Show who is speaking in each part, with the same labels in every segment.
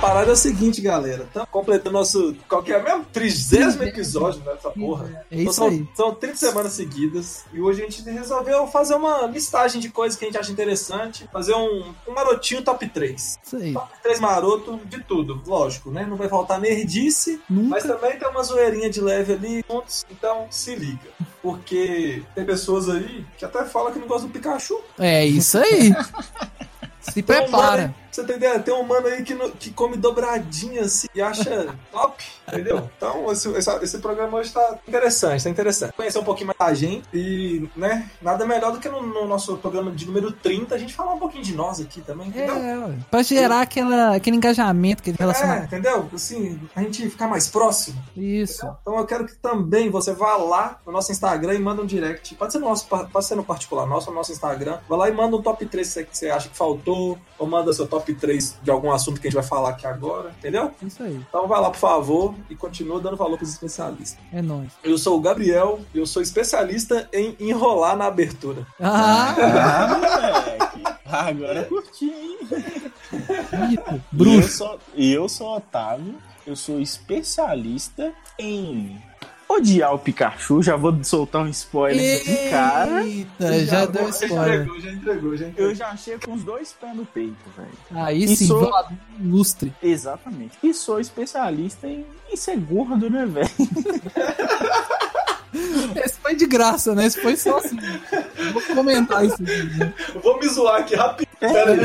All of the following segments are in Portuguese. Speaker 1: caralho é o seguinte, galera. Estamos completando nosso. Qualquer mesmo? Trigésimo episódio nessa porra. Então
Speaker 2: É isso
Speaker 1: são,
Speaker 2: aí.
Speaker 1: são 30 semanas seguidas. E hoje a gente resolveu fazer uma listagem de coisas que a gente acha interessante. Fazer um, um marotinho top 3.
Speaker 2: Isso aí.
Speaker 1: Top 3 maroto de tudo, lógico, né? Não vai faltar nerdice, mas
Speaker 2: Nunca.
Speaker 1: também tem uma zoeirinha de leve ali juntos. Então se liga. Porque tem pessoas aí que até falam que não gostam do Pikachu.
Speaker 2: É isso aí.
Speaker 1: Tem
Speaker 2: Se
Speaker 1: um
Speaker 2: prepara.
Speaker 1: mano aí- Você tem ideia? Tem um mano aí que, no- que come dobradinha assim e acha top, entendeu? Então, esse, essa- esse programa hoje tá interessante, tá interessante. Conhecer um pouquinho mais a gente e, né, nada melhor do que no, no nosso programa de número 30 a gente falar um pouquinho de nós aqui também,
Speaker 2: É,
Speaker 1: entendeu?
Speaker 2: ué. pra gerar aquela, aquele engajamento, aquele
Speaker 1: É,
Speaker 2: relacionamento.
Speaker 1: entendeu? Assim, a gente ficar mais próximo.
Speaker 2: Isso.
Speaker 1: Então eu quero que também você vá lá no nosso Instagram e manda um direct. Pode ser no, nosso, pode ser no particular nosso, no nosso Instagram. Vai lá e manda um top 3 que você acha que faltou, ou manda seu top 3 de algum assunto que a gente vai falar aqui agora, entendeu?
Speaker 2: Isso aí.
Speaker 1: Então vai lá, por favor, e continua dando valor para os especialistas.
Speaker 2: É nóis.
Speaker 1: Eu sou o Gabriel, eu sou especialista em enrolar na abertura.
Speaker 2: Ah,
Speaker 3: Ah, moleque. Agora eu curti, hein?
Speaker 2: Ah, bonito.
Speaker 3: E eu
Speaker 2: Bruxo.
Speaker 3: sou, e eu sou o Otávio, eu sou especialista em odiar o Pikachu. Já vou soltar um spoiler de cara.
Speaker 2: Eita, já deu spoiler.
Speaker 1: entregou, já entregou, já entregou.
Speaker 3: Eu já achei com os dois pés no peito, velho.
Speaker 2: Aí
Speaker 3: E
Speaker 2: sim,
Speaker 3: sou-
Speaker 2: voador ilustre.
Speaker 3: Exatamente. E sou especialista em, em ser gordo, né, velho?
Speaker 2: Esse foi de graça, né? Esse foi só assim. Vou comentar isso.
Speaker 1: Eu Vou me zoar aqui rapidinho. Pera aí.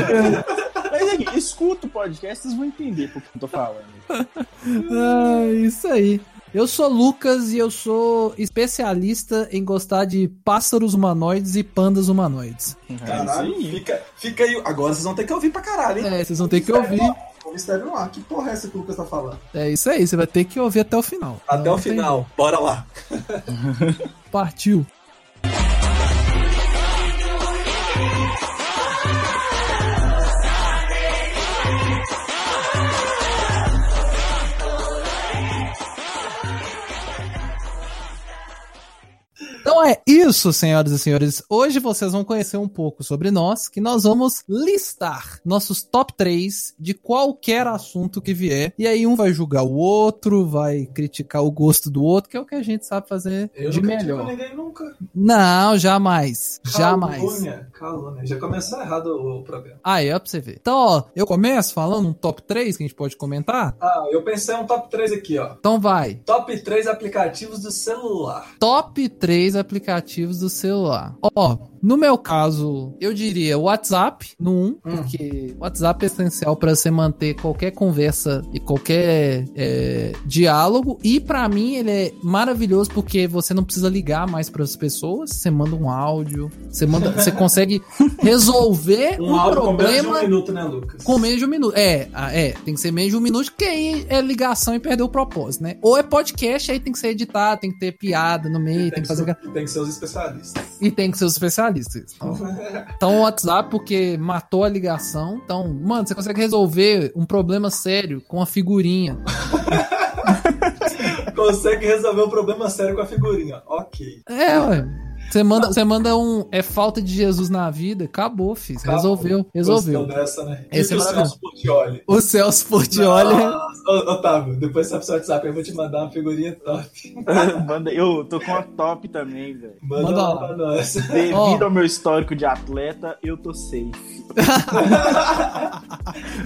Speaker 3: Mas aqui, escuta o podcast, vocês vão entender por que eu tô falando.
Speaker 2: Ah, isso aí. Eu sou Lucas e eu sou especialista em gostar de pássaros humanoides e pandas humanoides.
Speaker 1: Caralho, fica, fica aí. Agora vocês vão ter que ouvir pra caralho, hein?
Speaker 2: É, vocês vão ter que ouvir.
Speaker 1: O mistério no ar. Que porra é essa que o Lucas tá falando?
Speaker 2: É isso aí, você vai ter que ouvir até o final.
Speaker 1: Até
Speaker 2: Não
Speaker 1: o
Speaker 2: tem-
Speaker 1: final, bora lá.
Speaker 2: Partiu. Então é isso, senhoras e senhores. Hoje vocês vão conhecer um pouco sobre nós, que nós vamos listar nossos top 3 de qualquer assunto que vier. E aí um vai julgar o outro, vai criticar o gosto do outro, que é o que a gente sabe fazer de melhor.
Speaker 1: ninguém nunca.
Speaker 2: Não, jamais. Jamais.
Speaker 1: Calúnia, calúnia. Já começou errado o, o programa.
Speaker 2: Aí, ó, pra você ver. Então, ó, eu começo falando um top 3 que a gente pode comentar?
Speaker 1: Ah, eu pensei um top 3 aqui, ó.
Speaker 2: Então vai.
Speaker 1: Top 3 aplicativos do celular.
Speaker 2: Top 3 aplicativos do celular. Ó, no meu caso, eu diria WhatsApp no 1, porque WhatsApp é essencial pra você manter qualquer conversa e qualquer é, diálogo. E pra mim, ele é maravilhoso porque você não precisa ligar mais pras pessoas. Você manda um áudio, você, manda, você consegue resolver um,
Speaker 1: áudio com menos de
Speaker 2: problema
Speaker 1: um minuto, né, Lucas?
Speaker 2: Com menos de um minuto. É, ah, é, tem que ser menos de um minuto, porque aí é ligação e perdeu o propósito, né? Ou é podcast, aí tem que ser editado, tem que ter piada no meio, tem, que fazer.
Speaker 1: ser, tem que ser os especialistas.
Speaker 2: E tem que ser os especialistas. Então, então o WhatsApp, porque matou a ligação. Então, mano, você consegue resolver um problema sério com a figurinha.
Speaker 1: Consegue resolver um problema sério com a figurinha. Ok.
Speaker 2: É, ué. Você manda, você manda um. É falta de Jesus na vida, acabou, filho. Você
Speaker 1: Acabou.
Speaker 2: Resolveu, resolveu.
Speaker 1: Gostou dessa, né?
Speaker 2: Esse
Speaker 1: e
Speaker 2: é
Speaker 1: o
Speaker 2: maravilhoso.
Speaker 1: Celso Portioli.
Speaker 2: O Celso Portiolha.
Speaker 1: Ô, Otávio, depois você abre seu WhatsApp, eu vou te mandar uma figurinha top.
Speaker 3: Manda- tá eu tô com a top também, velho.
Speaker 1: Manda,
Speaker 2: Manda
Speaker 1: lá
Speaker 2: lá.
Speaker 1: pra nós.
Speaker 3: Devido
Speaker 2: Ó.
Speaker 3: ao meu histórico de atleta, eu tô safe.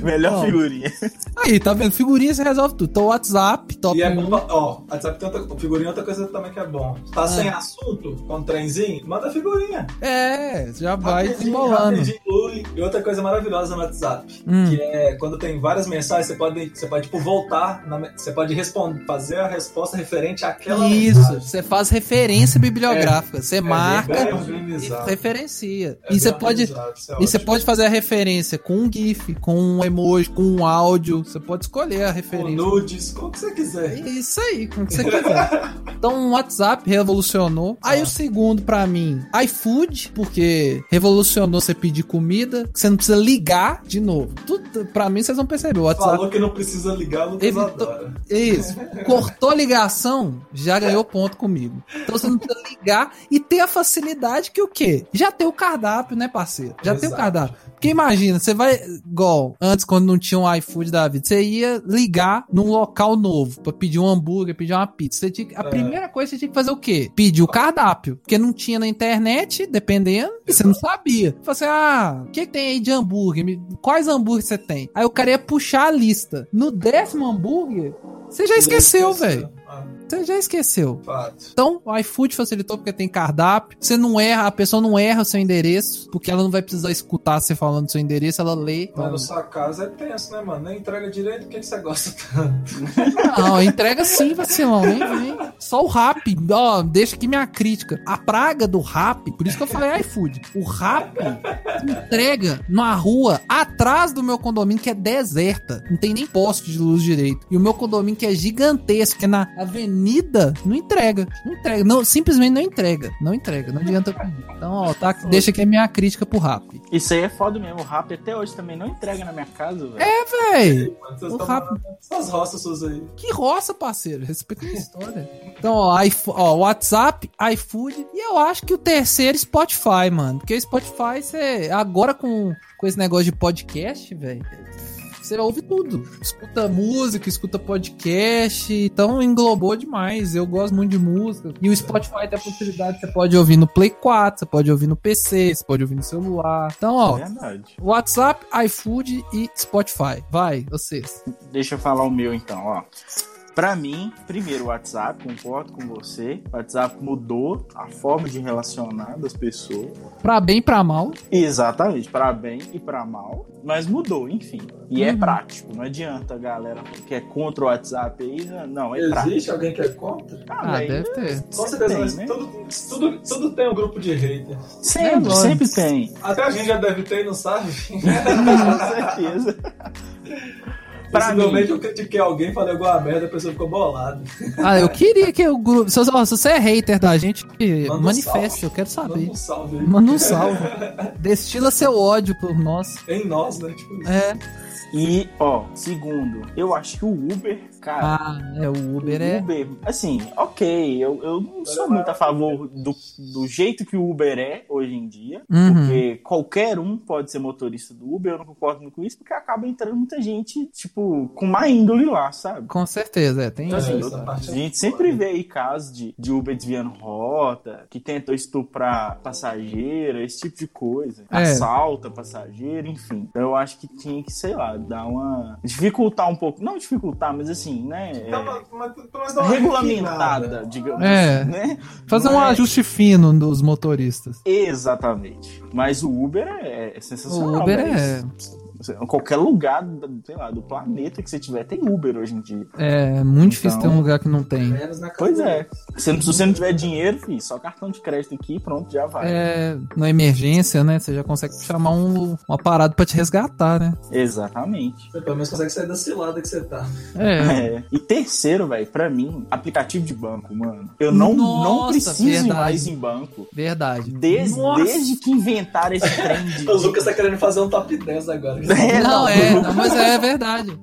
Speaker 3: Melhor
Speaker 2: Ó.
Speaker 3: figurinha.
Speaker 2: Aí, tá vendo? Figurinha você resolve tudo. Então, WhatsApp, top
Speaker 1: E é
Speaker 2: 1.
Speaker 1: bom, pra- ó, WhatsApp tem outra, figurinha é outra coisa também que é bom. Tá
Speaker 2: Ah.
Speaker 1: sem assunto, com um trenzinho, manda figurinha.
Speaker 2: É, já vai
Speaker 1: Rapidinho,
Speaker 2: desembolando.
Speaker 1: rapidinho, ui. E outra coisa maravilhosa no WhatsApp,
Speaker 2: Hum.
Speaker 1: que é quando tem várias mensagens, você pode, você pode tipo, voltar, na me- você pode responder, fazer a resposta referente àquela
Speaker 2: Isso,
Speaker 1: mensagem.
Speaker 2: você faz referência bibliográfica, você marca
Speaker 1: É bem
Speaker 2: e
Speaker 1: organizado.
Speaker 2: referencia.
Speaker 1: É
Speaker 2: e você
Speaker 1: bem
Speaker 2: pode,
Speaker 1: organizado, isso é
Speaker 2: e você
Speaker 1: ótimo.
Speaker 2: pode fazer a referência com um GIF, com um emoji, com um áudio. Você pode escolher a
Speaker 1: Com
Speaker 2: referência.
Speaker 1: nudes, com o que você quiser.
Speaker 2: É Isso aí, como que você quiser. Então, o WhatsApp revolucionou. Aí,
Speaker 1: Tá.
Speaker 2: o segundo, pra mim, iFood, porque revolucionou você pedir comida, que você não precisa ligar de novo. Tudo, pra mim, vocês vão perceber. O WhatsApp
Speaker 1: Falou que não precisa ligar, Lucas
Speaker 2: Evitou-
Speaker 1: adora.
Speaker 2: É Isso. Cortou a ligação, já ganhou ponto comigo. Então você não precisa ligar e ter a facilidade que o quê? Já tem o cardápio, né, parceiro? Já tem o
Speaker 1: Exato.
Speaker 2: cardápio. Porque Porque imagina, você vai, igual, antes quando não tinha um iFood da vida, você ia ligar num local novo pra pedir um hambúrguer, pedir uma pizza. Você tinha, que- a
Speaker 1: É.
Speaker 2: primeira coisa que você tinha que fazer o quê? Pedir o cardápio. Porque não tinha na internet, dependendo, você não sabia. Falei assim, ah, o que, que tem aí de hambúrguer? Me- Quais hambúrguer você tem? Aí o cara ia puxar a lista. No décimo hambúrguer, você já esqueceu, velho.
Speaker 1: Ah,
Speaker 2: Você já esqueceu.
Speaker 1: fato.
Speaker 2: Então, o iFood facilitou porque tem cardápio. Você não erra, a pessoa não erra o seu endereço, porque ela não vai precisar escutar você falando o seu endereço, ela lê.
Speaker 1: Mas na sua casa é tenso, né, mano? Nem entrega direito, por que que você gosta tanto?
Speaker 2: Não, entrega sim, vacilão, nem vem. Só o rap, ó, deixa aqui minha crítica. A praga do rap, por isso que eu falei iFood. O rap entrega numa rua atrás do meu condomínio que é deserta. Não tem nem poste de luz direito. E o meu condomínio que é gigantesco, que é na avenida, não entrega. Não entrega. Não, simplesmente não entrega. Não entrega. Não adianta pedir. Então, ó, tá, deixa aqui a minha crítica pro rap.
Speaker 3: Isso aí é foda mesmo. O rap até hoje também não entrega na minha casa, velho.
Speaker 2: É, véi.
Speaker 1: Mano, vocês
Speaker 2: O
Speaker 1: tão
Speaker 2: rap
Speaker 1: morando Essas roças suas aí.
Speaker 2: Que roça, parceiro. Respeita a minha história. Então, ó, iFo- ó, WhatsApp, iFood. E eu acho que o terceiro é Spotify, mano. Porque o Spotify, você. Agora com, com esse negócio de podcast, velho. Você ouve tudo. Escuta música, escuta podcast. Então englobou demais. Eu gosto muito de música. E o Spotify tem a possibilidade. Você pode ouvir no Play 4, você pode ouvir no PC, você pode ouvir no celular. Então, ó.
Speaker 3: É Verdade.
Speaker 2: WhatsApp, iFood e Spotify. Vai, vocês.
Speaker 3: Deixa eu falar o meu então, ó. Pra mim, primeiro o WhatsApp, concordo com você. O WhatsApp mudou a forma de relacionar das pessoas.
Speaker 2: Pra bem, pra mal.
Speaker 3: Exatamente, pra bem e pra mal, mas mudou, enfim. E é
Speaker 2: Uhum.
Speaker 3: prático, não adianta a galera que é contra o WhatsApp aí, não, é
Speaker 1: Existe alguém que é contra?
Speaker 3: prático.
Speaker 2: Ah,
Speaker 3: velho,
Speaker 2: deve ter.
Speaker 1: Com
Speaker 3: sempre
Speaker 1: certeza,
Speaker 3: tem,
Speaker 1: mas
Speaker 3: né?
Speaker 1: tudo, tudo, tudo tem um grupo de hater.
Speaker 2: É
Speaker 3: Sempre,
Speaker 2: lógico.
Speaker 3: sempre tem,
Speaker 1: Até a gente já deve ter e não sabe.
Speaker 3: Né, com certeza. pra
Speaker 1: Possivelmente
Speaker 3: mim,
Speaker 1: eu critiquei alguém, falei alguma merda, a pessoa ficou bolada.
Speaker 2: Ah, eu queria que o grupo. Se, ó, se você é hater da gente, que
Speaker 1: Manda um
Speaker 2: manifesta,
Speaker 1: salve.
Speaker 2: eu quero
Speaker 1: Manda
Speaker 2: saber.
Speaker 1: um salve aí.
Speaker 2: Manda um salve. Destila seu ódio por nós.
Speaker 1: Em nós, né? Tipo,
Speaker 2: É.
Speaker 3: e ó, segundo, eu acho que o Uber, cara.
Speaker 2: Ah, é, o Uber
Speaker 3: o
Speaker 2: é.
Speaker 3: Uber, assim, ok, eu, eu não sou muito a favor do, do jeito que o Uber é hoje em dia,
Speaker 2: Uhum.
Speaker 3: porque qualquer um pode ser motorista do Uber, eu não concordo muito com isso, porque acaba entrando muita gente, tipo, com má índole lá, sabe?
Speaker 2: Com certeza, é. Tem
Speaker 3: Então,
Speaker 1: É,
Speaker 3: assim,
Speaker 1: essa parte
Speaker 3: a
Speaker 1: é
Speaker 3: gente
Speaker 1: foda.
Speaker 3: sempre vê aí casos de, de Uber desviando rota, que tentou estuprar passageiro, esse tipo de coisa.
Speaker 2: É.
Speaker 3: Assalta passageiro, enfim. Então eu acho que tinha que, sei lá, dar uma. dificultar um pouco. Não dificultar, mas assim, né?
Speaker 1: dá
Speaker 3: é,
Speaker 1: uma- uma- tá, pelo menos dá uma refinada.
Speaker 3: regulamentada, digamos
Speaker 2: É.
Speaker 3: assim, né?
Speaker 2: Fazer
Speaker 3: Não
Speaker 2: um
Speaker 3: é-
Speaker 2: ajuste fino dos motoristas.
Speaker 3: Exatamente. Mas o Uber é, é sensacional.
Speaker 2: O Uber
Speaker 3: velho.
Speaker 2: é-
Speaker 3: Você- Qualquer lugar, do- sei lá, do planeta que você tiver, tem Uber hoje em dia.
Speaker 2: É muito difícil
Speaker 3: Então-
Speaker 2: ter um lugar que não tem.
Speaker 1: Menos né, na
Speaker 3: Pois
Speaker 1: cadeia.
Speaker 3: é. Você não- Se você não tiver dinheiro, filho, só cartão de crédito aqui, pronto, já vai.
Speaker 2: É, na emergência, né? Você já consegue chamar um, uma parada pra te resgatar, né?
Speaker 3: Exatamente.
Speaker 1: Você pelo menos consegue sair da cilada que você tá.
Speaker 2: É.
Speaker 3: É. E terceiro, velho, pra mim, aplicativo de banco, mano. Eu não, não
Speaker 2: Nossa,
Speaker 3: preciso ir
Speaker 2: verdade.
Speaker 3: mais em banco.
Speaker 2: Verdade.
Speaker 3: Desde,
Speaker 2: Nossa.
Speaker 3: desde que inventaram esse trem de.
Speaker 1: O Lucas tá querendo fazer um top 10 agora.
Speaker 3: É,
Speaker 2: Não, é, não, mas é verdade.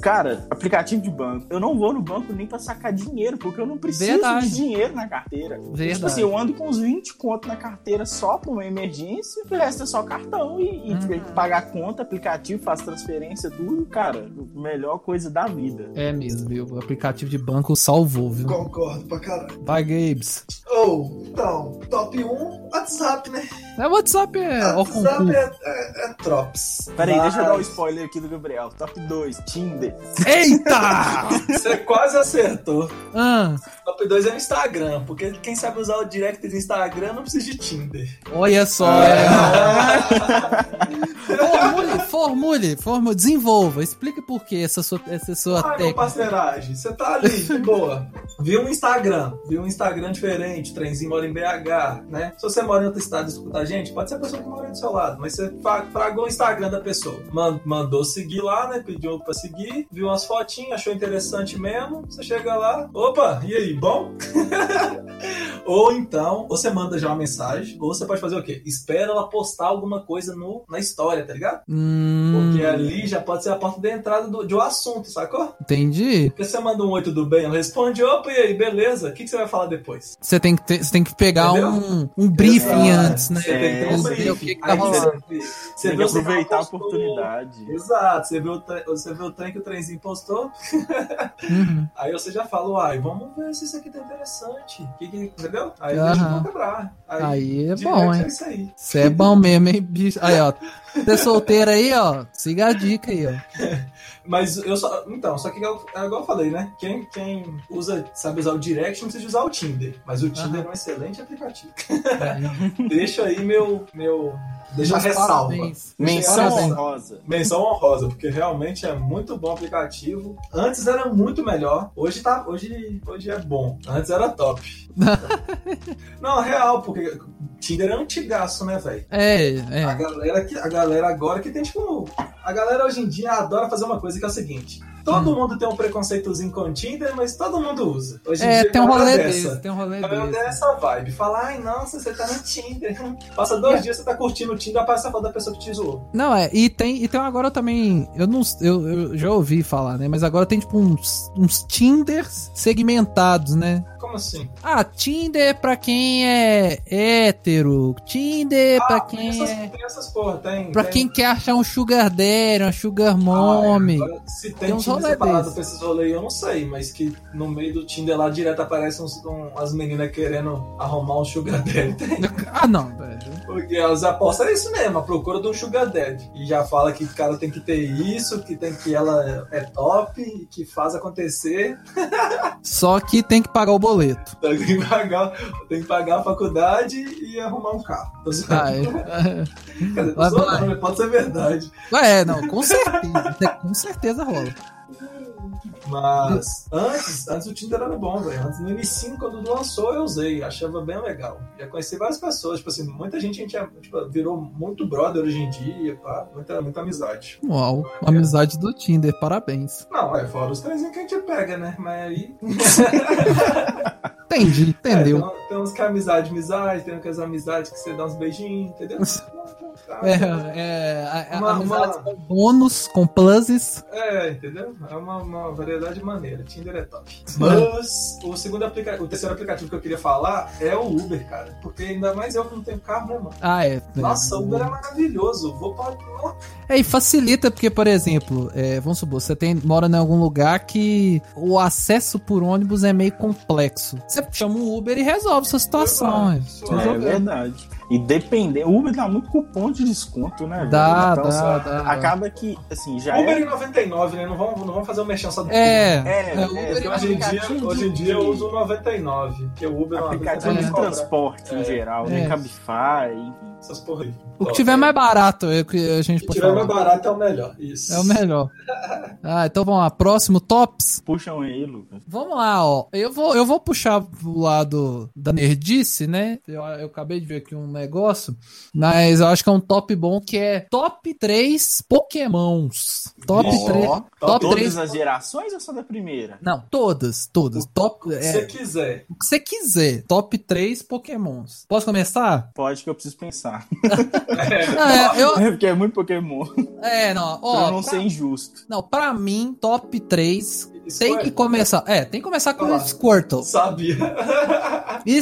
Speaker 3: Cara, aplicativo de banco. Eu não vou no banco nem pra sacar dinheiro, porque eu não preciso
Speaker 2: Verdade.
Speaker 3: de dinheiro na carteira. Tipo assim,
Speaker 2: Verdade.
Speaker 3: eu ando com uns 20 conto na carteira só pra uma emergência, o resto é só cartão e, e
Speaker 2: Uhum.
Speaker 3: tem que pagar conta, aplicativo, faz transferência, tudo. Cara, melhor coisa da vida.
Speaker 2: É mesmo, viu? O aplicativo de banco salvou, viu?
Speaker 1: Concordo pra caralho.
Speaker 2: Vai, Gabes.
Speaker 1: Ou, então, top 1, WhatsApp, né?
Speaker 2: É, WhatsApp é. ó, com cu.
Speaker 1: WhatsApp é, é, é Trops.
Speaker 3: Peraí,
Speaker 1: Mas
Speaker 3: deixa eu dar um spoiler aqui do Gabriel. Top 2, Tinder.
Speaker 1: é-
Speaker 2: Eita!
Speaker 1: Você quase acertou.
Speaker 2: Ah,
Speaker 1: Top 2 é o Instagram, porque quem sabe usar o direct do Instagram não precisa de Tinder.
Speaker 2: olha só.
Speaker 1: Ah,
Speaker 2: é. formule, formule, formule, desenvolva. Explica por que essa sua, essa sua
Speaker 1: Ah, meu
Speaker 2: técnica.
Speaker 1: parceiragem, você tá ali, de boa. Viu um Instagram, viu um Instagram diferente, o trenzinho mora em BH, né? Se você mora em outro estado e escuta a gente, pode ser a pessoa que mora do seu lado, mas você fra- fragou o Instagram da pessoa. Man- Mandou seguir lá, né? Pediu pra seguir, viu umas fotinhas, achou interessante mesmo. Você chega lá, opa, e aí, bom? Ou então, ou você manda já uma mensagem, ou você pode fazer o quê? Espera ela postar alguma coisa no, na história, tá ligado?
Speaker 2: Hum,
Speaker 1: Porque ali já pode ser a porta de entrada do, de um assunto, sacou?
Speaker 2: entendi.
Speaker 1: Porque você manda um oi, tudo bem? Ela responde, opa, e aí, beleza? O que, que você vai falar depois?
Speaker 2: Você tem que, ter- você tem que pegar
Speaker 1: Entendeu?
Speaker 2: um, um briefing
Speaker 1: Exato.
Speaker 2: antes, né?
Speaker 1: Você tem que ter um
Speaker 3: Entender
Speaker 1: briefing.
Speaker 2: o que que tá
Speaker 1: Aí você-
Speaker 2: rolando.
Speaker 1: você
Speaker 3: Tem que
Speaker 1: vê o que
Speaker 3: aproveitar a
Speaker 1: ela postou.
Speaker 3: oportunidade.
Speaker 1: Exato, você vê, o tre- você vê o trem que o trenzinho postou,
Speaker 2: Uhum.
Speaker 1: aí você já fala, uai, vamos ver se isso aqui tá interessante. Que que- entendeu? Aí
Speaker 2: Aham.
Speaker 1: deixa eu quebrar. Aí,
Speaker 2: Aí é
Speaker 1: direto
Speaker 2: bom, hein?
Speaker 1: é isso aí.
Speaker 2: Você é bom mesmo, hein, bicho? Aí, ó. Você é solteiro aí, ó. Siga a dica aí, ó.
Speaker 1: Mas eu só. Então, só que eu- é igual eu falei, né? Quem, quem usa, sabe usar o Direct não precisa usar o Tinder. Mas o Tinder é um excelente aplicativo. Deixa aí meu. meu deixa a
Speaker 2: É. Meus
Speaker 1: ressalva.
Speaker 2: parabéns.
Speaker 3: Menção
Speaker 2: Parabéns.
Speaker 3: honrosa.
Speaker 1: Menção honrosa, porque realmente é muito bom o aplicativo. Antes era muito melhor, hoje, tá, hoje, hoje é bom. Antes era top. não, real, porque Tinder é antigaço, né, velho?
Speaker 2: É,
Speaker 1: A
Speaker 2: é.
Speaker 1: galera, que, a galera agora que tem, tipo. A galera hoje em dia adora fazer uma coisa que é o seguinte: todo
Speaker 2: Hum.
Speaker 1: mundo tem um preconceitozinho com o Tinder, mas todo mundo usa. Hoje em
Speaker 2: É,
Speaker 1: dia,
Speaker 2: tem um
Speaker 1: a galera
Speaker 2: rolê
Speaker 1: dessa.
Speaker 2: desse, tem um rolê
Speaker 1: Eu
Speaker 2: desse.
Speaker 1: tenho essa vibe. Falar, ai, nossa, você tá no Tinder. Passa
Speaker 2: É.
Speaker 1: dois dias, você tá curtindo o Tinder, aparece a foto da pessoa que te zoou.
Speaker 2: Não, é, e tem, e tem agora também, eu não, eu, eu já ouvi falar, né, mas agora tem tipo uns, uns Tinders segmentados, né?
Speaker 1: Como assim?
Speaker 2: Ah, Tinder é pra quem é hétero, Tinder é pra
Speaker 1: Tem
Speaker 2: quem
Speaker 1: Ah, essas,
Speaker 2: é...
Speaker 1: tem essas porra, tem.
Speaker 2: Pra
Speaker 1: tem-
Speaker 2: quem quer achar um sugar daddy, uma sugar
Speaker 1: Ah,
Speaker 2: mommy.
Speaker 1: agora, se tem,
Speaker 2: Tem uns
Speaker 1: Tinder
Speaker 2: rolê
Speaker 1: separado
Speaker 2: desse.
Speaker 1: pra esses rolês, eu não sei, mas que no meio do Tinder lá direto aparecem uns, um- as meninas querendo arrumar um sugar daddy.
Speaker 2: Ah, não, velho.
Speaker 1: Porque elas apostam é isso mesmo, a procura de um sugar daddy. E já fala que o cara tem que ter isso, que tem que ela é top, e que faz acontecer.
Speaker 2: Só que tem que pagar o boleto.
Speaker 1: Tem que pagar, tem que pagar a faculdade e arrumar um carro. Tô zoando.
Speaker 2: Ah, é.
Speaker 1: Quer dizer, tô
Speaker 2: Vai,
Speaker 1: zoando,
Speaker 2: vai.
Speaker 1: mas pode ser verdade.
Speaker 2: Ué, é, não, com certeza. tem- Com certeza rola.
Speaker 1: Mas antes, antes o Tinder era bom, velho. Antes, No início, quando lançou, eu usei. Achava bem legal. Já conheci várias pessoas. Tipo assim, muita gente, a gente é, tipo, virou muito brother hoje em dia. Pá. Muita, muita amizade.
Speaker 2: Uau, amizade do Tinder, parabéns.
Speaker 1: Não, é fora os trenzinhos que a gente pega, né? Mas aí...
Speaker 2: Entendi, entendeu?
Speaker 1: É, tem, tem uns que é amizade, amizade. Tem uns que é amizade que você dá uns beijinhos, entendeu? Tá,
Speaker 2: É, é, a, a,
Speaker 1: Uma-
Speaker 2: amizades
Speaker 1: uma-
Speaker 2: com bônus, com pluses.
Speaker 1: É, entendeu? É uma, uma variedade maneira. Tinder é top. Mas o segundo aplicativo, o terceiro aplicativo que eu queria falar é o Uber, cara. Porque ainda mais eu que não tenho carro, né, mano?
Speaker 2: Ah, é.
Speaker 1: Nossa, o Uber é maravilhoso. Vou pra. Nossa,
Speaker 2: É, e facilita, porque, por exemplo, é, vamos supor, você tem, mora em algum lugar que o acesso por ônibus é meio complexo. Você chama o Uber e resolve sua situação.
Speaker 1: mano,
Speaker 2: é.
Speaker 1: sou-
Speaker 2: Tô
Speaker 3: É,
Speaker 2: jogando.
Speaker 3: verdade. E depender, o Uber dá muito cupom de desconto, né? velho?
Speaker 2: Dá,
Speaker 3: Então,
Speaker 2: dá,
Speaker 3: assim,
Speaker 2: dá.
Speaker 3: Acaba que, assim, já
Speaker 1: Uber
Speaker 3: é.
Speaker 1: em 99, né? Não vamos, não vamos fazer o merchan só do
Speaker 2: É,
Speaker 3: É,
Speaker 2: é,
Speaker 3: é,
Speaker 2: Uber
Speaker 1: Porque
Speaker 2: e
Speaker 1: hoje em dia,
Speaker 3: aplicativo
Speaker 1: hoje em
Speaker 3: de-
Speaker 1: dia eu uso o 99, porque o Uber é uma
Speaker 3: Aplicativo
Speaker 1: vez
Speaker 3: de
Speaker 1: que cobra
Speaker 3: transporte em geral, né?
Speaker 2: É.
Speaker 3: Cabify, enfim.
Speaker 1: Essas porra aí.
Speaker 2: o que tiver mais barato é o que a
Speaker 1: O
Speaker 2: gente
Speaker 1: que
Speaker 2: pode
Speaker 1: tiver mais
Speaker 2: falar.
Speaker 1: barato é o melhor. Isso.
Speaker 2: É o melhor. Ah, então vamos lá. Próximo, tops.
Speaker 3: Puxam aí, Lucas.
Speaker 2: Vamos lá, ó. Eu vou, eu vou puxar o lado da nerdice, né? Eu, eu acabei de ver aqui um negócio, mas eu acho que é um top bom que é top 3 Pokémons. Top
Speaker 1: Ó.
Speaker 2: 3.
Speaker 1: Top
Speaker 2: Top
Speaker 3: Todas né?
Speaker 2: 3.
Speaker 3: as gerações ou só da primeira?
Speaker 2: Não, todas, todas. Top,
Speaker 1: Se você
Speaker 2: é,
Speaker 1: quiser.
Speaker 2: o que você quiser. Top 3 Pokémons. Posso começar?
Speaker 3: Pode que eu preciso pensar.
Speaker 2: Não, é, eu,
Speaker 3: É porque é muito Pokémon.
Speaker 2: é, não,
Speaker 3: pra
Speaker 2: ó.
Speaker 3: não
Speaker 2: pra-
Speaker 3: ser injusto.
Speaker 2: não, pra mim, top 3 tem que
Speaker 1: escolhe.
Speaker 2: começar. É, tem que começar com
Speaker 1: Olha
Speaker 2: o
Speaker 1: lá.
Speaker 2: Squirtle.
Speaker 1: Sabia.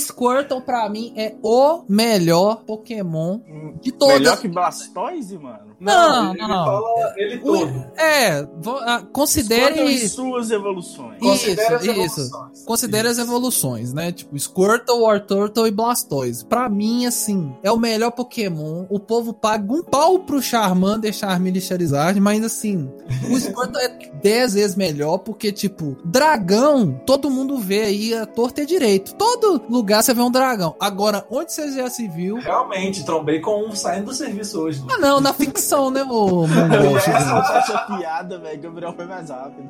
Speaker 2: Squirtle, pra mim, é o melhor Pokémon de todos.
Speaker 3: Melhor que Blastoise, mano.
Speaker 2: Não,
Speaker 1: ele,
Speaker 2: não,
Speaker 1: ele
Speaker 2: não.
Speaker 1: fala ele
Speaker 2: O-
Speaker 1: todo.
Speaker 2: É, vo- ah,
Speaker 3: Contam
Speaker 2: considere,
Speaker 3: em suas evoluções.
Speaker 2: Isso,
Speaker 1: Considera as
Speaker 2: isso.
Speaker 1: evoluções.
Speaker 2: considere as evoluções, né? Tipo, Squirtle, Wartortle e Blastoise. Pra mim, assim, é o melhor Pokémon. O povo paga um pau pro Charmander, Charmeleon e Charizard, mas assim, o Squirtle é 10 vezes melhor, porque, tipo, dragão, todo mundo vê aí a torta e direito. Todo lugar você vê um dragão. Agora, onde você já se viu...
Speaker 1: Realmente, trombei com um saindo do serviço hoje. Lu.
Speaker 2: Ah, não, na ficção, né, ô mongol?
Speaker 3: Essa é piada, velho. Gabriel foi mais rápido.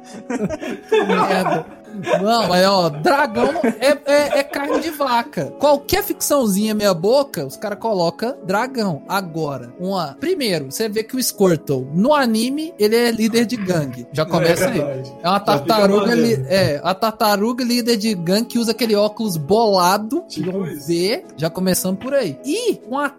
Speaker 2: merda. Não, mas ó, dragão é, é- é carne de vaca. Qualquer ficçãozinha meia boca, os caras colocam dragão. Agora, uma. Primeiro, você vê que o Squirtle, no anime, ele é líder de gangue. Já começa aí.
Speaker 1: verdade.
Speaker 2: É uma
Speaker 1: Já fica
Speaker 2: tartaruga,
Speaker 1: maneiro.
Speaker 2: li- é, a tartaruga líder de gangue que usa aquele óculos pelado, tipo iam ver, já começando por aí. E uma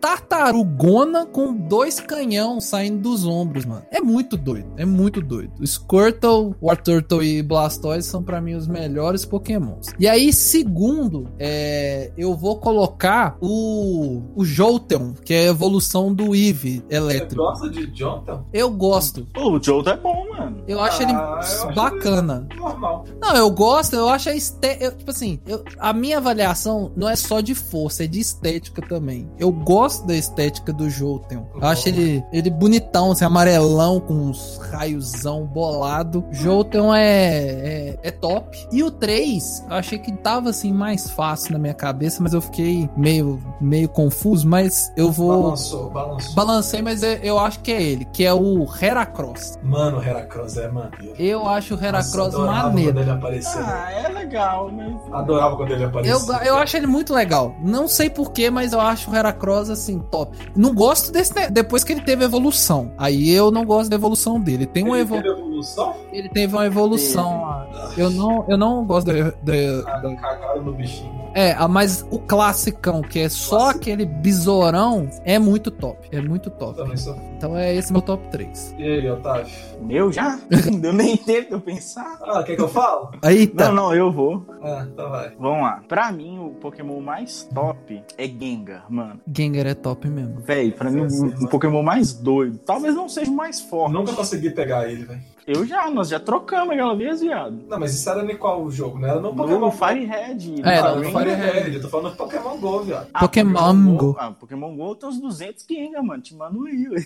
Speaker 2: tartarugona com dois canhão saindo dos ombros, mano. É muito doido, é muito doido. Squirtle, War Turtle e Blastoise são para mim os melhores pokémons. E aí, segundo, é, eu vou colocar o, o Jolteon, que é a evolução do Eevee elétrico.
Speaker 1: Você gosta de Jolteon?
Speaker 2: Eu gosto.
Speaker 3: Pô, o Jolteon é bom, mano.
Speaker 2: Eu acho ele
Speaker 1: Ah, eu acho
Speaker 2: bacana.
Speaker 1: Normal.
Speaker 2: Não, eu gosto, eu acho a estética. Tipo assim, eu- a minha avaliação não é só de força, é de estética também. Eu gosto da estética do Jolteon. Eu acho ele, ele bonitão, assim, amarelão, com uns raiozão bolado. Jolteon é, é, é top. E o 3, eu achei que tava assim mais fácil na minha cabeça, mas eu fiquei meio, meio confuso. Mas eu vou.
Speaker 1: Balançou, balançou.
Speaker 2: Balancei, mas eu- eu acho que é ele, que é o Heracross.
Speaker 1: Mano, o Heracross é maneiro.
Speaker 2: Eu acho o Heracross
Speaker 1: Nossa, eu adorava
Speaker 2: maneiro.
Speaker 1: Quando ele aparecia.
Speaker 3: Ah, é legal, mas.
Speaker 1: Adorava quando ele
Speaker 2: Eu,
Speaker 1: aparecia.
Speaker 2: eu acho ele muito legal. Não sei porquê, mas eu acho o Heracross assim, top. Não gosto desse. ne- Depois que ele teve evolução. Aí eu não gosto da evolução dele. Tem um
Speaker 1: Ele
Speaker 2: evo-
Speaker 1: teve evolução?
Speaker 2: ele teve uma evolução.
Speaker 1: Ah.
Speaker 2: Eu não, eu não gosto da. da- da-
Speaker 1: Cagaram no bichinho.
Speaker 2: É, a- mas o classicão, que é só
Speaker 1: Clássico.
Speaker 2: aquele besourão, é muito top. É muito top.
Speaker 1: Também sou.
Speaker 2: Então é esse meu top 3.
Speaker 1: E aí, Otávio?
Speaker 3: Meu já? Deu nem tempo de eu pensar.
Speaker 1: Ah, quer que eu falo?
Speaker 2: Eita!
Speaker 3: Não, não, eu vou.
Speaker 1: Ah, então vai.
Speaker 3: Vamos lá. Pra mim, o Pokémon mais top é Gengar, mano.
Speaker 2: Gengar é top mesmo.
Speaker 3: Véi, pra mim, o, o Pokémon mais doido. Talvez não seja o mais
Speaker 1: Eu
Speaker 3: forte.
Speaker 1: nunca consegui pegar ele, velho.
Speaker 3: Eu já, nós já trocamos aquela vez, viado.
Speaker 1: Não, mas isso era em qual jogo? Não era no
Speaker 3: No,
Speaker 1: Pokémon
Speaker 3: no
Speaker 1: Go.
Speaker 3: Fire Red.
Speaker 2: É,
Speaker 1: Ah,
Speaker 2: não,
Speaker 1: no
Speaker 2: no
Speaker 1: Fire Red. Eu tô falando do Pokémon Go, viado.
Speaker 3: Ah,
Speaker 2: Pokémon Go.
Speaker 3: Ah, Pokémon Go tem uns 200 Gengar, mano. Te mando aí, ué.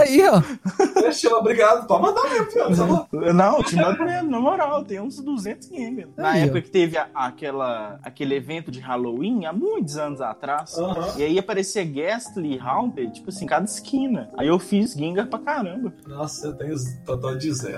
Speaker 2: Aí, ó.
Speaker 1: Fechou, obrigado. Pode mandar mesmo, viado. Sei lá.
Speaker 3: Não, te mando mesmo, na moral, tem uns 200 games. Na
Speaker 2: Aí, ó.
Speaker 3: época que teve a- aquela, aquele evento de Halloween, há muitos anos atrás,
Speaker 1: Aham.
Speaker 3: e aí aparecia Ghastly, Haunted, tipo assim, cada esquina. Aí eu fiz Gengar pra caramba.
Speaker 1: Nossa, eu tenho os total de zero.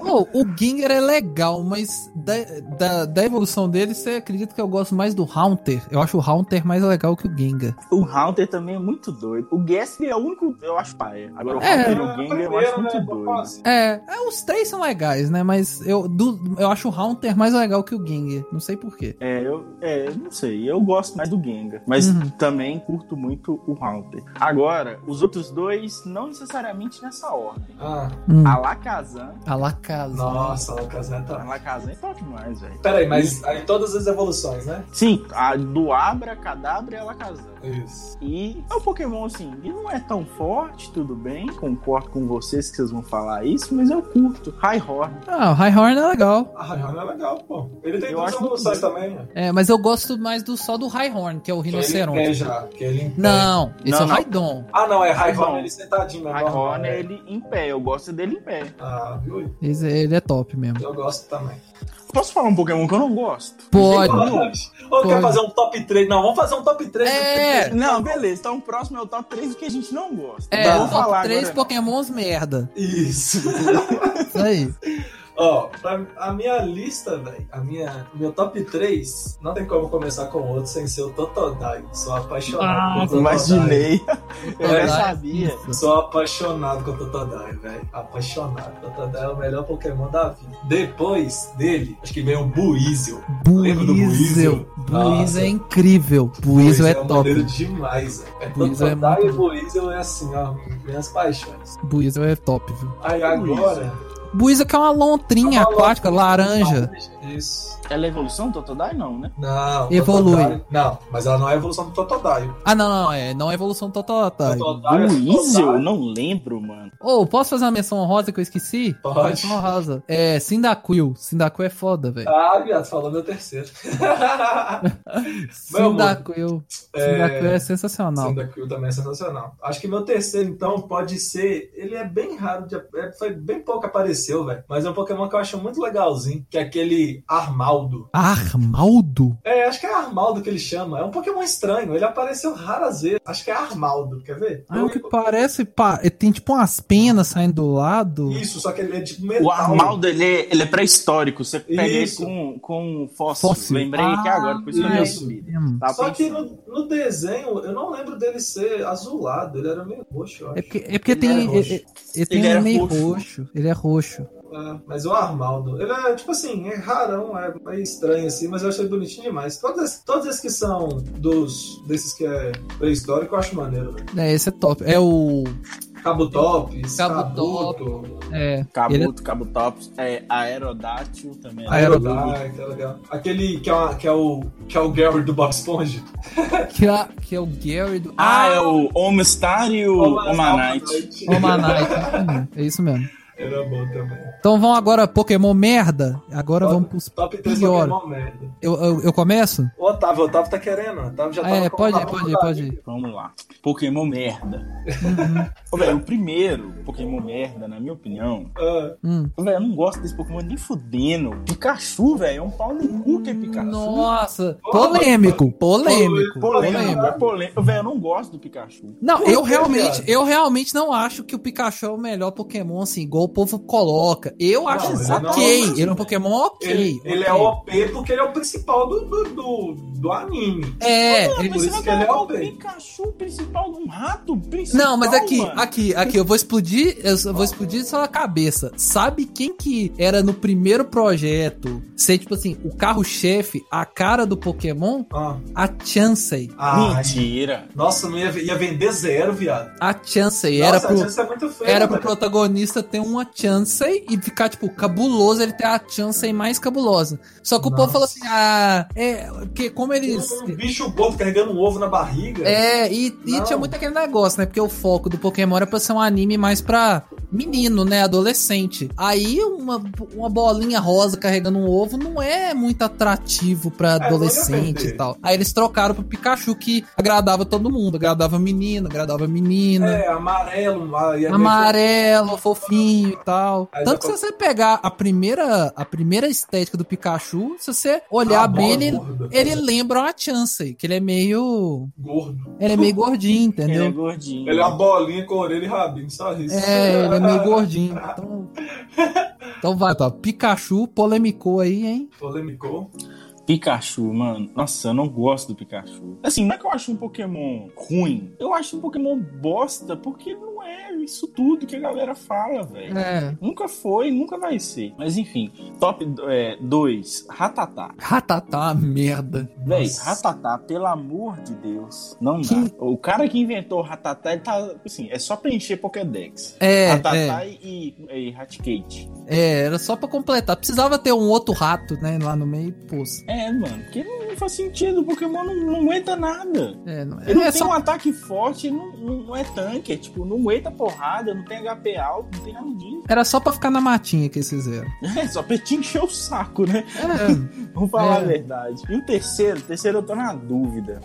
Speaker 2: Pô, o Gengar é legal, mas da, da, da evolução dele, você acredita que eu gosto mais do Haunter? Eu acho o Haunter mais legal que o Gengar.
Speaker 3: O Haunted também é muito doido. O Ghastly é o único, eu acho, paia. Agora o
Speaker 2: É.
Speaker 3: Haunted e o Gengar eu acho muito doido.
Speaker 1: Fácil.
Speaker 2: É, é, os três são legais, né? Mas eu, do- eu acho o Haunter mais legal que o Gengar. Não sei porquê.
Speaker 3: É eu, é, eu não sei, eu gosto mais do Gengar, mas
Speaker 2: Uhum.
Speaker 3: também curto muito o Haunted. Agora, os outros dois, não necessariamente nessa ordem.
Speaker 1: Ah,
Speaker 2: Hum.
Speaker 3: Alakazam
Speaker 2: A La Casa.
Speaker 1: nossa, o Casé tá.
Speaker 3: Alakazam é top demais, velho.
Speaker 1: Peraí, mas aí todas as evoluções, né?
Speaker 3: Sim, a do Abra, Cadabra e Alakazam.
Speaker 1: Isso.
Speaker 3: E é um Pokémon assim, que não é tão forte, tudo bem, concordo com vocês que vocês vão falar isso, mas eu curto. Rhyhorn.
Speaker 2: Ah, o Rhyhorn é legal.
Speaker 1: Ah, Raihan é legal, pô. Ele tem
Speaker 3: Eu
Speaker 1: duas
Speaker 3: acho muito
Speaker 1: evoluções
Speaker 3: bom.
Speaker 1: também, né?
Speaker 2: É, mas eu gosto mais do só do Rhyhorn, que é o
Speaker 1: Que ele em pé
Speaker 2: rinoceronte.
Speaker 1: já. Que ele em pé.
Speaker 2: Não, esse
Speaker 3: Não,
Speaker 2: é o
Speaker 3: não.
Speaker 2: Raidon.
Speaker 1: Ah, não, é
Speaker 3: Raihorn.
Speaker 1: Raihorn, ele sentadinho, né?
Speaker 3: Rhyhorn
Speaker 1: Normal,
Speaker 3: é
Speaker 1: né?
Speaker 3: ele em pé, eu gosto dele em pé.
Speaker 1: Ah, viu?
Speaker 2: Esse, ele é top mesmo.
Speaker 1: Eu gosto também.
Speaker 3: Posso falar um Pokémon que eu não gosto?
Speaker 2: Pode.
Speaker 1: Então, Ou
Speaker 2: Pode.
Speaker 1: quer fazer um top 3? Não, vamos fazer um top 3.
Speaker 2: É,
Speaker 3: Não, beleza, então o próximo é o top 3 do que a gente não gosta.
Speaker 2: é,
Speaker 3: Então
Speaker 2: o
Speaker 3: vamos falar
Speaker 2: top 3
Speaker 3: agora.
Speaker 2: Pokémons merda.
Speaker 1: Isso.
Speaker 2: Isso aí.
Speaker 1: Ó, pra- a minha lista, velho, a minha, meu top 3, não tem como começar com outro sem ser o Totodile. Sou apaixonado
Speaker 2: Ah,
Speaker 1: com o Totodile.
Speaker 3: Imaginei. Eu
Speaker 1: É.
Speaker 3: já sabia.
Speaker 1: Sou apaixonado com o Totodile, velho. Apaixonado. Totodile é o melhor Pokémon da vida. Depois dele, acho que veio o Buizel. Lembra do
Speaker 2: Buizel.
Speaker 1: Buizel?
Speaker 2: Buizel
Speaker 1: Nossa.
Speaker 2: é incrível. Buizel é
Speaker 1: maneiro
Speaker 2: top.
Speaker 1: um demais, velho.
Speaker 2: Buizel é
Speaker 1: Totodile e
Speaker 2: muito
Speaker 1: Buizel é assim, ó, minhas paixões.
Speaker 2: Buizel é top, viu?
Speaker 1: Aí agora...
Speaker 2: Buizel que é uma lontrinha
Speaker 1: É uma
Speaker 2: aquática, laranja.
Speaker 1: Isso.
Speaker 3: Ela é evolução do Totodile? Não, né?
Speaker 1: Não.
Speaker 2: Evolui.
Speaker 1: Totodile- Não, mas ela não é a evolução do Totodile.
Speaker 2: Ah, não, não, é. Não é evolução total. Tá.
Speaker 1: Totodile é
Speaker 3: Luizio? Eu
Speaker 1: Totodile.
Speaker 3: não lembro, mano.
Speaker 2: Ô, posso fazer uma menção honrosa que eu esqueci?
Speaker 1: Pode.
Speaker 2: Uma Menção honrosa. É, Sindacuil. Sindacuil é foda, velho.
Speaker 1: Ah, viado, falou meu terceiro. meu amor.
Speaker 2: Sindacuil. Sindacuil é sensacional.
Speaker 1: Sendo aquilo também é sensacional. Acho que meu terceiro, então, pode ser. Ele é bem raro, de, é, foi bem pouco apareceu, velho. Mas é um Pokémon que eu acho muito legalzinho, que é aquele Armaldo.
Speaker 2: Armaldo?
Speaker 1: É, acho que é Armaldo que ele chama. É um Pokémon estranho, ele apareceu raras vezes. Acho que é Armaldo, quer ver?
Speaker 2: Ah, o que parece. pá, ele tem tipo umas penas saindo do lado.
Speaker 1: Isso, só que ele é tipo metal.
Speaker 3: O Armaldo, ele é, ele é pré-histórico. Você pega
Speaker 1: Isso.
Speaker 3: ele com, com fóssil.
Speaker 2: Fóssil.
Speaker 3: Lembrei aqui agora, por isso que eu
Speaker 1: Ah,
Speaker 3: me
Speaker 1: isso.
Speaker 3: assumi.
Speaker 2: Hum.
Speaker 3: Tava
Speaker 1: Só que
Speaker 3: pensando.
Speaker 1: no, no desenho, eu não lembro dele ser azulado, ele era meio roxo, eu acho.
Speaker 2: É porque, é porque
Speaker 1: Ele
Speaker 2: tem.
Speaker 1: era roxo.
Speaker 2: é- é- Ele tem
Speaker 3: Ele
Speaker 2: um
Speaker 3: era
Speaker 2: meio
Speaker 3: roxo.
Speaker 2: roxo. Ele é roxo.
Speaker 1: É, mas o Armaldo, ele é tipo assim, é rarão, é meio estranho assim, mas eu achei bonitinho demais. Todos, todos esses que são dos desses que é pré-histórico, eu acho maneiro, velho.
Speaker 2: É, esse é top. É o.
Speaker 1: Cabo Top,
Speaker 2: Cabo
Speaker 1: Cabuto,
Speaker 2: É. ele
Speaker 3: Cabuto, Cabutops, é, Aerodátil também. né?
Speaker 1: Aerodai, tá legal. Aquele que é, uma- que é o que é o Gary do Bob Esponja.
Speaker 2: é- que, é, que é o Gary do.
Speaker 3: Ah, é o Homestar e o Omanite.
Speaker 2: Omanai. É isso mesmo.
Speaker 1: Era bom também.
Speaker 2: Então vamos agora, Pokémon merda. Agora
Speaker 1: Top-
Speaker 2: vamos pros.
Speaker 1: Top 3
Speaker 2: Pior.
Speaker 1: Pokémon merda.
Speaker 2: Eu, eu, eu começo?
Speaker 1: O Otávio, o Otávio tá querendo. O Otávio já tá
Speaker 2: Ah, é,
Speaker 1: na-
Speaker 2: pode
Speaker 1: na
Speaker 2: ir,
Speaker 1: ponta
Speaker 2: pode ir,
Speaker 1: da
Speaker 2: pode
Speaker 1: língua.
Speaker 2: ir.
Speaker 3: Vamos lá. Pokémon merda. Uhum. Ô, velho, o primeiro Pokémon merda, na minha opinião.
Speaker 1: Ah,
Speaker 2: Hum.
Speaker 3: Ô, velho, eu não gosto desse Pokémon nem fudendo. Pikachu, velho, é um pau no cu que é Pikachu.
Speaker 2: Nossa, polêmico, polêmico, polêmico.
Speaker 3: Polêmico, é polêmico. Velho, eu não gosto do Pikachu.
Speaker 2: Não,
Speaker 1: Por
Speaker 2: eu
Speaker 1: quê,
Speaker 2: realmente,
Speaker 1: cara?
Speaker 2: eu realmente não acho que o Pikachu é o melhor Pokémon, assim, igual o povo coloca. Eu acho
Speaker 1: ele
Speaker 2: ok,
Speaker 1: não-
Speaker 2: ele é um Pokémon ok.
Speaker 1: Ele, ele é
Speaker 2: ok.
Speaker 1: OP porque ele é o principal do, do, do, do anime.
Speaker 2: É,
Speaker 3: Mano,
Speaker 2: ele-
Speaker 1: por
Speaker 3: você
Speaker 1: isso
Speaker 3: vai
Speaker 1: que ele é OP.
Speaker 3: colocar o Pikachu principal de um rato? Principal,
Speaker 2: Não, mas aqui,
Speaker 3: mano.
Speaker 2: aqui, aqui, eu vou explodir, eu só- vou explodir sua cabeça. Sabe quem que era no primeiro projeto ser, tipo assim, o carro-chefe, a cara do Pokémon?
Speaker 1: Ah,
Speaker 2: A Chansey.
Speaker 1: ah,
Speaker 3: Mentira.
Speaker 1: nossa, não ia, ia vender zero, viado.
Speaker 2: A Chansey
Speaker 1: Nossa,
Speaker 2: era
Speaker 1: a
Speaker 2: pro...
Speaker 1: chance é muito feia.
Speaker 2: Era pro
Speaker 1: velho.
Speaker 2: protagonista ter uma chance e ficar, tipo, cabuloso, ele ter a chance mais cabulosa. Só que o
Speaker 1: Nossa.
Speaker 2: povo falou assim, ah, é, porque como eles...
Speaker 1: Um, um bicho gordo carregando um ovo na barriga.
Speaker 2: É, e, e
Speaker 1: Não.
Speaker 2: tinha muito aquele negócio, né? Porque o foco do Pokémon era pra ser um anime mais pra menino, né? Adolescente. Aí uma, uma bolinha rosa carregando um ovo não é muito atrativo pra
Speaker 1: não ia
Speaker 2: adolescente e
Speaker 1: vender.
Speaker 2: tal. Aí eles trocaram pro Pikachu, que agradava todo mundo. Agradava menino, agradava menina.
Speaker 1: É, amarelo. ah, ia
Speaker 2: né? Amarelo, fofinho e tal.
Speaker 1: é. Aí
Speaker 2: Tanto
Speaker 1: já
Speaker 2: que se você pegar a primeira, a primeira estética do Pikachu, se você olhar
Speaker 1: Ah,
Speaker 2: bem, ele,
Speaker 1: gordo.
Speaker 2: ele lembra uma Chansey, que ele é meio.
Speaker 1: Gordo.
Speaker 2: Ele é meio gordinho,
Speaker 3: Ele é
Speaker 2: entendeu?
Speaker 3: gordinho.
Speaker 1: Ele é uma bolinha com orelha e rabinho, só isso.
Speaker 2: É, ele é meio gordinho. Então, então vai, tá. Pikachu polemicou aí, hein?
Speaker 1: Polêmico.
Speaker 3: Pikachu, mano. Nossa, eu não gosto do Pikachu. Assim, não é que eu acho um Pokémon ruim. Eu acho um Pokémon bosta, porque ele não é isso tudo que a galera fala, velho.
Speaker 2: É.
Speaker 3: Nunca foi, nunca vai ser. Mas enfim, top 2, Ratatá.
Speaker 2: Ratatá, merda.
Speaker 3: Véi,
Speaker 1: Nossa.
Speaker 3: Ratatá, pelo amor de Deus, não dá.
Speaker 2: Que-
Speaker 3: O cara que inventou o Ratatá, ele tá, assim, é só preencher Pokédex.
Speaker 2: É, é,
Speaker 3: Ratatá e, e Raticate.
Speaker 2: é, era só pra completar. Precisava ter um outro rato, né, lá no meio, pô.
Speaker 3: É, mano, porque não faz sentido, o Pokémon não, não aguenta nada.
Speaker 2: É, não,
Speaker 3: Ele não
Speaker 2: é
Speaker 3: tem
Speaker 2: só
Speaker 3: um ataque forte, ele não, não, não é tanque, é tipo, não aguenta porrada, não tem HP alto, não tem nada disso.
Speaker 2: Era só pra ficar na matinha que eles fizeram.
Speaker 3: É, só pra te encher o saco, né?
Speaker 2: É,
Speaker 3: Vamos
Speaker 2: É.
Speaker 3: falar a verdade. E o terceiro, o terceiro eu tô na dúvida.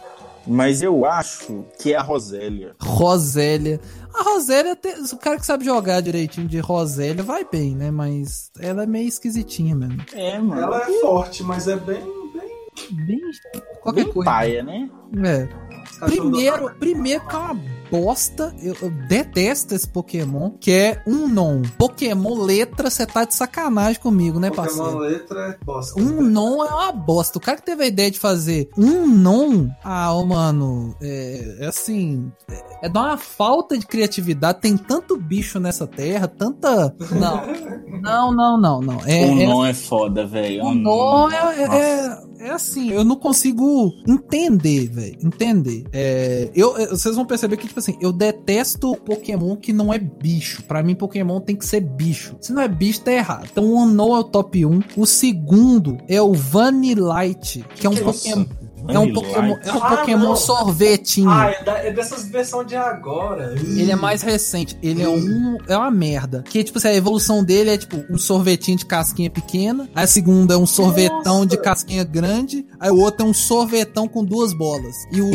Speaker 3: Mas eu acho que é a Rosélia.
Speaker 2: Rosélia. A Rosélia, tem- o cara que sabe jogar direitinho de Rosélia vai bem, né? Mas ela é meio esquisitinha mesmo.
Speaker 3: É, mano.
Speaker 1: Ela é forte, mas é bem. bem
Speaker 2: é Bem, qualquer
Speaker 3: Bem
Speaker 2: coisa.
Speaker 3: paia, né?
Speaker 2: É.
Speaker 1: cachorro né?
Speaker 2: Primeiro, primeiro que é uma bosta, eu, eu detesto esse Pokémon, que é um non. Pokémon letra, você tá de sacanagem comigo, né,
Speaker 1: da- Pokémon
Speaker 2: parceiro?
Speaker 1: letra é bosta.
Speaker 2: Um non é uma bosta. O cara que teve a ideia de fazer um non, ah, ô, mano, é, é assim, é, é dar uma falta de criatividade. Tem tanto bicho nessa terra, tanta. Não, não, não, não, não. É,
Speaker 3: o
Speaker 2: é-
Speaker 3: não é foda, velho.
Speaker 2: o
Speaker 3: O
Speaker 2: nó
Speaker 3: não
Speaker 2: é, é, é assim, eu não consigo entender, velho. Entender. É, eu, eu- vocês vão perceber que, tipo assim, eu detesto Pokémon que não é bicho. Pra mim, Pokémon tem que ser bicho. Se não é bicho, tá errado. Então, o Ono é o top 1. O segundo é o Vanillite, que é um Pokémon. É um Pokémon, é um
Speaker 1: Ah,
Speaker 2: Pokémon
Speaker 1: não.
Speaker 2: sorvetinho.
Speaker 1: Ah, é, da- é dessas versões de agora.
Speaker 2: Ele é mais recente, ele é um. É uma merda. Que, tipo assim, a evolução dele é tipo um sorvetinho de casquinha pequena. Aí a segunda é um sorvetão
Speaker 1: Nossa.
Speaker 2: de casquinha grande. Aí o outro é um sorvetão com duas bolas. E o.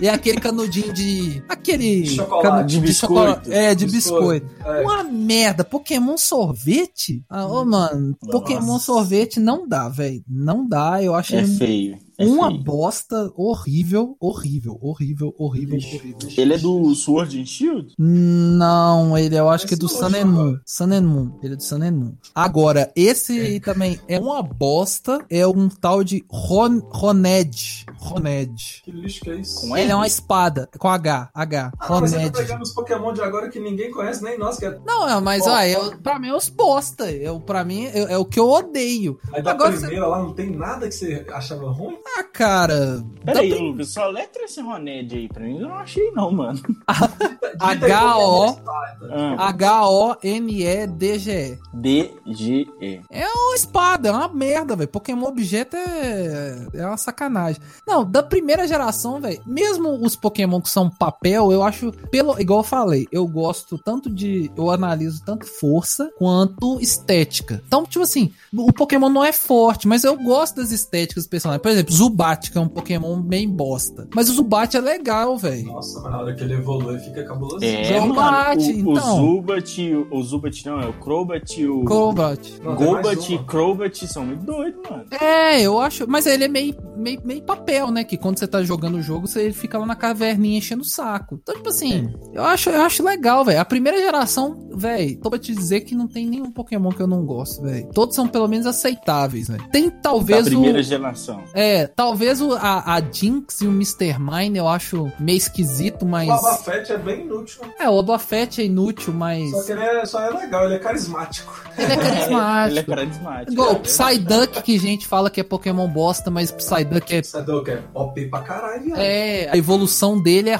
Speaker 2: e é aquele canudinho de. Aquele.
Speaker 1: Chocolate.
Speaker 2: canudinho
Speaker 3: De biscoito.
Speaker 2: chocolate. É, de biscoito.
Speaker 1: É.
Speaker 2: Uma merda. Pokémon sorvete? Ah, ô, mano. Pokémon
Speaker 3: Hum. Nossa.
Speaker 2: sorvete não dá, velho. Não dá. Eu achei
Speaker 3: É feio. é
Speaker 2: uma
Speaker 3: feio.
Speaker 2: bosta horrível, horrível, horrível, horrível, horrível.
Speaker 3: Ele é do Sword and Shield?
Speaker 2: Não, ele eu acho que é do
Speaker 1: Esse
Speaker 2: Sun
Speaker 1: eu
Speaker 2: and
Speaker 1: acho,
Speaker 2: Moon.
Speaker 1: cara.
Speaker 2: Sun and Moon. Ele é do Sun and Moon. Agora, é esse aí também é uma bosta. É um tal de Ron, Roned. Roned.
Speaker 1: Que lixo que é isso?
Speaker 3: Com
Speaker 2: Ele é uma espada, com H, H.
Speaker 1: Ah, mas você tá
Speaker 2: Roned.
Speaker 1: pegando os Pokémon de agora que ninguém conhece, nem nós, que é...
Speaker 2: Não, é, mas
Speaker 1: Ó,
Speaker 2: ó, eu, pra mim é os bosta. Eu, pra mim eu- é o que eu odeio.
Speaker 1: Aí da
Speaker 2: Agora
Speaker 1: primeira lá não tem nada que você achava ruim?
Speaker 2: Ah, cara. dá
Speaker 3: Peraí,
Speaker 2: pra-
Speaker 3: Lucas, só letra esse Roned aí pra mim. Eu não achei, não, mano.
Speaker 1: Dita aí, Pokémon
Speaker 2: H.O.
Speaker 1: Espada.
Speaker 3: Ah,
Speaker 2: H-O-N-E-D-G-E.
Speaker 3: D, G, E.
Speaker 2: Uma espada, é uma merda, velho. Pokémon objeto é... é uma sacanagem. Não, da primeira geração, velho, mesmo os Pokémon que são papel, eu acho, pelo igual eu falei, eu gosto tanto de. Eu analiso tanto força quanto estética. Então, tipo assim, o Pokémon não é forte, mas eu gosto das estéticas dos personagens. Por exemplo, Zubat, que é um Pokémon bem bosta. Mas o Zubat é legal, velho.
Speaker 1: Nossa, mas na hora que ele evolui fica cabuloso.
Speaker 3: É,
Speaker 2: Zubat,
Speaker 3: mano, o, o
Speaker 2: então.
Speaker 3: Zubat, o, o Zubat não, é o Crobat, o
Speaker 2: é Crobat.
Speaker 1: Não, tem mais
Speaker 3: Gobat e
Speaker 1: uma.
Speaker 3: Crobat são muito doidos, mano.
Speaker 2: É, eu acho. Mas ele é meio, meio, meio papel, né? Que quando você tá jogando o jogo, você fica lá na caverninha enchendo o saco. Então, tipo assim, eu acho, eu acho legal, velho. A primeira geração, velho, tô pra te dizer que não tem nenhum Pokémon que eu não gosto, velho. Todos são pelo menos aceitáveis, velho. Tem
Speaker 3: Da
Speaker 2: talvez
Speaker 3: primeira
Speaker 2: o.
Speaker 3: geração.
Speaker 2: É, talvez o, a, a Jinx e o Mr. Mine eu acho meio esquisito, mas.
Speaker 1: O Abafete é bem inútil,
Speaker 2: É, o Obafete é inútil, mas.
Speaker 1: só que ele é, só é legal, ele é carismático.
Speaker 2: Ele é
Speaker 3: Ele é
Speaker 2: carismático.
Speaker 3: carismático.
Speaker 2: Igual o
Speaker 3: né?
Speaker 2: Psyduck, que gente fala que é Pokémon bosta, mas Psyduck é
Speaker 1: Psyduck é OP pra caralho, né? viado.
Speaker 2: É, a evolução dele é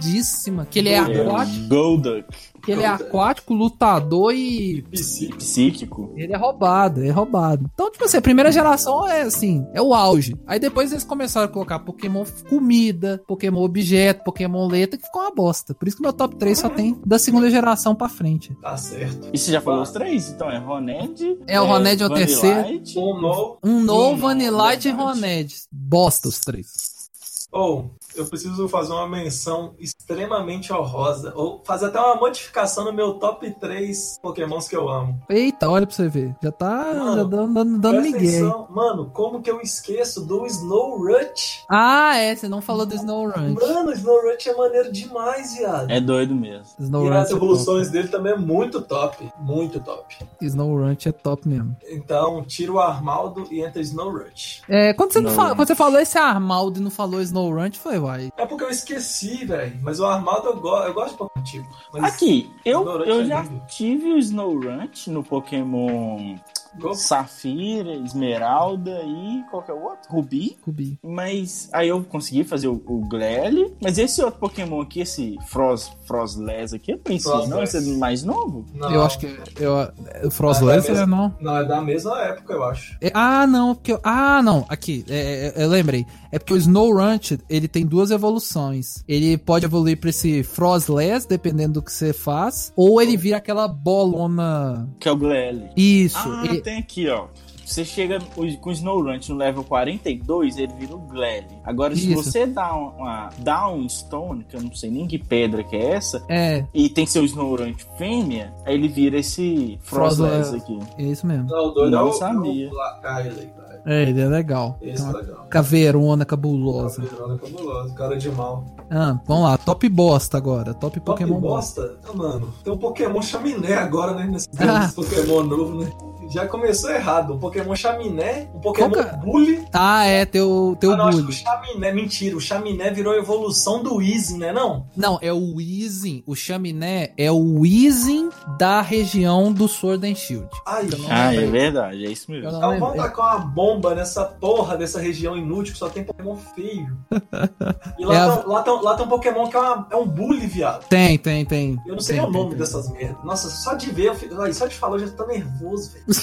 Speaker 2: roubadíssima. Que ele é
Speaker 1: Meu
Speaker 2: aquático,
Speaker 3: Golduck,
Speaker 2: que ele é aquático, lutador e.
Speaker 1: PC.
Speaker 3: psíquico.
Speaker 2: Ele é roubado, ele é roubado. Então, tipo assim, a primeira geração é assim, é o auge. Aí depois eles começaram a colocar Pokémon comida, Pokémon objeto, Pokémon letra, que ficou uma bosta. Por isso que meu top 3 só tem da segunda geração pra frente.
Speaker 1: Tá certo.
Speaker 3: E você já falou os três? Então é Roned.
Speaker 2: É, o Roned é o
Speaker 3: Vanillite,
Speaker 2: terceiro.
Speaker 1: Ou não.
Speaker 2: Um
Speaker 3: Hum,
Speaker 2: novo Vanillite e
Speaker 3: verdade.
Speaker 2: Roned. Bosta os três.
Speaker 1: Ou eu preciso fazer uma menção extremamente honrosa. Ou fazer até uma modificação no meu top 3 Pokémons que eu amo.
Speaker 2: Eita, olha pra você ver. Já tá
Speaker 1: Mano,
Speaker 2: já dando, dando, dando
Speaker 1: Presta
Speaker 2: migué. hein?
Speaker 1: atenção. Mano, como que eu esqueço do Snow Rut?
Speaker 2: Ah, é, você não falou do Snow Ranch.
Speaker 1: Mano, o Snow Rut é maneiro demais, viado.
Speaker 3: É doido mesmo.
Speaker 2: Snow
Speaker 1: e
Speaker 2: Ranch
Speaker 1: as
Speaker 2: é
Speaker 1: evoluções dele também é muito top. Muito top.
Speaker 2: top. Snow Ranch é top mesmo.
Speaker 1: Então, tira o Armaldo e entra Snow Rut.
Speaker 2: É, quando você, não
Speaker 3: Snow
Speaker 2: fala-
Speaker 3: Ranch.
Speaker 2: quando você falou esse Armaldo e não falou Snow Ranch, foi, uai.
Speaker 1: É porque eu esqueci, velho. Mas o Armaldo eu, go eu gosto de Pokémon tipo. Mas
Speaker 3: Aqui, eu,
Speaker 1: Dorante é
Speaker 3: eu já
Speaker 1: lindo.
Speaker 3: tive o Snow Ranch no Pokémon
Speaker 1: Go-
Speaker 3: Safira, Esmeralda e qualquer outro, Rubi.
Speaker 2: Cubi.
Speaker 3: Mas aí eu consegui fazer o, o Glele. Mas esse outro Pokémon aqui, esse Froz, Frozless aqui, eu pensei,
Speaker 1: Frozless.
Speaker 3: não, esse é mais novo?
Speaker 1: Não,
Speaker 2: Eu acho que. Eu, é,
Speaker 1: Ah,
Speaker 2: Frozless
Speaker 1: é
Speaker 2: é não.
Speaker 1: Não, é da mesma época, eu acho.
Speaker 2: É, ah, não, porque. eu- ah, não, aqui, é, é, eu lembrei. É porque o Snow Ranch, ele tem duas evoluções. Ele pode evoluir pra esse Frozless, dependendo do que você faz, ou ele vira aquela bolona.
Speaker 3: Que é o Glele.
Speaker 2: Isso.
Speaker 3: Ah,
Speaker 2: ele-
Speaker 3: tem aqui, ó. Você chega o- com o Snow Ranch no level 42, ele vira o Glele. Agora, se
Speaker 2: Isso.
Speaker 3: você dá um, uma Downstone, que eu não sei nem que pedra que é essa,
Speaker 2: é,
Speaker 3: e tem seu Snow Ranch fêmea, aí ele vira esse Frozless aqui.
Speaker 2: é isso mesmo.
Speaker 1: Não, o doido
Speaker 3: Não
Speaker 1: é o,
Speaker 3: sabia.
Speaker 1: é o La- Kylie, velho.
Speaker 2: É, ele é legal.
Speaker 1: Esse
Speaker 2: Tem
Speaker 1: é
Speaker 2: uma
Speaker 1: legal.
Speaker 2: caveirona cabulosa.
Speaker 1: Cabeirona cabulosa, cara de mal.
Speaker 2: Ah, vamos lá, top bosta agora. Top Pokémon
Speaker 1: Top
Speaker 2: bosta.
Speaker 1: bosta? Ah, mano, tem um Pokémon chaminé agora, né? Nesse
Speaker 2: Ah.
Speaker 1: Pokémon novo, né? Já começou errado. Um Pokémon chaminé, um Pokémon
Speaker 2: Qual que-
Speaker 1: bully.
Speaker 2: Ah, é, teu, teu
Speaker 1: Ah, não, acho que o
Speaker 2: bullying.
Speaker 1: chaminé, mentira, o chaminé virou a evolução do Easy, né? Não?
Speaker 2: Não, é o Weezing. O Chaminé é o Weezing da região do Sword and Shield.
Speaker 1: Ai,
Speaker 2: Eu não
Speaker 3: Ah, é
Speaker 2: lembro.
Speaker 3: verdade, é isso
Speaker 2: Eu
Speaker 3: mesmo.
Speaker 2: não
Speaker 1: Então vamos
Speaker 2: lembro.
Speaker 1: tacar uma bomba nessa porra dessa região inútil que só tem Pokémon feio. E lá,
Speaker 2: É a-
Speaker 1: tá- lá, tá- lá tem um Pokémon que é, uma- é um bully, viado.
Speaker 2: Tem, tem, tem.
Speaker 1: Eu não sei
Speaker 2: Tem,
Speaker 1: o nome
Speaker 2: tem, tem.
Speaker 1: dessas merdas. Nossa, só de ver, eu fico... Ai, só de falar, eu já tô nervoso, velho.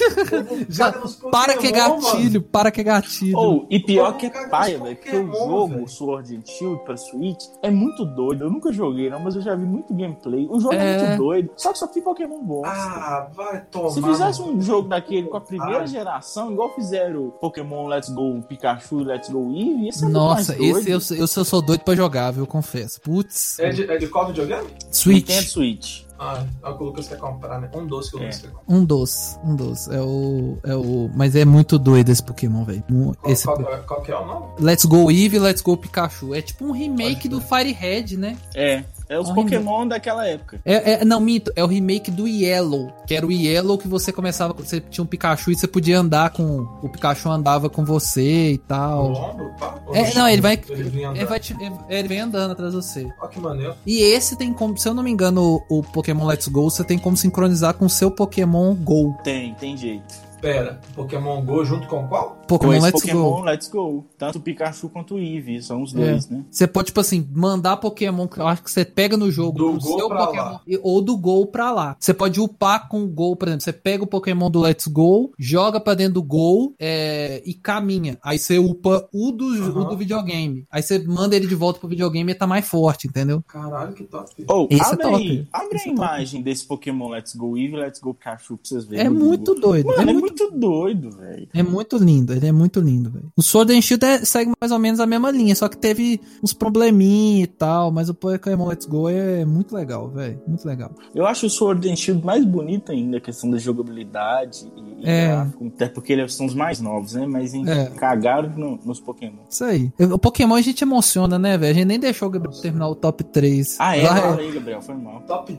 Speaker 2: Já-
Speaker 1: Caga nos
Speaker 2: Para que é
Speaker 1: Pokémon, mano.
Speaker 2: gatilho, para que é gatilho.
Speaker 3: Ou, e pior
Speaker 1: Vamos
Speaker 3: que é
Speaker 1: cagar
Speaker 3: paia,
Speaker 1: nos
Speaker 3: velho, porque o
Speaker 1: Pokémon,
Speaker 3: jogo
Speaker 1: velho.
Speaker 3: Sword and Shield pra Switch é muito doido. Eu nunca joguei, não, mas eu já vi muito gameplay. O jogo é,
Speaker 2: É.
Speaker 3: muito doido, só que só tem Pokémon bosta.
Speaker 1: Ah, vai tomar.
Speaker 3: Se fizesse um jogo daquele com a primeira geração, igual fizeram Pokémon Let's Go Pikachu e Let's Go Eevee, esse é
Speaker 1: tá
Speaker 3: muito
Speaker 2: Nossa,
Speaker 3: mais doido.
Speaker 2: esse eu, eu, eu sou doido pra jogar, viu? Confesso. Putz.
Speaker 1: É de, é de qual videogame?
Speaker 3: Nintendo
Speaker 2: Switch.
Speaker 3: Switch.
Speaker 1: Ah, é o que o Lucas quer comprar, né? Um doce que o Lucas quer comprar.
Speaker 2: Um doce, um doce. É o. É o. Mas é muito doido esse Pokémon, velho. Um-
Speaker 1: Qual,
Speaker 2: Esse.
Speaker 1: qual, qual, que é o nome?
Speaker 2: Let's Go Eevee, Let's Go Pikachu. É tipo um remake do Firehead, né?
Speaker 3: É, É os Pokémon daquela época.
Speaker 2: É, é- não, minto, é o remake do Yellow, que era o Yellow que você começava, você tinha um Pikachu e você podia andar com, o Pikachu andava com você e
Speaker 1: No
Speaker 2: tal.
Speaker 1: ombro, tá?
Speaker 2: É, não, ele vai,
Speaker 1: Ele vinha andando.
Speaker 2: ele vai, te- é, ele vem andando atrás de você.
Speaker 1: Olha que maneiro.
Speaker 2: E esse tem como, se eu não me engano, o, o Pokémon Let's Go, você tem como sincronizar com o seu Pokémon Go.
Speaker 3: Tem, tem jeito.
Speaker 1: Pera, Pokémon Go junto com qual?
Speaker 2: Pokémon
Speaker 3: Pois,
Speaker 2: Let's
Speaker 3: Pokémon
Speaker 2: Go. É.
Speaker 3: Let's Go. Tanto o Pikachu quanto o Eevee, são os dois, né?
Speaker 2: Você pode, tipo assim, mandar Pokémon que eu acho que você pega no jogo
Speaker 1: Do
Speaker 2: pro
Speaker 1: Gol
Speaker 2: seu
Speaker 1: pra
Speaker 2: Pokémon
Speaker 1: lá.
Speaker 2: e- ou do Gol pra lá. Você pode upar com o Gol, por exemplo. Você pega o Pokémon do Let's Go, joga pra dentro do Gol é, e caminha. Aí você upa o do, o
Speaker 1: Aham.
Speaker 2: do videogame. Aí você manda ele de volta pro videogame e tá mais forte, entendeu?
Speaker 1: Caralho, que top.
Speaker 3: Ou,
Speaker 2: Esse é
Speaker 3: abre,
Speaker 2: top.
Speaker 3: aí, abre
Speaker 2: Esse
Speaker 3: a
Speaker 2: é top.
Speaker 3: imagem desse Pokémon Let's Go Eevee, Let's Go Pikachu pra vocês verem.
Speaker 2: É
Speaker 3: no
Speaker 2: muito
Speaker 3: Google.
Speaker 2: doido.
Speaker 3: Mano,
Speaker 2: é
Speaker 3: é,
Speaker 2: muito
Speaker 3: muito doido, velho.
Speaker 2: É muito lindo, ele é muito lindo, velho. O Sword and Shield é- segue mais ou menos a mesma linha, só que teve uns probleminha e tal, mas o Pokémon Let's Go é muito legal, velho. Muito legal.
Speaker 3: Eu acho o Sword and Shield mais bonito ainda, a questão da jogabilidade e, e
Speaker 2: É.
Speaker 3: gráfico. Até porque eles são os mais novos, né? Mas enfim,
Speaker 2: É.
Speaker 3: cagaram no- nos Pokémon.
Speaker 2: Isso aí. O Pokémon a gente emociona, né, velho? A gente nem deixou o Gabriel terminar o top 3.
Speaker 3: Ah, é?
Speaker 2: Lá
Speaker 3: Fala aí, Gabriel, foi mal.
Speaker 1: Top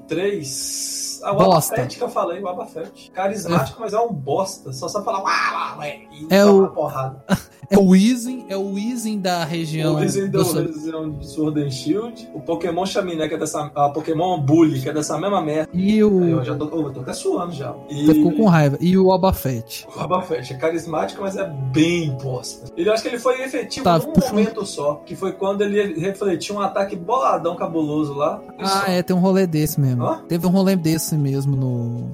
Speaker 1: 3. Ah, o
Speaker 2: Bosta.
Speaker 1: Abafete que eu falei, o Abafete. Carismático, mas é um bosta. Só sabe falar. "Uá, uá, ué", e
Speaker 2: É
Speaker 1: dá
Speaker 2: o-
Speaker 1: uma porrada.
Speaker 2: É o Weezing, é o Weezing da região.
Speaker 1: O Resident
Speaker 2: do
Speaker 1: Evil
Speaker 2: Sword-
Speaker 1: Resident Evil é um Sword and Shield. O Pokémon Chaminé, que é dessa. A Pokémon Bully, que é dessa mesma merda.
Speaker 2: E
Speaker 1: Aí Eu
Speaker 2: o.
Speaker 1: já tô, eu tô até suando já. E...
Speaker 2: Você ficou com raiva. E o Obafete.
Speaker 1: O Boba Fett é carismático, mas é bem bosta. Ele acho que ele foi efetivo
Speaker 2: Tá,
Speaker 1: num
Speaker 2: puxa um-
Speaker 1: momento só, que foi quando ele refletiu um ataque boladão cabuloso lá.
Speaker 2: Ah, é, tem um rolê desse mesmo.
Speaker 1: Hã?
Speaker 2: Teve um rolê desse mesmo no.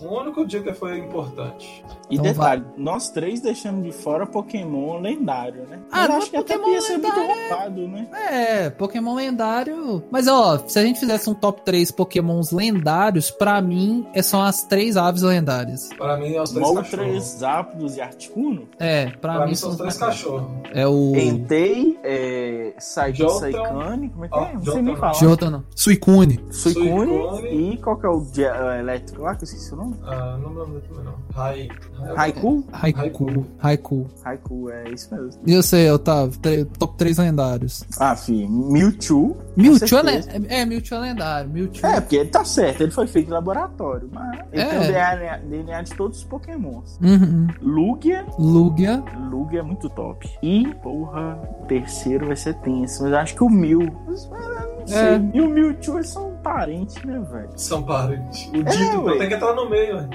Speaker 1: O único dia que foi importante.
Speaker 3: E
Speaker 2: Então
Speaker 3: detalhe, nós três deixamos de fora Pokémon lendário, né?
Speaker 2: Ah,
Speaker 3: Eu
Speaker 2: não,
Speaker 3: acho que até
Speaker 2: Pokémon
Speaker 3: podia ser muito
Speaker 2: lendário
Speaker 3: roubado, né?
Speaker 2: É, Pokémon lendário. Mas ó, se a gente fizesse um top 3 Pokémons lendários, pra mim é só as três aves lendárias.
Speaker 1: Para mim, é os três cachorros.
Speaker 3: Moltres, Zapdos e Articuno.
Speaker 2: É, pra,
Speaker 1: Pra
Speaker 2: mim,
Speaker 1: mim, são os três cachorros.
Speaker 2: É o
Speaker 3: Entei, é, Sai-
Speaker 1: Jotun.
Speaker 3: Saikane, como é que
Speaker 1: Ó,
Speaker 3: é? Não sei
Speaker 1: Jotun
Speaker 3: nem
Speaker 1: não.
Speaker 3: falar.
Speaker 2: Jotana, Suicune.
Speaker 3: Suicune
Speaker 1: Suicune.
Speaker 3: e qual que é o de- é, elétrico lá que eu esqueci o nome?
Speaker 1: Ah, não me lembro também não. Rai.
Speaker 3: Haiku?
Speaker 2: Haiku, Haiku.
Speaker 3: Haiku, é isso mesmo.
Speaker 2: E eu sei, Otávio, tre- top 3 lendários.
Speaker 3: Ah, fi, Mewtwo.
Speaker 2: Mewtwo é,
Speaker 3: Com certeza.
Speaker 2: le- é, Mewtwo é lendário. Mewtwo.
Speaker 3: É, porque ele tá certo, ele foi feito em laboratório, mas ele
Speaker 2: É.
Speaker 3: tem o DNA, DNA de todos os pokémons.
Speaker 2: Uhum.
Speaker 3: Lugia,
Speaker 2: Lugia.
Speaker 3: Lugia é muito top. E, porra, o terceiro vai ser tenso, mas eu acho que o Mew. Mas, eu não sei,
Speaker 2: É.
Speaker 3: e o Mewtwo eles são parentes, né, velho?
Speaker 1: São parentes. O
Speaker 3: É,
Speaker 1: Dito
Speaker 3: ué.
Speaker 1: tem que entrar no meio. ué.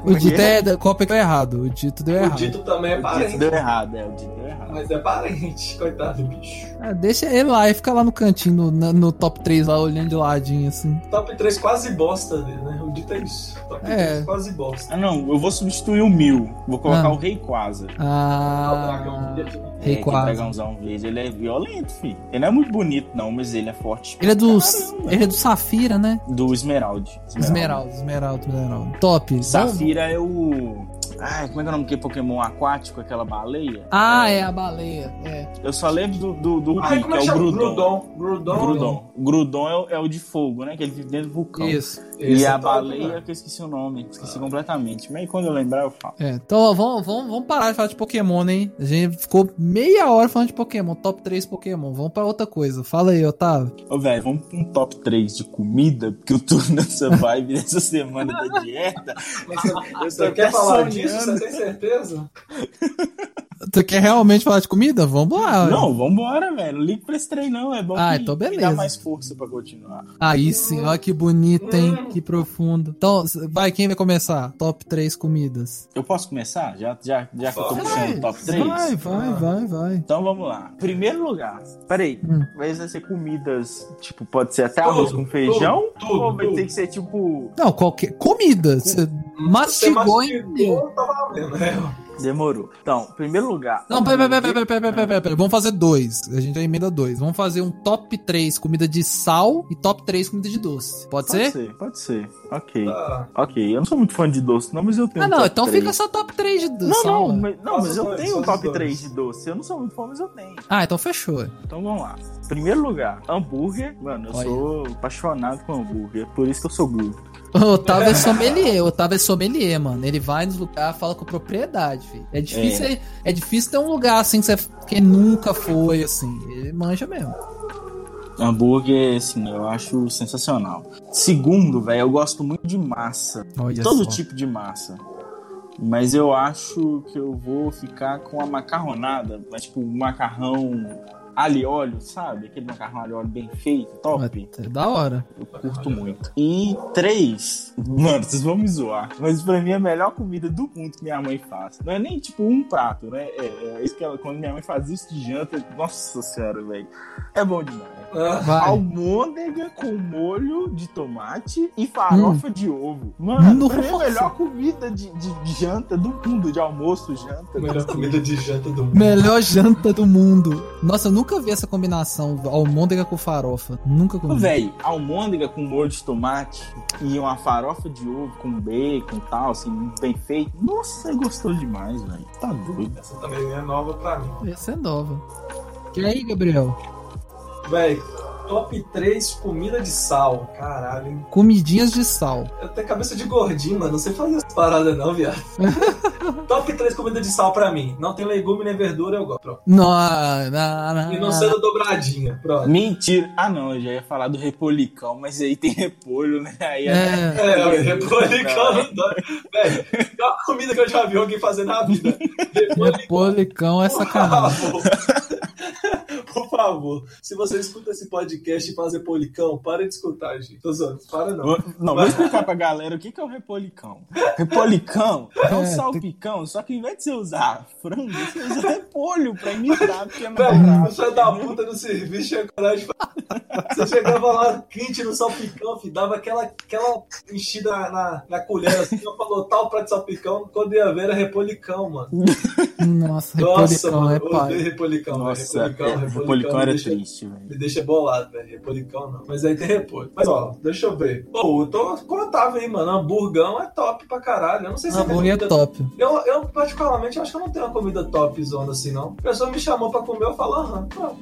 Speaker 2: O
Speaker 3: Como é que
Speaker 2: Dito
Speaker 3: é?
Speaker 2: é, da- cópia deu errado. O Dito deu
Speaker 1: O
Speaker 2: errado.
Speaker 1: Dito também é
Speaker 3: O Dito
Speaker 1: parente.
Speaker 3: deu errado, é, o Dito deu errado.
Speaker 1: Mas é parente, coitado do bicho.
Speaker 2: Ah, deixa ele lá, ele fica lá no cantinho, no, no top 3, lá olhando de ladinho, assim.
Speaker 1: Top 3 quase bosta dele, né? O Dito é isso. Top
Speaker 2: É.
Speaker 1: 3 quase bosta.
Speaker 3: Ah, não, eu vou substituir o Mil. Vou colocar
Speaker 2: Ah.
Speaker 3: o Rei Quasa.
Speaker 2: Ah.
Speaker 3: É,
Speaker 2: Rei
Speaker 3: que
Speaker 2: Quasa.
Speaker 3: dragãozão verde. Ele é violento, filho. Ele não é muito bonito, não, mas ele é forte.
Speaker 2: Ele é do.
Speaker 3: Caramba.
Speaker 2: Ele é do Safira, né?
Speaker 3: Do Esmeralda.
Speaker 2: Esmeralda, esmeralda, esmeralda. Top.
Speaker 3: Safira é o. Ai, como é que é o nome que é Pokémon aquático, aquela baleia?
Speaker 2: Ah, é a baleia. É.
Speaker 3: Eu só lembro do, do, do
Speaker 1: Ai,
Speaker 3: Rubik,
Speaker 1: como é
Speaker 3: é
Speaker 1: que
Speaker 3: o
Speaker 1: chama?
Speaker 3: Grudon.
Speaker 1: Grudon. Grudon.
Speaker 3: Grudon. Grudon é, o- é o de fogo, né? Que ele vive dentro do vulcão.
Speaker 2: Isso.
Speaker 1: Esse
Speaker 3: e
Speaker 1: é
Speaker 3: a
Speaker 1: top,
Speaker 3: baleia,
Speaker 1: né?
Speaker 3: que eu esqueci o nome, esqueci completamente. Mas aí quando eu lembrar, eu falo.
Speaker 2: É. Então, ó, vamos, vamos, vamos parar de falar de Pokémon, né, hein? A gente ficou meia hora falando de Pokémon, top 3 Pokémon. Vamos pra outra coisa. Fala aí, Otávio.
Speaker 3: Ô, velho, vamos pra um top 3 de comida, porque eu tô nessa vibe nessa semana da dieta.
Speaker 1: Mas você-
Speaker 3: Eu tô
Speaker 1: Você
Speaker 3: até
Speaker 1: quer falar
Speaker 3: sonhando.
Speaker 1: disso? Você tem certeza?
Speaker 2: Tu quer realmente falar de comida? Vamos lá.
Speaker 3: Não, vambora, velho. Não liga pra esse trem, não. É bom
Speaker 2: Ah,
Speaker 3: que
Speaker 2: então
Speaker 3: me dá
Speaker 2: beleza.
Speaker 3: mais força pra continuar.
Speaker 2: Aí sim, olha que bonito, hein?
Speaker 1: Hum.
Speaker 2: Que profundo. Então, vai, quem vai começar? Top 3 comidas.
Speaker 3: Eu posso começar? Já, já, já que eu tô
Speaker 1: Vai.
Speaker 3: puxando o um top 3?
Speaker 2: Vai, vai, vai, vai.
Speaker 3: Então vamos lá. Primeiro lugar. Peraí,
Speaker 2: Hum.
Speaker 3: mas vai ser comidas, tipo, pode ser até
Speaker 1: Tudo,
Speaker 3: arroz com feijão?
Speaker 1: tudo, tudo,
Speaker 3: ou vai
Speaker 1: tudo.
Speaker 3: ter que ser tipo.
Speaker 2: Não, qualquer. Comida. Você mastigou,
Speaker 1: Você
Speaker 2: hein?
Speaker 1: mastigou, tá valendo. É, ó.
Speaker 3: Demorou. Então, primeiro lugar.
Speaker 2: Não, peraí, peraí, peraí, peraí, peraí, peraí, peraí, peraí. Vamos fazer dois. A gente já emenda dois. Vamos fazer um top 3 comida de sal e top 3 comida de doce. Pode,
Speaker 3: Pode
Speaker 2: ser?
Speaker 3: ser, pode ser. Ok.
Speaker 1: Tá.
Speaker 3: Ok, eu não sou muito fã de doce, não, mas eu tenho.
Speaker 2: Ah,
Speaker 3: um
Speaker 2: não.
Speaker 3: top
Speaker 2: Então
Speaker 3: 3.
Speaker 2: fica só top 3 de do
Speaker 3: Não,
Speaker 2: sal.
Speaker 3: não,
Speaker 2: ué.
Speaker 3: mas, não,
Speaker 1: Faz
Speaker 3: mas
Speaker 1: os
Speaker 3: eu
Speaker 1: dois,
Speaker 3: tenho um
Speaker 1: faz os
Speaker 3: top
Speaker 1: dois.
Speaker 3: 3 de doce. Eu não sou muito fã, mas eu tenho.
Speaker 2: Ah, então fechou. ué.
Speaker 3: Então vamos lá. Primeiro lugar, hambúrguer. Mano, eu
Speaker 2: Olha.
Speaker 3: sou apaixonado com hambúrguer. Por isso que eu sou gordo.
Speaker 2: O Otávio é sommelier. O Otávio é sommelier, mano. Ele vai nos lugares, fala com propriedade, filho. É difícil, é. difícil ter um lugar assim que você que nunca foi, assim. Ele manja mesmo.
Speaker 3: Hambúrguer, assim, eu acho sensacional. Segundo, velho, eu gosto muito de massa.
Speaker 2: Olha
Speaker 3: todo
Speaker 2: só.
Speaker 3: tipo de massa. Mas eu acho que eu vou ficar com a macarronada, mas tipo, um macarrão alho e óleo, sabe? Aquele macarrão alho e óleo bem feito, top.
Speaker 2: É da hora.
Speaker 3: Eu curto muito. E três, mano, vocês vão me zoar. Mas pra mim é a melhor comida do mundo que minha mãe faz. Não é nem tipo um prato, né? É, é isso que ela, quando minha mãe faz isso de janta, nossa senhora, velho. É bom demais.
Speaker 1: Ah,
Speaker 2: Vai.
Speaker 3: Almôndega com molho de tomate e farofa de ovo. Mano, pra mim é a
Speaker 2: Nossa.
Speaker 3: melhor comida de, de- de janta do mundo, de almoço, janta.
Speaker 1: melhor comida de janta do mundo.
Speaker 2: Melhor janta do mundo. Nossa, eu nunca vi essa combinação. Almôndega com farofa. Nunca comi.
Speaker 3: Velho, almôndega com molho de tomate e uma farofa de ovo com bacon e tal, assim, muito bem feito. Nossa, é gostoso demais, velho. Tá doido.
Speaker 1: Essa também é nova pra mim.
Speaker 2: Essa é nova. E aí, Gabriel?
Speaker 1: Véi, top 3 comida de sal. Caralho, hein?
Speaker 2: Comidinhas de sal.
Speaker 1: Eu tenho cabeça de gordinho, mano. Não sei fazer essa parada, não, viado. Top 3 comida de sal pra mim. Não tem legume nem verdura, eu gosto. Pronto.
Speaker 2: Não, não, não.
Speaker 1: E não sendo dobradinha. Pronto.
Speaker 3: Mentira. Ah, não, eu já ia falar do repolicão, mas aí tem repolho, né? Aí é
Speaker 2: É,
Speaker 1: É, o republicano dói. Véi, pior comida que eu já vi alguém fazer na vida.
Speaker 2: Napolicão é sacanagem.
Speaker 1: Por favor. Por favor, se você escuta esse podcast e faz repolicão, para de escutar, gente. Tô zoando, para não.
Speaker 3: Vou- Não, vou explicar pra galera o que, que é o repolicão. Repolicão é um
Speaker 2: É, tem-
Speaker 3: salpicão, só que ao invés de você usar frango, você usa repolho pra imitar, porque é mais
Speaker 1: Velho, o
Speaker 3: barato.
Speaker 1: filho da puta no serviço tinha coragem de falar. Você chegava lá quente no salpicão, filho, dava aquela, aquela enchida na, na, na colher assim, ó, falou tal prato de salpicão, quando ia ver era repolicão, mano.
Speaker 2: Nossa,
Speaker 1: Nossa,
Speaker 2: Napolicão
Speaker 1: mano,
Speaker 2: é
Speaker 1: eu odeio
Speaker 2: pai.
Speaker 1: repolicão, velho.
Speaker 3: Nossa, é,
Speaker 1: então, né? repolicão,
Speaker 3: o
Speaker 1: repolicão,
Speaker 3: repolicão era
Speaker 1: me deixa-
Speaker 3: triste, velho.
Speaker 1: Me deixa bolado, velho. Repolicão não. Mas aí tem repolho. Mas ó, deixa eu ver. Pô, eu tô contável, hein, mano. Hamburgão é top pra caralho. Eu não sei se tem
Speaker 2: Hambúrguer é
Speaker 1: comida-
Speaker 2: top.
Speaker 1: Eu, eu, particularmente, acho que eu não tenho uma comida top zona assim, não. A pessoa me chamou pra comer, eu falo, aham, pronto.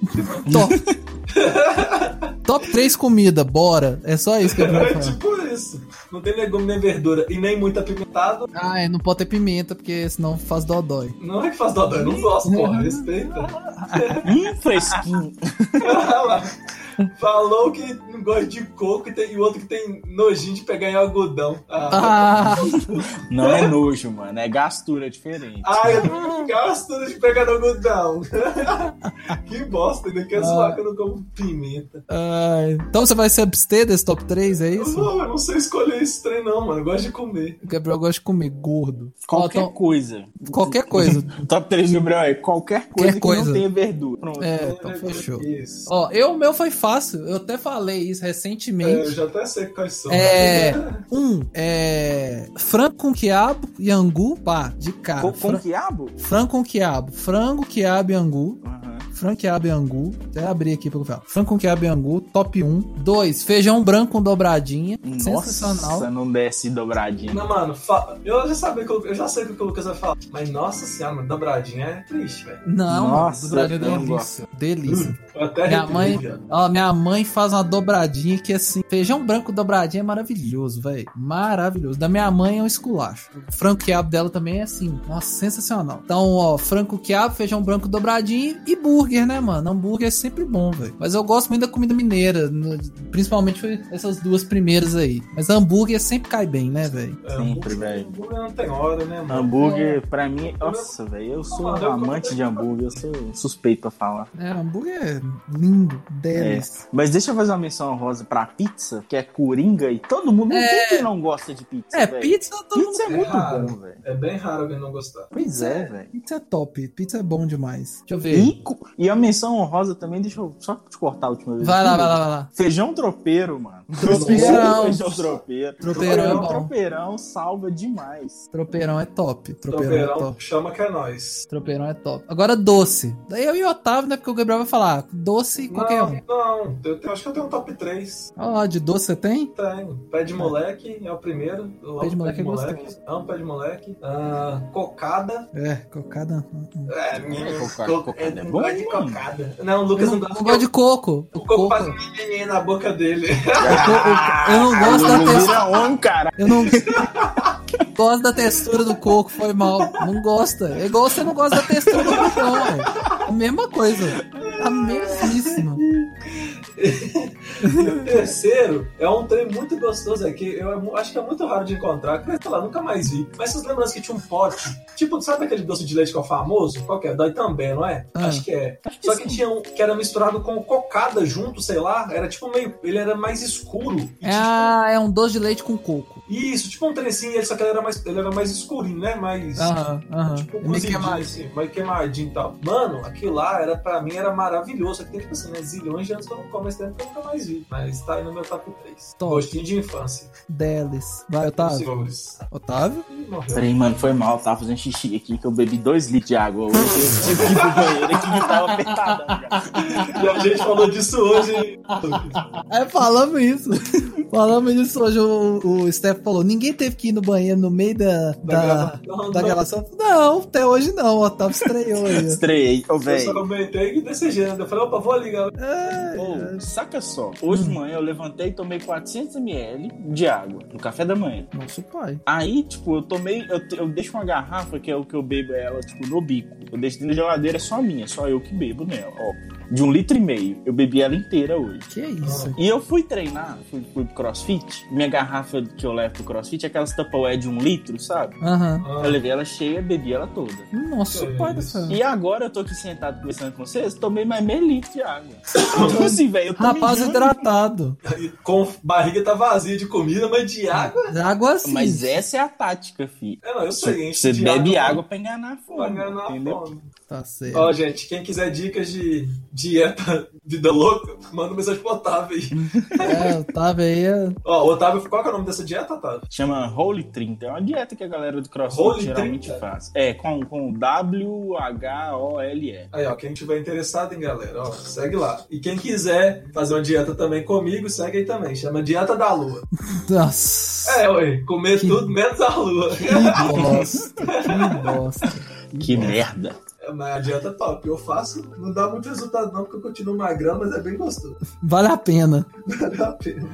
Speaker 2: Top. Top 3 comida, bora. É só isso que eu
Speaker 1: É
Speaker 2: quero falar.
Speaker 1: tipo isso. Não tem legume nem verdura e nem muito apimentado.
Speaker 2: Ah, é, não pode ter pimenta, porque senão faz dodói.
Speaker 1: Não é que faz dodói, eu não gosto, porra. Respeita.
Speaker 3: Hum, fresquinho.
Speaker 1: Falou que não gosta de coco e, tem, e o outro que tem nojinho de pegar em algodão. Ah,
Speaker 2: Ah,
Speaker 3: Não é nojo, mano, é gastura diferente.
Speaker 1: ah eu não gosto de pegar no algodão. que bosta, ainda quer zoar que eu não como pimenta.
Speaker 2: ah, então você vai se abster desse top 3, é
Speaker 1: Eu
Speaker 2: isso?
Speaker 1: não, eu não sei escolher esse trem, não, mano. Eu gosto de comer.
Speaker 2: O Gabriel gosta de comer gordo.
Speaker 3: Qualquer
Speaker 2: Ó, então,
Speaker 3: coisa.
Speaker 2: qualquer coisa.
Speaker 3: O top 3 do Gabriel é qualquer coisa que
Speaker 2: coisa.
Speaker 3: não tenha verdura. Pronto.
Speaker 2: É, então fechou.
Speaker 1: Isso.
Speaker 2: Ó, eu, o meu foi fácil. Eu até falei isso
Speaker 1: É, eu
Speaker 2: recentemente.
Speaker 1: já até sei quais são.
Speaker 2: É. Um, é. Frango com quiabo e angu. Pá, de cara.
Speaker 3: Com, com
Speaker 2: Fran-
Speaker 3: quiabo?
Speaker 2: Frango com quiabo. Frango, quiabo e angu.
Speaker 3: Aham.
Speaker 2: Frango, quiabo e angu. Até abri aqui pra eu falar. Frango com quiabo e angu, top 1. 2. Feijão branco com dobradinha. Sensacional.
Speaker 3: Nossa, não desce dobradinha.
Speaker 1: Não, mano, fa- eu já sabia que eu, eu já sei o que o Lucas vai falar. Mas nossa senhora, mano, dobradinha é triste, velho.
Speaker 2: Não,
Speaker 3: Nossa,
Speaker 2: dobradinha
Speaker 3: eu
Speaker 2: é
Speaker 3: não
Speaker 2: delícia. Delícia.
Speaker 1: Eu até é
Speaker 2: Minha
Speaker 1: arrepiei,
Speaker 2: mãe-
Speaker 1: viado.
Speaker 2: Ó, minha mãe faz uma dobradinha que assim, feijão branco dobradinha é maravilhoso, velho. Maravilhoso. Da minha mãe é um esculacho. O frango quiabo dela também é assim, nossa, sensacional. Então, ó, frango quiabo, feijão branco dobradinho e burger, né, mano? Hambúrguer é sempre bom, velho. Mas eu gosto muito da comida mineira, no- principalmente foi essas duas primeiras aí. Mas hambúrguer sempre cai bem, né, velho?
Speaker 1: É,
Speaker 3: Sempre,
Speaker 1: hambúrguer-
Speaker 3: velho.
Speaker 1: hambúrguer Não tem hora, né, mano?
Speaker 3: Hambúrguer, pra mim, nossa, velho, eu sou um
Speaker 1: Mano, eu-
Speaker 3: amante de hambúrguer, eu sou suspeito pra falar.
Speaker 2: É, hambúrguer é lindo, delícia.
Speaker 3: Mas deixa eu fazer uma menção rosa pra pizza, que é coringa, e todo mundo, quem que não gosta de pizza,
Speaker 2: É,
Speaker 3: velho?
Speaker 2: pizza todo mundo
Speaker 3: Pizza é muito
Speaker 1: Errado.
Speaker 3: bom, velho.
Speaker 1: É bem raro alguém não gostar.
Speaker 3: Pois é, velho.
Speaker 2: Pizza é top, pizza é bom demais. Deixa eu ver.
Speaker 3: E, co- e a menção honrosa também, deixa eu só te cortar a última vez.
Speaker 2: Vai lá,
Speaker 3: aqui,
Speaker 2: vai lá, vai lá.
Speaker 3: Feijão tropeiro, mano.
Speaker 2: Tropeirão.
Speaker 3: Feijão tropeiro.
Speaker 2: Tropeirão é
Speaker 3: Feijão
Speaker 2: bom.
Speaker 3: tropeirão salva demais.
Speaker 2: Tropeirão é top. Tropeirão, é
Speaker 1: Tropeirão,
Speaker 2: top.
Speaker 1: chama que é nós.
Speaker 2: Tropeirão é top. Agora doce. Daí eu e o Otávio, né? Porque o Gabriel vai falar. Doce e qualquer um.
Speaker 1: Não, não, eu tenho- acho que eu tenho um top 3.
Speaker 2: Olha lá, de doce você tem?
Speaker 1: Tenho. Pé de moleque é o primeiro. Eu
Speaker 2: Pé de
Speaker 1: amo
Speaker 2: moleque é
Speaker 1: Amo pé de moleque. Ah, cocada.
Speaker 2: É, cocada. Não,
Speaker 1: É, minha.
Speaker 3: cocada-
Speaker 1: co-
Speaker 3: cocada é
Speaker 1: não
Speaker 3: bom,
Speaker 1: gosto de
Speaker 3: mano.
Speaker 1: cocada. Não, o Lucas não,
Speaker 2: não
Speaker 1: gosta.
Speaker 2: gosto de coco.
Speaker 1: O
Speaker 2: O
Speaker 1: coco
Speaker 2: coco.
Speaker 1: faz um nhenhenhen na boca dele.
Speaker 2: eu não gosto da
Speaker 3: Ele
Speaker 2: pessoa-
Speaker 3: vira homem, cara.
Speaker 2: Eu não gosto da textura do coco, foi mal. Não gosta. É igual você não gosta da textura do cocô, velho. A mesma coisa. A mesmíssima.
Speaker 1: e o terceiro é um trem muito gostoso aqui. É eu acho que é muito raro de encontrar, sei lá, nunca mais vi. Mas vocês lembram que tinha um pote? Tipo, sabe aquele doce de leite que é o famoso? Qual que é? Dói também, não é?
Speaker 2: Ah.
Speaker 1: Acho que é. Só que tinha um que era misturado com cocada junto, sei lá. Era tipo meio. Ele era mais escuro. E
Speaker 2: É, a- é um doce de leite com coco.
Speaker 1: Isso, tipo um trecinho, ele só que ele era mais, ele era mais escurinho, né? Mais.
Speaker 2: Aham, aham. É
Speaker 1: Tipo,
Speaker 2: Me queimar.
Speaker 1: cozidinho, assim, mais queimadinho e tal. Mano, aquilo lá era pra mim era maravilhoso. Aqui tem tipo assim, né? Zilhões de anos que eu não como esse tempo que eu nunca mais vi. Mas tá aí no meu top 3.
Speaker 2: Top. Tá.
Speaker 1: Gostinho de infância.
Speaker 2: Deles. Vai, Otávio.
Speaker 1: Senhores.
Speaker 2: Otávio?
Speaker 1: Ih, morreu.
Speaker 3: Peraí, mano, foi mal, tava fazendo xixi aqui que eu bebi dois litros de água hoje. Eu tive que ir pro banheiro aqui que tava apertadão, cara.
Speaker 1: E a gente falou disso hoje.
Speaker 2: É, falamos isso. falamos isso hoje. O, o Steph falou: ninguém teve que ir no banheiro no meio da, da,
Speaker 1: gravação.
Speaker 2: da gravação. Não, até hoje não. O Otávio estreou aí.
Speaker 3: Estreiei, ô,
Speaker 1: Eu só
Speaker 3: velho.
Speaker 1: comentei que desse gênero. Eu falei, opa, vou ligar.
Speaker 3: Ô, saca só, hoje de manhã eu levantei e tomei 400ml de água no café da manhã.
Speaker 2: Nosso pai.
Speaker 3: Aí, tipo, eu tomei. Eu, te- eu deixo uma garrafa, que é o que eu bebo ela, tipo, no bico. Eu deixo dentro da geladeira, é só minha, só eu que bebo nela, ó. De um litro e meio. Eu bebi ela inteira hoje.
Speaker 2: Que é isso?
Speaker 3: E eu fui treinar, fui, fui pro crossfit. Minha garrafa que eu levo pro crossfit é aquelas Tupperware de um litro, sabe?
Speaker 2: Aham.
Speaker 1: Ah,
Speaker 3: Eu levei ela cheia, bebi ela toda.
Speaker 2: Nosso
Speaker 1: Que
Speaker 2: pai
Speaker 1: isso.
Speaker 2: do céu.
Speaker 3: E agora eu tô aqui sentado conversando com vocês, tomei mais meio litro de água. Então, assim, velho, eu tô
Speaker 2: Rapaz
Speaker 3: mijando.
Speaker 2: Tá hidratado.
Speaker 1: e com barriga tá vazia de comida, mas
Speaker 3: Hum.
Speaker 1: de água.
Speaker 2: Água sim.
Speaker 3: Mas essa é a tática, fi.
Speaker 1: É, não, eu sei, enche
Speaker 3: Você
Speaker 1: de
Speaker 3: bebe água pra enganar a
Speaker 1: Vai
Speaker 3: fome,
Speaker 1: enganar a
Speaker 3: entendeu?
Speaker 1: fome.
Speaker 2: Tá certo.
Speaker 1: Ó, gente, quem quiser dicas de dieta, vida louca, manda mensagem pro Otávio aí.
Speaker 2: É, o Otávio aí é.
Speaker 1: Ó, Otávio, qual que é o nome dessa dieta, Otávio?
Speaker 3: Chama Holy 30. É uma dieta que a galera do CrossFit
Speaker 1: Holy
Speaker 3: geralmente
Speaker 1: 30?
Speaker 3: faz. É, com, com W-H-O-L-E.
Speaker 1: Aí, ó, quem tiver interessado, hein, galera, ó, segue lá. E quem quiser fazer uma dieta também comigo, segue aí também. Chama Dieta da Lua.
Speaker 2: Nossa.
Speaker 1: É, ué, comer tudo menos a lua.
Speaker 2: Que bosta. Que bosta.
Speaker 3: Que merda.
Speaker 1: É, Mas a dieta é top. Eu faço, não dá muito resultado não, porque eu continuo magrão, mas é bem gostoso.
Speaker 2: Vale a pena.
Speaker 1: Vale a pena.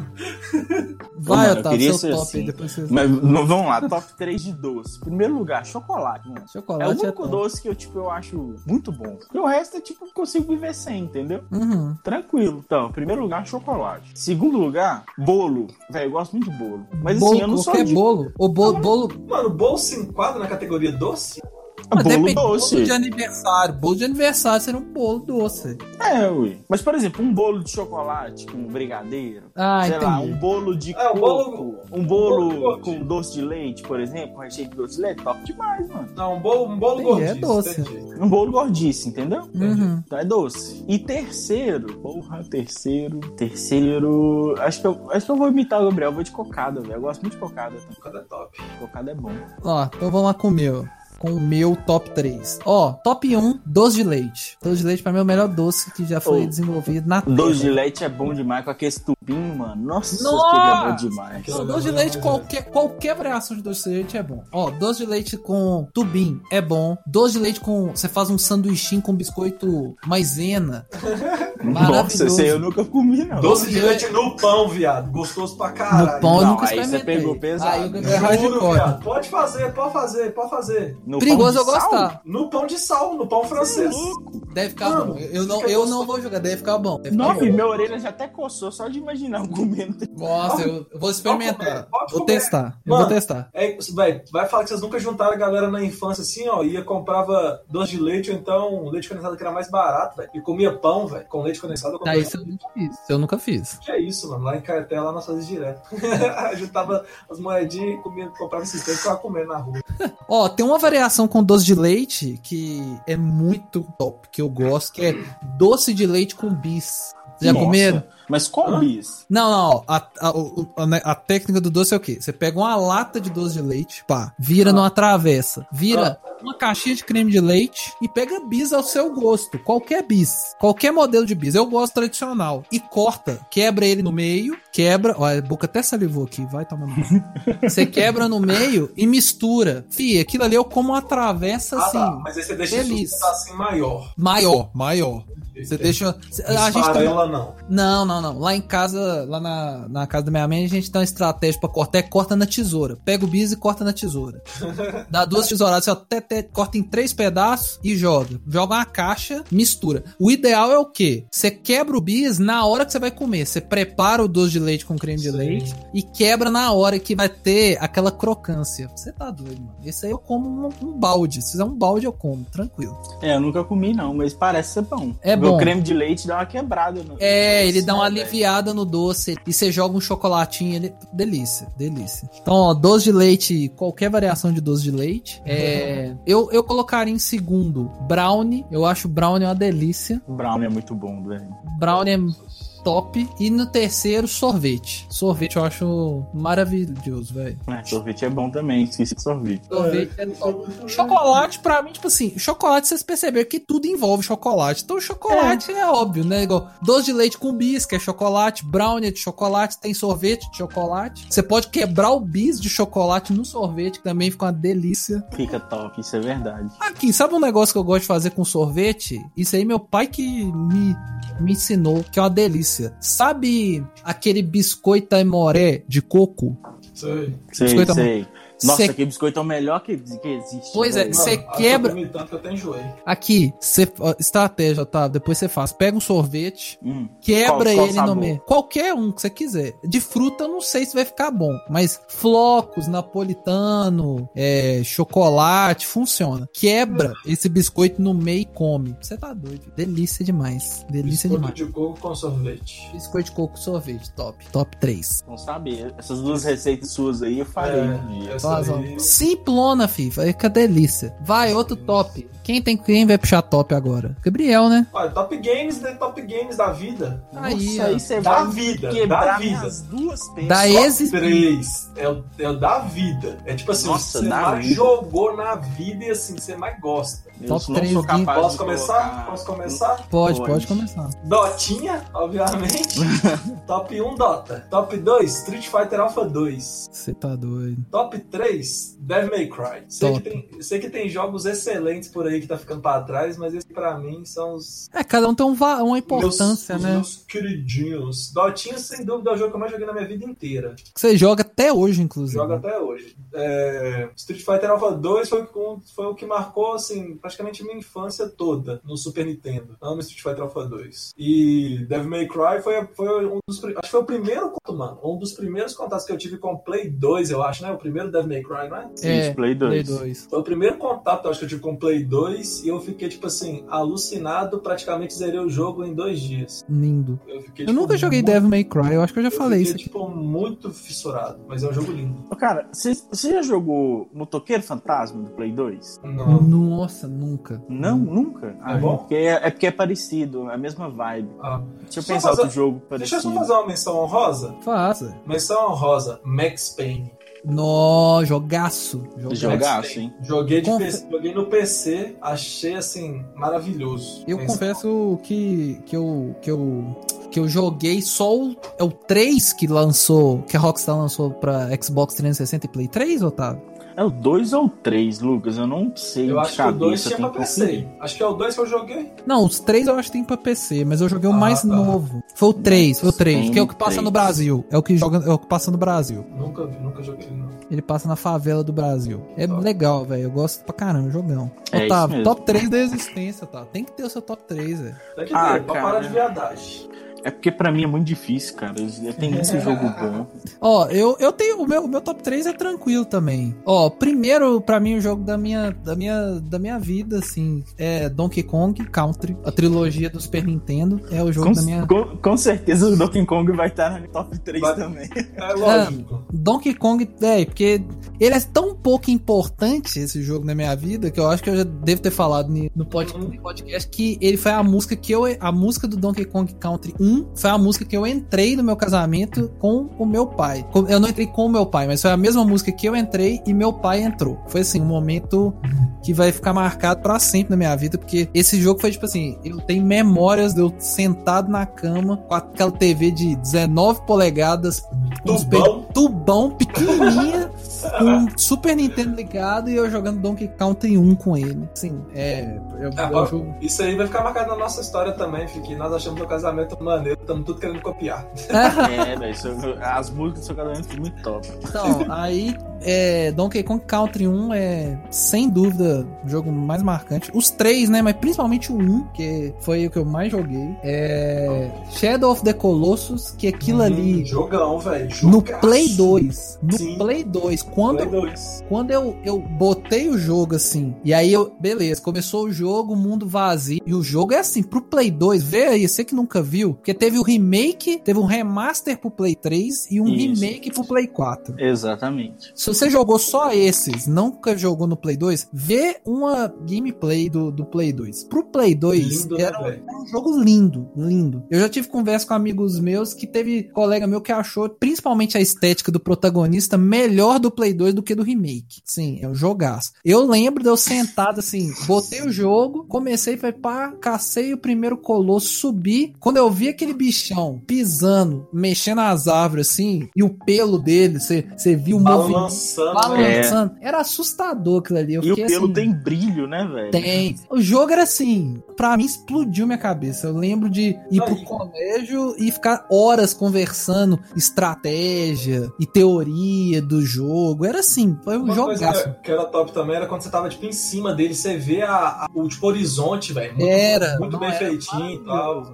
Speaker 2: Vai,
Speaker 3: mano, eu queria
Speaker 2: Otávio,
Speaker 3: ser
Speaker 2: seu top.
Speaker 3: assim.
Speaker 2: aí, Depois vocês...
Speaker 3: Mas não, vamos lá, top 3 de doce. Primeiro lugar, chocolate, mano. É o
Speaker 2: Chocolate é,
Speaker 3: único
Speaker 2: top.
Speaker 3: doce que eu, tipo, eu acho muito bom. Porque o resto é, tipo, consigo viver sem, entendeu?
Speaker 2: Uhum.
Speaker 3: Tranquilo. Então, primeiro lugar, chocolate. Segundo lugar, bolo. Velho, eu gosto muito de bolo. Mas
Speaker 2: bolo,
Speaker 3: assim, eu não sou
Speaker 2: qualquer
Speaker 3: de... é
Speaker 2: bolo. O bolo, bolo,
Speaker 1: Mano, o bolo se enquadra na categoria doce?
Speaker 2: Ah,
Speaker 3: bolo
Speaker 2: depende,
Speaker 3: doce.
Speaker 2: bolo de aniversário. Bolo de aniversário seria um bolo doce.
Speaker 3: É, ui. Mas, por exemplo, um bolo de chocolate com brigadeiro.
Speaker 2: Ah,
Speaker 3: sei lá, um
Speaker 2: entendi.
Speaker 3: bolo de
Speaker 1: É, um
Speaker 3: coco,
Speaker 1: bolo-
Speaker 3: um
Speaker 1: um bolo
Speaker 3: bolo
Speaker 1: de
Speaker 3: com doce de leite, por exemplo, com recheio de doce de leite, top demais, mano.
Speaker 1: Não, um bolo, um bolo
Speaker 2: Entendi, é
Speaker 1: gordiço,
Speaker 2: doce.
Speaker 1: entendi.
Speaker 3: Um bolo gordice, entendeu?
Speaker 2: Uhum.
Speaker 3: Então é doce. E terceiro, porra, terceiro, terceiro, acho que eu, acho que eu vou imitar o Gabriel, eu vou de cocada, velho. Eu gosto muito de cocada também.
Speaker 1: Cada top.
Speaker 3: Cocada é bom.
Speaker 2: Ó, então vamos lá com o meu. Com o meu top 3. Ó, top 1, doce de leite. Doce de leite pra mim é o melhor doce que já foi
Speaker 3: Oh.
Speaker 2: desenvolvido na Terra.
Speaker 3: Doce de leite é bom demais com aquele tubinho, mano. Nossa,
Speaker 2: Nossa!
Speaker 3: aquele é bom demais.
Speaker 2: Não, doce de leite, qualquer, qualquer variação de doce de leite é bom. Ó, doce de leite com tubim é bom. Doce de leite com. Você faz um sanduichinho com biscoito maisena.
Speaker 3: Nossa, esse aí
Speaker 2: Maravilhoso.
Speaker 3: eu nunca comi, não.
Speaker 1: Doce de leite no pão, viado. Gostoso pra caralho.
Speaker 2: No pão eu
Speaker 3: Não,
Speaker 2: nunca
Speaker 3: aí você
Speaker 2: experimentei.
Speaker 3: pegou pesado.
Speaker 2: Aí o Gabriel é
Speaker 1: Juro,
Speaker 2: hardcore.
Speaker 1: viado. Pode fazer, pode fazer, pode fazer.
Speaker 3: No
Speaker 2: Perigoso eu
Speaker 3: pão de sal?
Speaker 2: gostar. É
Speaker 1: No pão de sal, no pão francês.
Speaker 2: Deve ficar
Speaker 1: Mano,
Speaker 2: bom. Eu não,
Speaker 1: fica
Speaker 2: eu
Speaker 1: gostoso.
Speaker 2: não vou jogar, deve ficar bom. Deve ficar
Speaker 3: Não,
Speaker 2: bom.
Speaker 3: filho, minha orelha já até coçou só de imaginar eu comendo.
Speaker 2: Nossa, eu eu vou experimentar.
Speaker 1: comer, pode
Speaker 2: Vou
Speaker 1: comer.
Speaker 2: testar. Eu
Speaker 1: Mano.
Speaker 2: vou testar.
Speaker 1: É, véi, vai falar que vocês nunca juntaram a galera na infância assim, ó, ia comprava doce de leite ou então leite condensado que era mais barato, velho. E comia pão, velho, com leite condensado. eu
Speaker 2: Tá,
Speaker 1: comprava-
Speaker 2: isso eu nunca fiz. isso eu nunca fiz.
Speaker 1: Que é isso, mano. Lá em Caeté, lá nós fazíamos direto. Juntava as moedinhas e comia, comprava esses três e ficava comendo na
Speaker 2: Então,
Speaker 1: rua.
Speaker 2: Ó, tem uma variação com doce de leite que é muito top, que eu gosto, que é doce de leite com bis. Já
Speaker 3: Nossa,
Speaker 2: comeram?
Speaker 3: Mas com
Speaker 1: Hã?
Speaker 3: bis.
Speaker 2: Não, não, ó, a, a- o- o- né, a técnica do doce é o quê? Você pega uma lata de doce de leite, pá, vira numa travessa, vira uma caixinha de creme de leite e pega bis ao seu gosto, qualquer bis, qualquer modelo de bis, eu gosto tradicional, e corta, quebra ele no meio, quebra, ó, a boca até salivou aqui, vai tomar no Você quebra no meio e mistura. Fih, aquilo ali eu como uma travessa
Speaker 1: Ah,
Speaker 2: assim,
Speaker 1: tá. Mas aí você deixa isso
Speaker 2: Delícia.
Speaker 1: assim maior.
Speaker 2: maior, maior. Você deixa. A gente tá...
Speaker 1: Esfarela, não.
Speaker 2: Não, não, não. Lá em casa, lá na, na casa da minha mãe, a gente tem uma estratégia pra cortar, é corta na tesoura. Pega o bis e corta na tesoura. Dá duas tesouradas, você até, até corta em três pedaços e joga. Joga uma caixa, mistura. O ideal é o quê? Você quebra o bis na hora que você vai comer. Você prepara o doce de leite com creme de
Speaker 1: Sim.
Speaker 2: leite e quebra na hora que vai ter aquela crocância. Você tá doido, mano. Esse aí eu como um, um balde. Se fizer um balde, eu como, tranquilo.
Speaker 3: É, eu nunca comi não, mas parece ser bom.
Speaker 2: É
Speaker 3: Meu
Speaker 2: bom.
Speaker 3: creme de leite dá uma quebrada. No...
Speaker 2: É, ele dá uma
Speaker 3: Nossa, velho.
Speaker 2: aliviada no doce e você joga um chocolatinho ele Delícia, delícia. Então, ó, doce de leite, qualquer variação de doce de leite. É, eu, eu colocaria em segundo brownie. Eu acho brownie uma delícia.
Speaker 3: O Brown é muito bom, velho.
Speaker 2: Brownie é top. E no terceiro, sorvete. Sorvete eu acho maravilhoso, velho.
Speaker 3: É, sorvete é bom também, esqueci de sorvete.
Speaker 2: Sorvete é top. Chocolate, pra mim, tipo assim, chocolate, vocês perceberam que tudo envolve chocolate. Então, chocolate é, óbvio, né? Igual doce de leite com bis, que é chocolate, brownie é de chocolate, tem sorvete de chocolate. Você pode quebrar o bis de chocolate no sorvete, que também fica uma delícia.
Speaker 3: Fica top, isso é verdade.
Speaker 2: Aqui, sabe um negócio que eu gosto de fazer com sorvete? Isso aí, meu pai que me, me ensinou, que é uma delícia. Sabe aquele biscoito aimoré de coco?
Speaker 1: Sei.
Speaker 3: Sei,
Speaker 2: Biscoito é
Speaker 3: sei. Nossa,
Speaker 2: Cê-
Speaker 3: que biscoito é o melhor que, que existe.
Speaker 2: Pois é,
Speaker 3: velho.
Speaker 2: cê- Você
Speaker 1: Mano, acho
Speaker 2: quebra-
Speaker 1: que Eu comi tanto que eu até enjoei.
Speaker 2: Aqui, você ó, estratégia, tá? Depois você faz. Pega um sorvete,
Speaker 3: Hum,
Speaker 2: Quebra
Speaker 3: Qual-
Speaker 2: ele
Speaker 3: qual
Speaker 2: no
Speaker 3: sabor?
Speaker 2: meio. Qualquer um que você quiser. De fruta, eu não sei se vai ficar bom. Mas flocos, napolitano, é, chocolate, funciona. Quebra esse biscoito no meio e come. Você tá doido. Delícia demais. Delícia
Speaker 1: Biscoito
Speaker 2: demais.
Speaker 1: de coco com sorvete.
Speaker 2: Biscoito de coco com sorvete. Top. Top 3.
Speaker 3: não saber. Essas duas receitas suas aí eu farei
Speaker 1: É,
Speaker 3: um dia.
Speaker 1: essa aí-
Speaker 2: Vazão. Simplona, fi. Vai ficar delícia. Vai, outro top. Quem tem quem vai puxar top agora? Gabriel, né?
Speaker 1: Olha, top games, né? Top games da vida.
Speaker 2: Aí,
Speaker 3: Nossa,
Speaker 2: ó.
Speaker 3: aí você
Speaker 1: Da
Speaker 3: vai
Speaker 1: vida, da
Speaker 3: quebrar
Speaker 1: vida.
Speaker 3: minhas duas pernas.
Speaker 2: Da
Speaker 1: Top
Speaker 2: exi-
Speaker 1: três. É o, é o da vida. É tipo assim,
Speaker 3: Nossa,
Speaker 1: o que você
Speaker 3: da
Speaker 1: mais
Speaker 3: vida.
Speaker 1: jogou na vida e assim, que você mais gosta.
Speaker 3: Eu
Speaker 2: Top
Speaker 3: não sou
Speaker 2: três
Speaker 3: capaz
Speaker 2: games.
Speaker 1: Posso
Speaker 3: de
Speaker 1: começar?
Speaker 3: colocar-
Speaker 1: Posso começar?
Speaker 2: Pode,
Speaker 3: Pode.
Speaker 2: pode começar.
Speaker 1: Dotinha, obviamente. top 1, Dota. Top 2, Street Fighter Alpha 2.
Speaker 2: Você tá doido.
Speaker 1: Top 3, Devil May Cry. Sei que,
Speaker 2: Top.
Speaker 1: tem, sei que tem jogos excelentes por aí que tá ficando pra trás, mas esses pra mim são os
Speaker 2: É, cada um tem um va- uma importância,
Speaker 1: meus,
Speaker 2: né?
Speaker 1: os meus queridinhos. Dotinha, sem dúvida, é o jogo que eu mais joguei na minha vida inteira.
Speaker 2: que você joga até hoje, inclusive.
Speaker 1: Joga até hoje. É, Street Fighter Alpha 2 foi, com- foi o que marcou, assim, praticamente minha infância toda no Super Nintendo. Amo Street Fighter Alpha 2. E Devil May Cry foi, foi um dos... pri- Acho que foi o primeiro contato, mano. Um dos primeiros contatos que eu tive com o Play 2, eu acho, né? O primeiro Devil May Cry, não é?
Speaker 3: Sim,
Speaker 2: É,
Speaker 3: de Play 2.
Speaker 2: Play 2.
Speaker 1: Foi o primeiro contato, eu acho que eu tive com o Play 2 e eu fiquei, tipo assim, alucinado, praticamente zerei o jogo em dois dias.
Speaker 2: Lindo.
Speaker 1: Eu, fiquei,
Speaker 2: Eu
Speaker 1: tipo,
Speaker 2: nunca joguei
Speaker 1: muito-
Speaker 2: Devil May Cry, eu acho que eu já falei
Speaker 1: fiquei,
Speaker 2: isso. aqui.
Speaker 1: tipo, muito fissurado, mas é um jogo lindo.
Speaker 3: Ô, Cara, você você já jogou Motoqueiro Fantasma do Play 2?
Speaker 2: Uhum.
Speaker 1: Não.
Speaker 2: Nossa, nunca.
Speaker 3: Não, nunca. Ah,
Speaker 1: bom?
Speaker 3: porque é, é porque é parecido, é a mesma vibe.
Speaker 1: Ah.
Speaker 3: Deixa eu
Speaker 1: Só
Speaker 3: pensar
Speaker 1: fazer-
Speaker 3: outro jogo
Speaker 1: Deixa eu
Speaker 3: parecido.
Speaker 1: só fazer uma menção honrosa.
Speaker 2: Faça.
Speaker 1: Menção honrosa, Max Payne.
Speaker 2: Nó, jogaço.
Speaker 1: um
Speaker 2: jogaço.
Speaker 3: Jogaço, hein?
Speaker 1: Joguei, de
Speaker 2: Confe-
Speaker 1: PC, joguei no PC, achei assim, maravilhoso.
Speaker 2: Eu
Speaker 1: Menção-
Speaker 2: confesso que, que eu. que eu. que eu joguei só o. É o 3 que lançou. Que a Rockstar lançou pra Xbox 360 e Play 3, Otávio?
Speaker 3: É o 2 ou o 3, Lucas? Eu não sei
Speaker 1: Eu
Speaker 3: de
Speaker 1: acho que o
Speaker 3: cabeça.
Speaker 1: 2 tinha
Speaker 3: tem
Speaker 1: pra
Speaker 3: que
Speaker 1: PC.
Speaker 3: conferir.
Speaker 1: Acho que é o 2 que eu joguei.
Speaker 2: Não, os 3 eu acho que tem pra PC, mas eu joguei o
Speaker 1: Ah,
Speaker 2: mais
Speaker 1: tá.
Speaker 2: novo. Foi o 3, foi o 3, que é o que passa
Speaker 3: Três.
Speaker 2: no Brasil. É o que joga, é o que passa no Brasil.
Speaker 1: Nunca vi, nunca joguei ele, não.
Speaker 2: Ele passa na favela do Brasil. É
Speaker 1: Top.
Speaker 2: legal, velho. Eu gosto pra caramba, jogão.
Speaker 3: É isso
Speaker 2: Otávio,
Speaker 3: mesmo.
Speaker 2: top 3 da existência, tá? Tem que ter o seu top 3, velho.
Speaker 1: Tem que
Speaker 3: Ah,
Speaker 1: ver, pra
Speaker 3: cara.
Speaker 1: parar de viadagem.
Speaker 3: É porque pra mim é muito difícil, cara. Eu- Tem muito
Speaker 2: É,
Speaker 3: jogo bom.
Speaker 2: Ó, eu, eu tenho. O meu, o meu top 3 é tranquilo também. Ó, primeiro, pra mim, o jogo da minha, da minha, da minha vida, assim, é Donkey Kong Country. A trilogia do Super Nintendo é o jogo
Speaker 3: Com,
Speaker 2: da minha.
Speaker 3: com- com certeza o Donkey Kong vai estar na minha top 3
Speaker 1: Vai-
Speaker 3: também.
Speaker 1: É lógico.
Speaker 2: Donkey Kong, é, porque ele é tão pouco importante, esse jogo, na minha vida, que eu acho que eu já devo ter falado ni- no pod-
Speaker 1: Uhum.
Speaker 2: no podcast, que ele foi a música que eu. A música do Donkey Kong Country 1 foi a música que eu entrei no meu casamento com o meu pai. Com- Eu não entrei com o meu pai, mas foi a mesma música que eu entrei e meu pai entrou. Foi assim, um momento que vai ficar marcado pra sempre na minha vida, porque esse jogo foi tipo assim, eu tenho memórias de eu sentado na cama com aquela TV de 19 polegadas, com os
Speaker 1: Tubão.
Speaker 2: pe- tubão pequenininha, com o Super Nintendo ligado e eu jogando Donkey Country 1 com ele. Sim, é. Eu,
Speaker 1: Ah,
Speaker 2: eu
Speaker 1: ó,
Speaker 2: jogo.
Speaker 1: Isso aí vai ficar marcado na nossa história também, Fique. Nós achamos o casamento maneiro, estamos tudo querendo copiar.
Speaker 3: É, velho, isso- as músicas do seu casamento são muito top.
Speaker 2: Então, aí é, Donkey Kong Country 1 é, sem dúvida, o jogo mais marcante. Os três, né? Mas principalmente o 1, que foi o que eu mais joguei. É, Shadow of the Colossus, que aquilo ali.
Speaker 1: Hum, Jogão, velho.
Speaker 2: No
Speaker 1: jogaço.
Speaker 2: Play 2. No
Speaker 1: Sim.
Speaker 2: Play 2. Quando,
Speaker 1: Play 2.
Speaker 2: quando eu, eu botei o jogo assim, e aí eu, beleza, começou o jogo, mundo vazio, e o jogo é assim, pro Play 2, vê aí, você que nunca viu, porque teve o remake, teve um remaster pro Play 3 e um
Speaker 3: Isso.
Speaker 2: remake pro Play 4.
Speaker 3: Exatamente.
Speaker 2: Se você jogou só esses, nunca jogou no Play 2, vê uma gameplay do, do Play 2. Pro Play 2,
Speaker 1: Lindo, né,
Speaker 2: era,
Speaker 1: velho?
Speaker 2: era um jogo lindo, lindo. Eu já tive conversa com amigos meus que teve colega meu que achou principalmente a estética do protagonista melhor do Play 2 do que do remake. Sim, é um jogaço. Eu lembro de eu sentado assim, botei o jogo, comecei, foi pá, cacei o primeiro colosso, subi. Quando eu vi aquele bichão pisando, mexendo as árvores assim, e o pelo dele, você você viu o movimento
Speaker 1: Balançando. né?
Speaker 2: balançando. Era assustador aquilo ali. Eu
Speaker 3: É. E o
Speaker 2: fiquei
Speaker 3: pelo
Speaker 2: assim,
Speaker 3: tem brilho, né, velho?
Speaker 2: tem. O jogo era assim, pra mim explodiu minha cabeça. Eu lembro de ir pro
Speaker 1: Aí.
Speaker 2: colégio e ficar horas conversando estratégia e teoria do jogo. Era assim, foi um
Speaker 1: Uma coisa
Speaker 2: jogaço.
Speaker 1: que- que era top também era quando você tava tipo em cima dele, você vê a, a- o tipo horizonte, velho. Muito,
Speaker 2: Era.
Speaker 1: muito
Speaker 2: É, não,
Speaker 1: bem
Speaker 2: era
Speaker 1: feitinho e
Speaker 2: maravilhoso.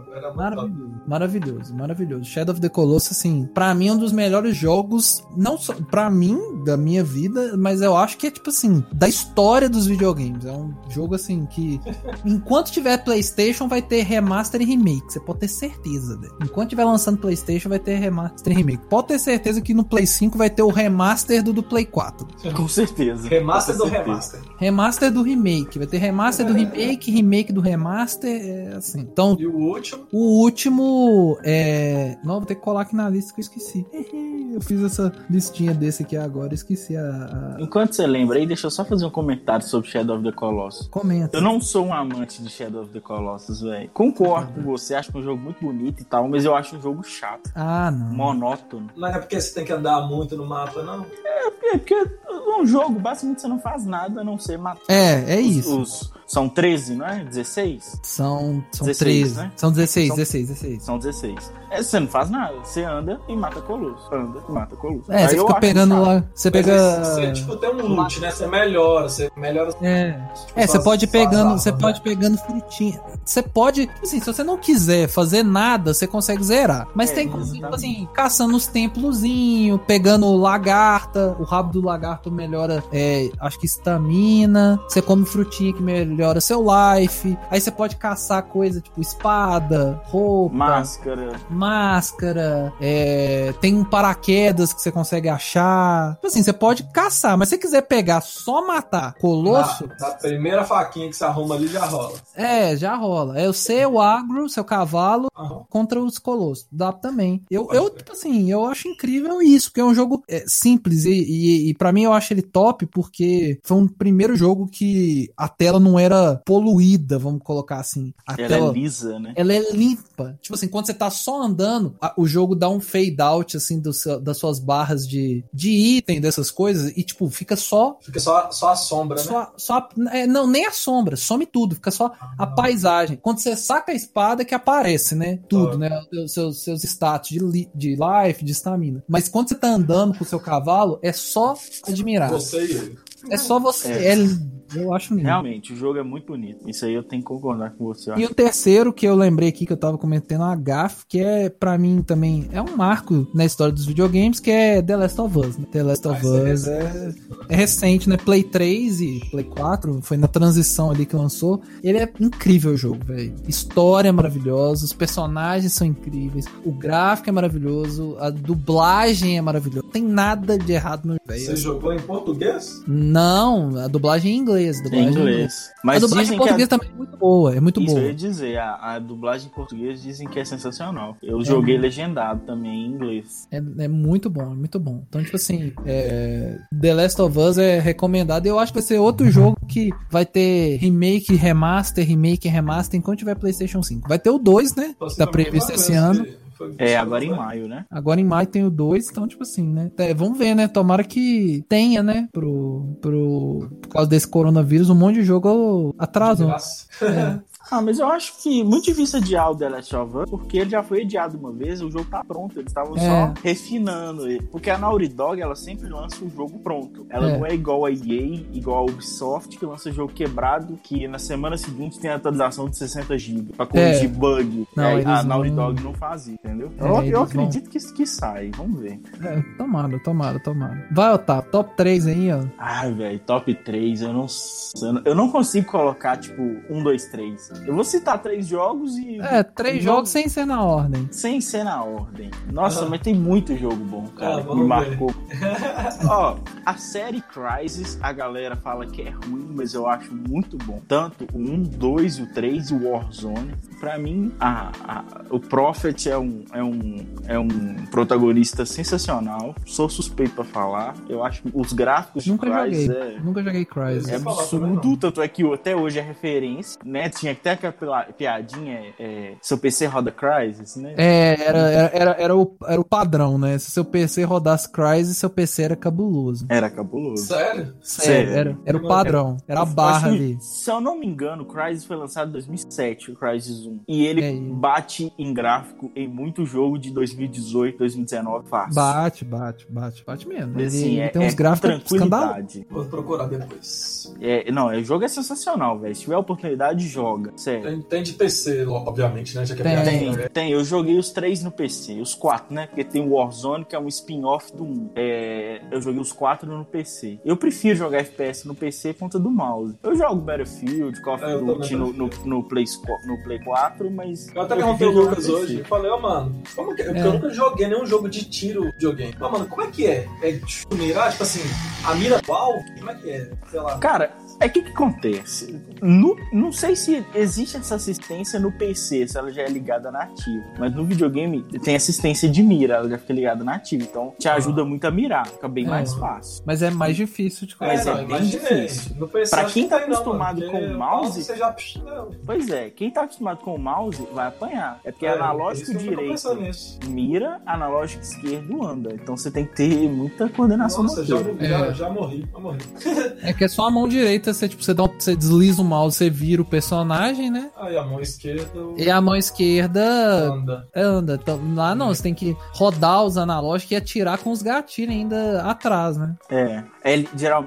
Speaker 1: tal. Era muito top.
Speaker 2: Maravilhoso, maravilhoso, maravilhoso. Shadow of the Colossus, assim, pra mim é um dos melhores jogos, não só pra mim, da minha vida, mas eu acho que é tipo assim, da história dos videogames. É um jogo assim que, enquanto tiver PlayStation, vai ter remaster e remake. Você pode ter certeza, velho. Enquanto tiver lançando PlayStation, vai ter remaster e remake. Pode ter certeza que no Play 5 vai ter o remaster do, do Play 4.
Speaker 3: Com certeza.
Speaker 1: Remaster
Speaker 3: Com
Speaker 1: do
Speaker 3: certeza.
Speaker 1: remaster.
Speaker 2: Remaster do remake. Vai ter remaster do remake, remake do remaster. É assim. Então,
Speaker 1: E o último,
Speaker 2: o último é. Não, vou ter que colar aqui na lista que eu esqueci. Eu fiz essa listinha desse aqui agora, esqueci a. a-
Speaker 3: Enquanto você lembra aí, deixa eu só fazer um comentário sobre Shadow of the Colossus.
Speaker 2: Comenta.
Speaker 3: Eu não sou um amante de Shadow of the Colossus, velho. Concordo com você, acho que é um jogo muito bonito e tal, mas eu acho um jogo chato,
Speaker 2: Ah, não.
Speaker 3: monótono.
Speaker 1: não é porque você tem que andar muito no mapa, não.
Speaker 3: É porque é um jogo, basicamente você não faz nada a não ser matar
Speaker 2: É, é isso.
Speaker 3: os. São 13, não é? 16?
Speaker 2: São, são
Speaker 3: 16,
Speaker 2: 13.
Speaker 3: né?
Speaker 2: São 16,
Speaker 3: São-
Speaker 2: 16, 16.
Speaker 3: São 16. É, você não faz nada, você anda e mata Colosso. Anda e mata Colosso.
Speaker 2: É,
Speaker 3: Aí
Speaker 2: você
Speaker 3: eu
Speaker 2: fica
Speaker 3: acho
Speaker 2: pegando
Speaker 3: chato.
Speaker 2: lá. Você
Speaker 1: Mas
Speaker 2: pega.
Speaker 1: Você, tipo, tem um loot, né? Você melhora, você melhora.
Speaker 2: É.
Speaker 1: tipo,
Speaker 2: É, você
Speaker 1: suas-
Speaker 2: pode ir
Speaker 1: suas
Speaker 2: pegando,
Speaker 1: armas,
Speaker 2: você
Speaker 1: né?
Speaker 2: pode ir pegando frutinha. Você pode, tipo assim, se você não quiser fazer nada, você consegue zerar. Mas
Speaker 3: É,
Speaker 2: tem como, tipo
Speaker 3: exatamente.
Speaker 2: assim, caçando os templozinho, pegando lagarta, o rabo do lagarto melhora, é, acho que estamina. Você come frutinha que melhora seu life. Aí você pode caçar coisa tipo espada, roupa,
Speaker 3: Máscara.
Speaker 2: máscara, é, tem um paraquedas que você consegue achar. Tipo assim, você pode caçar, mas se você quiser pegar só matar colosso,
Speaker 1: Na, na primeira faquinha que você arruma ali já rola.
Speaker 2: é, já rola. É o seu agro, seu cavalo
Speaker 1: Aham.
Speaker 2: contra os colossos. Dá também. Eu, eu tipo assim, eu acho incrível isso, porque é um jogo é, simples e, e, e para mim eu acho ele top porque foi um primeiro jogo que a tela não era poluída, vamos colocar assim. A
Speaker 3: Ela
Speaker 2: tela
Speaker 3: é lisa, né?
Speaker 2: ela é limpa. Tipo assim, quando você tá só andando, a- o jogo dá um fade out assim do seu- das suas barras de, de item, dessas coisas e tipo, fica só
Speaker 1: Fica só, só a sombra, né?
Speaker 2: só, a- só a- é, não, nem a sombra, some tudo, fica só
Speaker 1: Ah,
Speaker 2: a paisagem. Quando você saca a espada, que aparece, né? Tudo,
Speaker 1: Ah.
Speaker 2: né? Os seus, seus status de, li- de life, de estamina. Mas quando você tá andando com o seu cavalo, é só admirar.
Speaker 1: Você e ele.
Speaker 2: É só você.
Speaker 3: É.
Speaker 2: É lindo, eu acho lindo.
Speaker 3: Realmente, o jogo é muito bonito. Isso aí eu tenho que concordar com você. eu
Speaker 2: E
Speaker 3: acho.
Speaker 2: o terceiro que eu lembrei aqui que eu tava comentando, a GAF, que é pra mim também é um marco na história dos videogames, que é The Last of Us. Né? The Last of
Speaker 1: Mas é
Speaker 2: Us é, é recente, né? Play 3 e Play 4, foi na transição ali que lançou. Ele é incrível o jogo, velho. História é maravilhosa, os personagens são incríveis, o gráfico é maravilhoso, a dublagem é maravilhosa. Não tem nada de errado no
Speaker 1: Você
Speaker 2: velho.
Speaker 1: jogou em português?
Speaker 2: Não, a dublagem é em inglês. a
Speaker 3: Em
Speaker 2: dublagem é em inglês.
Speaker 3: inglês.
Speaker 2: A
Speaker 3: Mas
Speaker 2: dublagem
Speaker 3: dizem
Speaker 2: em
Speaker 3: que a
Speaker 2: português também é muito boa, é muito
Speaker 3: Isso eu
Speaker 2: boa.
Speaker 3: ia dizer, a, a dublagem em português dizem que é sensacional. Eu joguei legendado também em inglês.
Speaker 2: É, é muito bom, é muito bom. Então, tipo assim, é, The Last of Us é recomendado. Eu acho que vai ser
Speaker 3: Uhum.
Speaker 2: outro jogo que vai ter remake, remaster, remake, remaster, enquanto tiver PlayStation 5. Vai ter o 2, né? Que tá
Speaker 1: Possivelmente
Speaker 2: previsto
Speaker 1: vai
Speaker 2: esse
Speaker 1: mesmo,
Speaker 2: ano.
Speaker 1: que Foi-
Speaker 3: É, agora em maio, né?
Speaker 2: Agora em maio tem o 2, então, tipo assim, né? É, vamos ver, né? Tomara que tenha, né? Pro, pro, por causa desse coronavírus, um monte de jogo atrasou.
Speaker 1: Nossa.
Speaker 3: Ah, mas eu acho que muito difícil adiar o The Last of Us, porque ele já foi adiado uma vez, o jogo tá pronto, eles estavam
Speaker 2: É.
Speaker 3: só refinando ele. Porque a Naughty Dog, ela sempre lança o jogo pronto. Ela
Speaker 2: É.
Speaker 3: não é igual a EA, igual a Ubisoft, que lança jogo quebrado, que na semana seguinte tem a atualização de 60 GB pra corrigir bug.
Speaker 2: É. Não,
Speaker 3: É,
Speaker 2: eles
Speaker 3: a Naughty
Speaker 2: vão-
Speaker 3: Dog não faz isso, entendeu?
Speaker 2: É,
Speaker 3: eu
Speaker 2: eles
Speaker 3: eu acredito que, que sai, vamos ver.
Speaker 2: É, tomara, tomara, tomara. Vai, Otávio, top 3 aí, ó.
Speaker 3: Ai, velho, top 3, eu não sei, eu não consigo colocar, tipo, 1, 2, 3. Eu vou citar três jogos e...
Speaker 2: É, três
Speaker 3: Não-
Speaker 2: jogos sem ser na ordem.
Speaker 3: Sem ser na ordem. Nossa,
Speaker 1: Ah.
Speaker 3: mas tem muito jogo bom, cara,
Speaker 1: Ah,
Speaker 3: que
Speaker 1: vamos
Speaker 3: me
Speaker 1: ver.
Speaker 3: marcou. Ó, a série Crisis, a galera fala que é ruim, mas eu acho muito bom. Tanto o 1, 2, o 3 e o Warzone. Pra mim, a- a- o Prophet é um, é, um, é um protagonista sensacional. Sou suspeito pra falar. Eu acho que os gráficos de
Speaker 2: Nunca
Speaker 3: Crysis
Speaker 2: joguei.
Speaker 3: é...
Speaker 2: Nunca joguei Crysis.
Speaker 3: É
Speaker 1: Sem falar também
Speaker 3: absurdo,
Speaker 1: não.
Speaker 3: tanto é que até hoje é referência, né? Tinha até aquela pila- piadinha, é, seu PC roda Crysis, né?
Speaker 2: É, era, era, era, era o, era o padrão, né? Se seu PC rodasse Crysis, seu PC era cabuloso.
Speaker 3: Era cabuloso.
Speaker 1: Sério?
Speaker 2: Sério,
Speaker 3: Sério.
Speaker 2: é, era, era o padrão. Era a
Speaker 3: Eu
Speaker 2: barra
Speaker 3: acho-
Speaker 2: ali.
Speaker 3: Se eu não me engano, o Crysis foi lançado em 2007, o Crysis 1. E ele
Speaker 2: É, E aí?
Speaker 3: bate em gráfico em muito jogo de 2018, 2019, fácil.
Speaker 2: Bate, bate, bate, bate mesmo. Ele,
Speaker 3: Assim,
Speaker 2: ele
Speaker 3: é,
Speaker 2: tem uns
Speaker 3: é
Speaker 2: gráficos escandalosos.
Speaker 3: tranquilidade.
Speaker 1: Vou procurar depois.
Speaker 3: É, não, é, o jogo é sensacional, velho. Se tiver oportunidade, joga. Sério.
Speaker 1: Tem, tem de PC, obviamente, né? Já que é
Speaker 2: Tem.
Speaker 1: viagem,
Speaker 3: Tem,
Speaker 1: né?
Speaker 3: tem. Eu joguei os três no PC, os quatro, né? Porque tem o Warzone, que é um spin-off do 1. É, eu joguei os quatro no PC. Eu prefiro jogar FPS no PC por conta do mouse. Eu jogo Battlefield, Call of
Speaker 1: É, eu
Speaker 3: Duty
Speaker 1: também
Speaker 3: no, no, no Play, squ- no Play 4, mas.
Speaker 1: Eu até
Speaker 3: prefiro
Speaker 1: perguntei o
Speaker 3: jogar
Speaker 1: Lucas
Speaker 3: no
Speaker 1: hoje e
Speaker 3: PC.
Speaker 1: falei, ó, mano, como que. Porque
Speaker 2: É.
Speaker 1: eu nunca joguei nenhum jogo de tiro videogame. Mas, mano, como é que é? É tipo mirar, tipo assim, a mira igual? Como é que é? Sei lá.
Speaker 3: Cara, é que que acontece? No- não sei se existe essa assistência no PC, se ela já é ligada na ativa. Mas no videogame tem assistência de mira, ela já fica ligada na ativa. Então
Speaker 1: Ah.
Speaker 3: te ajuda muito a mirar, fica bem
Speaker 2: É.
Speaker 3: mais fácil.
Speaker 2: Mas é mais difícil de
Speaker 3: Mas
Speaker 2: começar.
Speaker 3: é bem difícil.
Speaker 1: No PC,
Speaker 3: Pra
Speaker 1: acho
Speaker 3: quem
Speaker 1: que
Speaker 3: tá
Speaker 1: tem não, mano,
Speaker 3: acostumado
Speaker 1: porque
Speaker 3: com o
Speaker 1: o
Speaker 3: mouse-
Speaker 1: Você já. psh, Não.
Speaker 3: Pois é, quem tá acostumado com o mouse vai apanhar. É porque
Speaker 1: É,
Speaker 3: analógico
Speaker 1: isso eu fico pensando
Speaker 3: direito
Speaker 1: nisso.
Speaker 3: mira, analógico esquerdo anda. Então você tem que ter muita coordenação
Speaker 1: Nossa, já,
Speaker 3: motora.
Speaker 1: já,
Speaker 2: É.
Speaker 1: já morri, já morri.
Speaker 2: É que é só a mão direita, você, tipo, você, dá, um- você desliza o mouse, você vira o personagem, né?
Speaker 1: Aí a mão esquerda eu-
Speaker 2: E a mão esquerda
Speaker 1: anda.
Speaker 2: anda. Então, lá não, você tem que rodar os analógicos e atirar com os gatilhos ainda atrás, né?
Speaker 3: É. L, geral,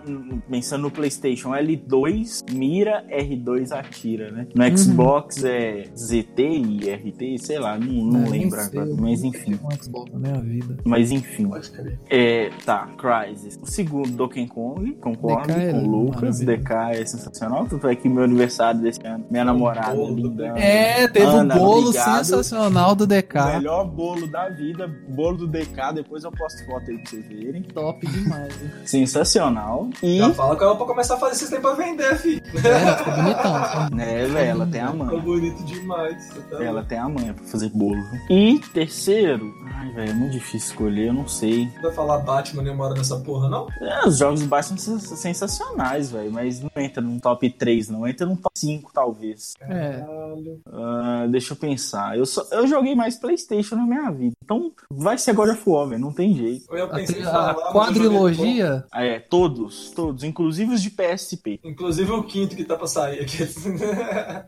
Speaker 3: pensando no PlayStation, L2 mira, R2 atira, né? No
Speaker 2: Uhum.
Speaker 3: Xbox é ZT e RT, sei lá, não, não
Speaker 2: É, nem
Speaker 3: lembro
Speaker 2: sei,
Speaker 3: agora.
Speaker 2: eu
Speaker 3: Mas
Speaker 2: nunca
Speaker 3: enfim.
Speaker 2: tive um Xbox na minha vida.
Speaker 3: Mas enfim.
Speaker 1: Pode crer.
Speaker 3: É, tá, Crysis. O segundo, Donkey Kong, concordo
Speaker 2: DK é
Speaker 3: com o Lucas. DK é sensacional. Tanto é que meu aniversário desse ano, minha namorada,
Speaker 1: bolo do
Speaker 3: linda.
Speaker 1: DK.
Speaker 2: É, teve
Speaker 3: Ana,
Speaker 2: um bolo
Speaker 3: obrigado.
Speaker 2: sensacional do DK.
Speaker 3: Melhor bolo da vida, bolo do DK, depois eu posto foto aí pra vocês verem.
Speaker 2: Top demais, hein?
Speaker 3: Sensacional. E,
Speaker 1: Já fala com ela pra começar a fazer sistema pra vender, fi.
Speaker 2: É, ficou bonitão. ficou-
Speaker 3: né, velho, ela tem a
Speaker 1: Ficou
Speaker 3: mãe.
Speaker 1: É bonito demais. Você tá
Speaker 3: Ela tem a mãe pra fazer bolo. E terceiro, ai, velho, é muito difícil escolher, eu não sei.
Speaker 1: Não vai falar Batman nem mora nessa porra, não?
Speaker 3: É, os jogos do Batman são sens- sensacionais, velho, mas não entra num top 3, não. Entra num top 5, talvez.
Speaker 2: É.
Speaker 1: Caralho.
Speaker 3: Ah, deixa eu pensar. Eu, só, eu joguei mais PlayStation na minha vida. Então vai ser God of War, velho. Não tem jeito.
Speaker 1: Eu ia
Speaker 2: A,
Speaker 1: pensar em
Speaker 2: tri-
Speaker 1: falar,
Speaker 2: a
Speaker 1: mas eu joguei
Speaker 2: quadrilogia
Speaker 3: Ah, é, todos, todos, inclusive os de PSP.
Speaker 1: pouco. Inclusive o quinto que tá pra sair aqui.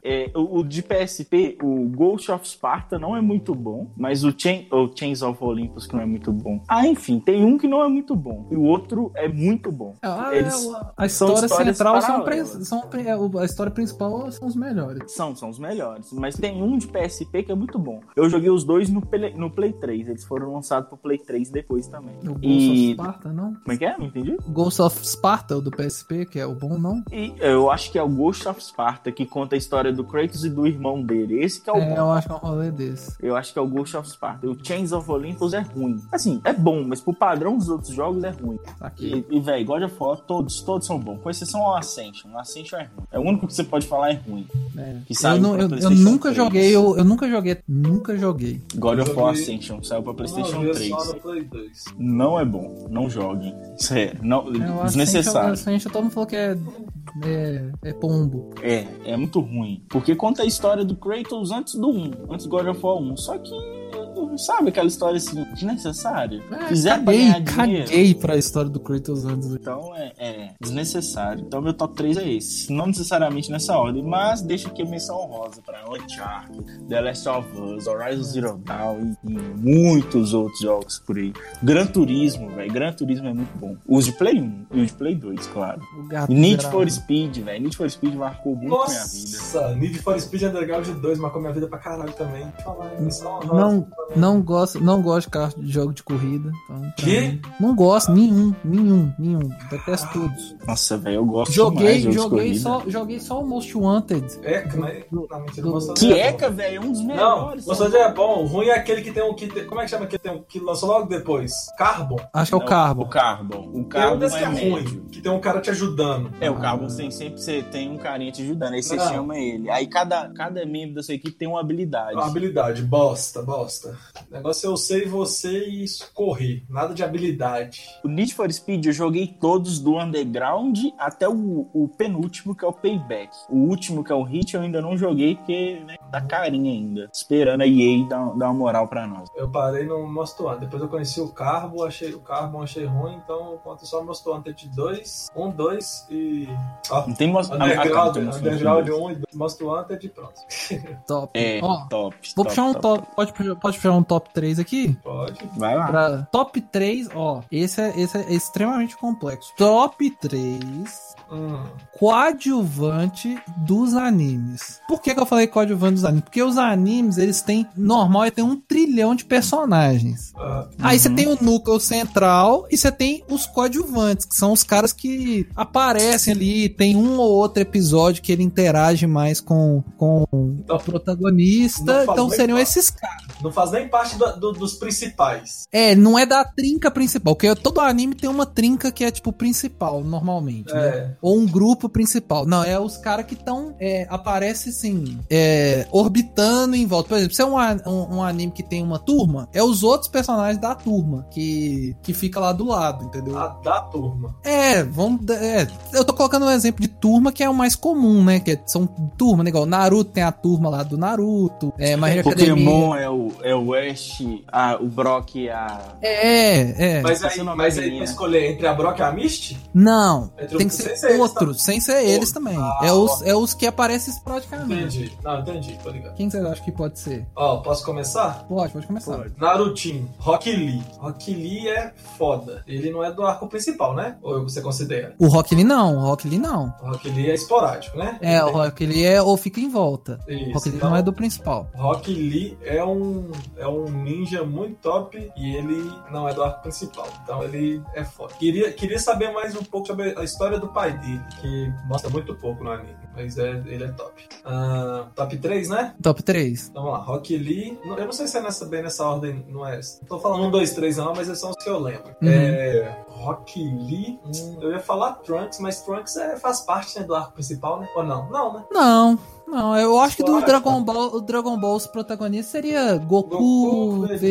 Speaker 3: É, o, o de PSP, o Ghost of Sparta não é muito bom, mas o, Chain, o Chains of Olympus que não é muito bom. Ah, enfim, tem um que não é muito bom e o outro é muito bom.
Speaker 2: Ah,
Speaker 3: Eles
Speaker 2: é, o- a
Speaker 3: são
Speaker 2: história
Speaker 3: histórias
Speaker 2: central são,
Speaker 3: paralelas.
Speaker 2: pre- são pre- é, o- a história principal são os melhores.
Speaker 3: São, são os melhores. Mas tem um de PSP que é muito bom. Eu joguei os dois no Play, no Play 3. Eles foram lançados pro Play 3 depois também.
Speaker 2: O Ghost of
Speaker 3: E.
Speaker 2: Sparta, não?
Speaker 3: Como é que é? Não entendi?
Speaker 2: Ghost of Sparta, o do PSP, que é o bom, não?
Speaker 3: E eu acho que é o Ghost of Sparta que conta a história do Kratos e do irmão dele. Esse que é o
Speaker 2: É,
Speaker 3: bom.
Speaker 2: eu acho que é um rolê desse.
Speaker 3: Eu acho que é o Ghost of Sparta. O Chains of Olympus é ruim. Assim, é bom, mas pro padrão dos outros jogos é ruim.
Speaker 2: Tá Aqui.
Speaker 3: E, e velho, God of War, todos, todos são bons. Com exceção ao Ascension. O Ascension é ruim. É o único que você pode falar é ruim.
Speaker 2: É.
Speaker 3: Que
Speaker 2: Eu,
Speaker 3: saiu
Speaker 2: não-
Speaker 3: pra
Speaker 2: eu- eu
Speaker 3: PlayStation
Speaker 2: nunca
Speaker 3: 3.
Speaker 2: joguei, eu, eu nunca joguei, nunca joguei.
Speaker 3: God of War
Speaker 1: Joguei-
Speaker 3: Ascension saiu pra PlayStation
Speaker 1: Uma vez
Speaker 3: 3.
Speaker 1: Só no Play 2.
Speaker 3: Não é bom. Não joguem. Sério. Não,
Speaker 2: É, o Ascension-
Speaker 3: desnecessário.
Speaker 2: o Ascension, todo mundo falou que é, é, é pombo.
Speaker 3: É, um, é muito ruim. Porque conta a história do Kratos antes do 1, antes do God of War 1. Só que sabe aquela história assim, desnecessária?
Speaker 2: É,
Speaker 3: Fizer Ah, pra
Speaker 2: caguei,
Speaker 3: ganhar
Speaker 2: caguei pra história do Kratos antes.
Speaker 3: Então é, é desnecessário. Então meu top 3 é esse. Não necessariamente nessa ordem, mas deixa aqui a menção honrosa pra Uncharted, The Last of Us, Horizon Zero Dawn e, e muitos outros jogos por aí. Gran Turismo, velho. Gran Turismo é muito bom. Os de Play 1 e os de Play 2, claro.
Speaker 2: O gato
Speaker 3: E Need
Speaker 2: grave.
Speaker 3: for Speed, velho. Need for Speed marcou muito minha vida.
Speaker 1: Nossa, Need for Speed Underground 2 marcou minha vida pra caralho também. Deixa eu Falar, é só uma
Speaker 2: Não, não gosto, não gosto de carro de jogo de corrida. Então, pra
Speaker 1: Que?
Speaker 2: mim, Não gosto, nenhum, nenhum, nenhum. Detesto todos.
Speaker 3: Nossa, velho, eu gosto
Speaker 2: Joguei,
Speaker 3: demais Ah, de jogos de
Speaker 2: joguei
Speaker 3: corrida.
Speaker 2: só, joguei só o Most Wanted.
Speaker 1: Eca, né? Não, mentira,
Speaker 2: do-
Speaker 1: Monster
Speaker 3: Que
Speaker 1: Hunter é bom.
Speaker 3: eca, velho, é um dos
Speaker 1: Não,
Speaker 3: melhores.
Speaker 1: Monster Hunter é bom. O ruim é aquele que tem um que. tem- Como é que chama aquele que tem um que lançou logo depois? Carbon.
Speaker 2: Acho que é o
Speaker 3: Não,
Speaker 2: Carbon.
Speaker 3: O Carbon. O
Speaker 1: Tem um
Speaker 3: Carbon
Speaker 1: desse que
Speaker 3: é
Speaker 1: é
Speaker 3: médio.
Speaker 1: ruim, que tem um cara te ajudando.
Speaker 3: É, o Carbon tem, sempre você tem um carinha te ajudando, aí você
Speaker 1: Ah. Não.
Speaker 3: chama ele. Aí cada, cada membro da sua equipe tem uma habilidade.
Speaker 1: Uma habilidade, bosta, bosta. O negócio é eu sei você e correr. Nada de habilidade.
Speaker 3: O Need for Speed eu joguei todos do Underground até o, o penúltimo, que é o Payback. O último, que é o Hit, eu ainda não joguei, porque né, tá carinho ainda. Esperando a EA dar, dar uma moral pra nós.
Speaker 1: Eu parei no Most Wanted. Depois eu conheci o Carbo, achei o Carbon, achei ruim, então eu conto só Most Wanted 2, 1, 2 um, e. Ó,
Speaker 3: Não Ah, tá, tem mais.
Speaker 1: Underground, Underground é 1 e 2. Most Wanted e pronto.
Speaker 2: Top.
Speaker 3: É,
Speaker 2: Ó,
Speaker 3: top.
Speaker 2: vou
Speaker 3: top,
Speaker 2: puxar um top. Pode, puxar- pode puxar um top 3 aqui?
Speaker 1: Pode.
Speaker 3: Vai lá.
Speaker 2: Pra- top 3, ó. Esse é, esse é extremamente complexo. Top 3
Speaker 1: Hum.
Speaker 2: coadjuvante dos animes. Por que, que eu falei coadjuvante dos animes? Porque os animes, eles têm. Normal, eles têm um trilhão de personagens.
Speaker 1: ah,
Speaker 2: Aí você tem o núcleo central e você tem os coadjuvantes, que são os caras que aparecem ali. Tem um ou outro episódio que ele interage mais com, com
Speaker 1: então,
Speaker 2: o protagonista.
Speaker 1: Não falou
Speaker 2: Então seriam
Speaker 1: igual.
Speaker 2: esses caras.
Speaker 1: não faz nem parte do- do- dos principais.
Speaker 2: É, não é da trinca principal, porque todo anime tem uma trinca que é tipo principal, normalmente, né?
Speaker 1: É.
Speaker 2: Ou um grupo principal. Não, é os caras que estão. É, aparece assim. É, orbitando em volta. Por exemplo, se é um, a- um, um anime que tem uma turma, é os outros personagens da turma que, que fica lá do lado, entendeu?
Speaker 1: A da turma.
Speaker 2: É, vamos. da- é, eu tô colocando um exemplo de turma que é o mais comum, né? Que é- são turma, né? Igual Naruto tem a turma lá do Naruto. É, My Hero Academia.
Speaker 3: Pokémon é o, é o Ash, a- o Brock e a.
Speaker 2: É, é.
Speaker 1: Mas
Speaker 3: Tá
Speaker 1: aí,
Speaker 3: sendo uma
Speaker 1: mas aí pra
Speaker 3: menininha.
Speaker 1: escolher entre a Brock e a Misty?
Speaker 2: Não,
Speaker 1: Entre
Speaker 2: tem
Speaker 1: o-
Speaker 2: que
Speaker 1: sem
Speaker 2: ser
Speaker 1: ser eles,
Speaker 2: outros, sem ser eles também.
Speaker 1: Ah,
Speaker 2: é, os,
Speaker 1: ó.
Speaker 2: é os que aparecem praticamente.
Speaker 1: Entendi. Não, entendi, tô ligado.
Speaker 2: Quem vocês acham que pode ser?
Speaker 1: Ó, posso começar?
Speaker 2: Pode, pode começar.
Speaker 1: Narutin, Rock Lee. Rock Lee é foda. Ele não é do arco principal, né? Ou você considera?
Speaker 2: O Rock Lee não, o Rock Lee não.
Speaker 1: O Rock Lee é esporádico, né?
Speaker 2: É, o
Speaker 1: Ele
Speaker 2: Rock Lee é ou fica em volta.
Speaker 1: tem-
Speaker 2: O
Speaker 1: Isso,
Speaker 2: Rock Lee
Speaker 1: então,
Speaker 2: não é do principal.
Speaker 1: Rock Lee é um, é um ninja muito top e ele não é do arco principal. Então ele é foda. Queria, queria saber mais um pouco sobre a história do pai dele, que mostra muito pouco no anime. Mas é, ele é top. Ah, top 3, né?
Speaker 2: Top 3.
Speaker 1: Então vamos lá. Rock Lee. não- Eu não sei se é nessa, bem nessa ordem, não é? essa. Não tô falando um, dois, três não, mas são os que eu lembro.
Speaker 2: Uhum.
Speaker 1: É, Rock Lee. hum, eu ia falar Trunks, mas Trunks é, faz parte né, do arco principal, né? Ou não? Não, né?
Speaker 2: Não, não, eu acho que do
Speaker 1: Esporádico.
Speaker 2: Dragon Ball, o Dragon Ball os protagonistas seria Goku,
Speaker 1: Goku,
Speaker 2: Vegeta,